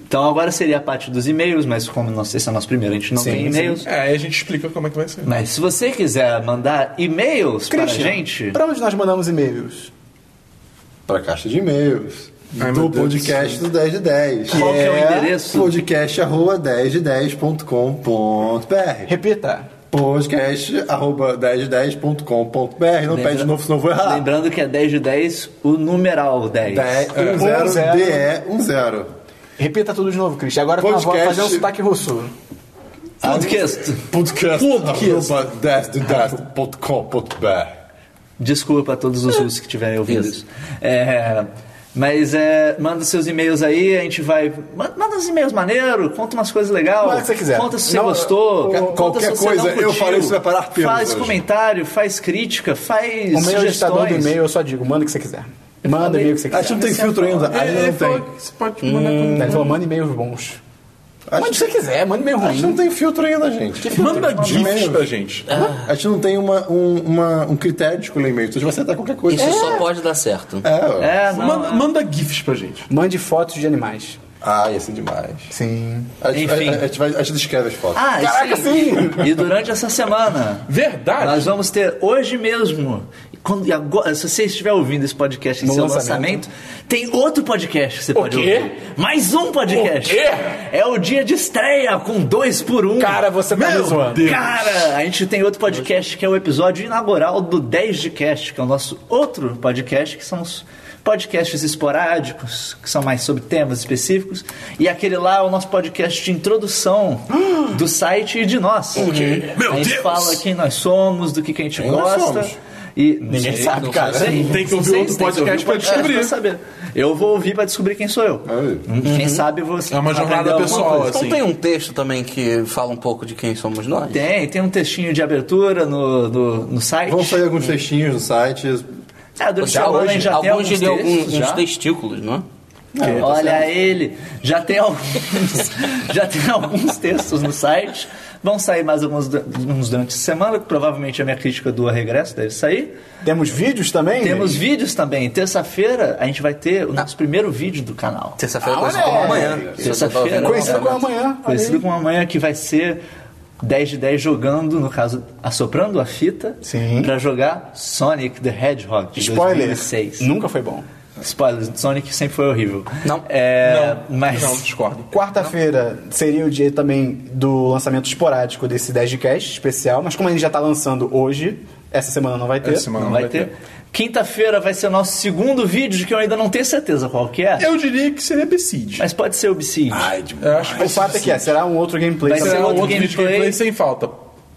Então agora seria a parte dos e-mails, mas como não sei se é o nosso primeiro, a gente não
Sim,
tem
sim.
e-mails.
É, aí a gente explica como é que vai ser.
Mas se você quiser mandar e-mails pra
Christian,
gente,
pra onde nós mandamos e-mails?
Pra caixa de e-mails.
Ai, meu
do
Deus
podcast do 10 de 10.
Qual que é o endereço?
Podcast arroba 10 de 10.com.br.
Repita.
Podcast arroba 10 de 10.com.br. Não pede de novo, senão eu vou errar.
lembrando que é 10 de 10, o numeral 10.
10,
É.
1, 0,
Um zero.
DE, 1, 0.
Repita tudo de novo, Christian. Agora com a voz,
Podcast-
fazer um sotaque russo.
Ah, Podcast.
Podcast arroba 10 de 10.com.br.
Desculpa a todos os russos que tiverem ouvido
Isso.
isso. É, mas é, manda seus e-mails aí, a gente vai. ma- Manda uns e-mails maneiro, conta umas coisas legais.
Manda o que você quiser.
Conta se você
Não,
gostou.
qualquer
conta se você
coisa,
não
eu
curtiu,
falei que você vai parar pelos
Faz
hoje.
comentário, faz crítica, faz
O meu ditador do
sugestões.
e-mail, eu só digo, manda o que você quiser. Manda o e-mail que você
Acho que
quiser.
não tem filtro ainda. Ainda não tem.
Você pode mandar
Ele falou, manda e-mails bons. Manda o que você quiser, manda e-mail
Acho que não
ruim.
tem filtro ainda, gente.
Manda gifs
e-mail.
pra gente.
A gente não tem uma, um, uma- um critério de escolher e-mail. Então a gente vai acertar qualquer coisa.
Isso só pode dar certo.
É, ué.
É, não,
Manda,
é.
manda gifs pra gente.
Mande fotos de animais.
Ah, ia ser demais.
Sim.
A gente,
Enfim.
a- a- a gente vai- a gente descreve as fotos.
Ah, e
Caraca, sim!
E durante essa semana,
Verdade.
nós vamos ter hoje mesmo. Quando, e agora, se você estiver ouvindo esse podcast em
No
seu lançamento,
lançamento.
tem outro podcast que você pode
quê?
ouvir. Mais um podcast. É o dia de estreia com dois por um.
Cara, você tá me zoando.
Cara, a gente tem outro podcast que é o episódio inaugural do 10 de Cast, que é o nosso outro podcast, que são os podcasts esporádicos, que são mais sobre temas específicos. E aquele lá é o nosso podcast de introdução do site e de nós.
Meu
a gente
Deus!
fala quem nós somos, do que, que a gente
Quem nós
gosta.
somos?
E ninguém
sabe, cara.
Tem que ouvir outro podcast pra descobrir.
saber. Eu vou ouvir pra descobrir quem sou eu. Quem sabe você.
É uma
aprender
jornada
alguma
pessoal,
um coisa.
assim.
Então tem um texto também que fala um pouco de quem somos nós?
Tem, tem um textinho de abertura no, no, no site.
Vamos sair alguns textinhos no site.
Ah, durante
Já
a semana a
hoje,
gente já tem
alguns
alguns
de alguns
textos.
uns
já.
testículos, não é?
Olha ele, já tem alguns, já tem alguns textos no site. Vão sair mais alguns du- uns durante a semana, que provavelmente a minha crítica do A Regresso deve sair.
Temos vídeos também?
Temos vídeos também. Terça-feira a gente vai ter o nosso primeiro vídeo do canal.
Terça-feira
Ah,
conhecido
olha
como
aí.
amanhã. Se você tá ouvindo
Terça-feira.
no
Conhecido como
lançamento.
amanhã. olha
Conhecido
aí.
como amanhã, que vai ser 10 de 10 jogando, no caso, assoprando a fita,
Sim.
pra jogar Sonic the Hedgehog de
Spoiler.
2006.
Nunca foi bom.
Spoilers, Sonic sempre foi horrível.
Não.
É,
Não,
mas
não, discordo.
Quarta-feira seria o dia também do lançamento esporádico desse 10 de cast especial, mas como ele já tá lançando hoje, essa semana não vai ter.
Essa semana
não vai ter. Quinta-feira vai ser o nosso segundo vídeo, que eu ainda não tenho certeza qual que é.
Eu diria que seria Beside.
Mas pode ser Obsidian.
Eu acho
O fato é que é, será um outro gameplay
Vai
também.
ser
será um
outro
outro vídeo
gameplay.
gameplay sem falta.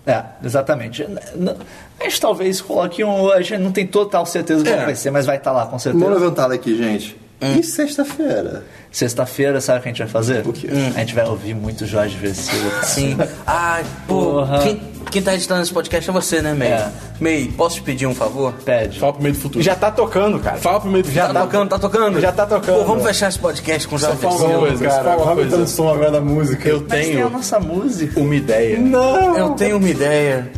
É, exatamente. N- n- A gente talvez coloque um. A gente não tem total certeza qual
É.
vai ser, mas vai estar lá, com certeza.
Vamos levantar daqui, gente. E sexta-feira?
Sexta-feira, sabe o que a gente vai fazer?
O quê?
A gente vai ouvir muito Jorge Verseiro.
Sim. Ai, pô,
Porra.
quem, quem tá editando esse podcast é você, né, May?
É.
May, posso te pedir um favor?
Pede.
Fala pro meio do futuro.
Já tá tocando, cara.
Fala pro meio do
Já
futuro.
Tá, tocando, tá tocando?
Já tá tocando. um
Pô, vamos fechar esse podcast com Jorge
fala uma
Verseiro.
coisa, só
Cara,
fala uma
vai
coisa.
botando som agora da música.
Eu
Mas tem a
tenho
nossa música.
uma ideia.
Não!
Eu tenho uma ideia.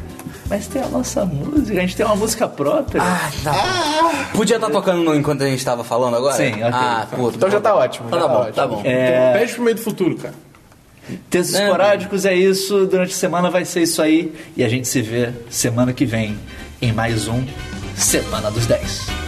Mas tem a nossa música. A gente tem uma música própria.
Ah, tá. Podia estar tocando no- enquanto a gente tava falando agora?
Sim, ok.
Ah, puta.
Então já tá ótimo.
Então
já
tá bom,
ótimo.
tá bom.
É,
Pede pro meio do futuro, cara.
textos
É.
esporádicos é isso. Durante a semana vai ser isso aí. E a gente se vê semana que vem em mais um Semana dos 10.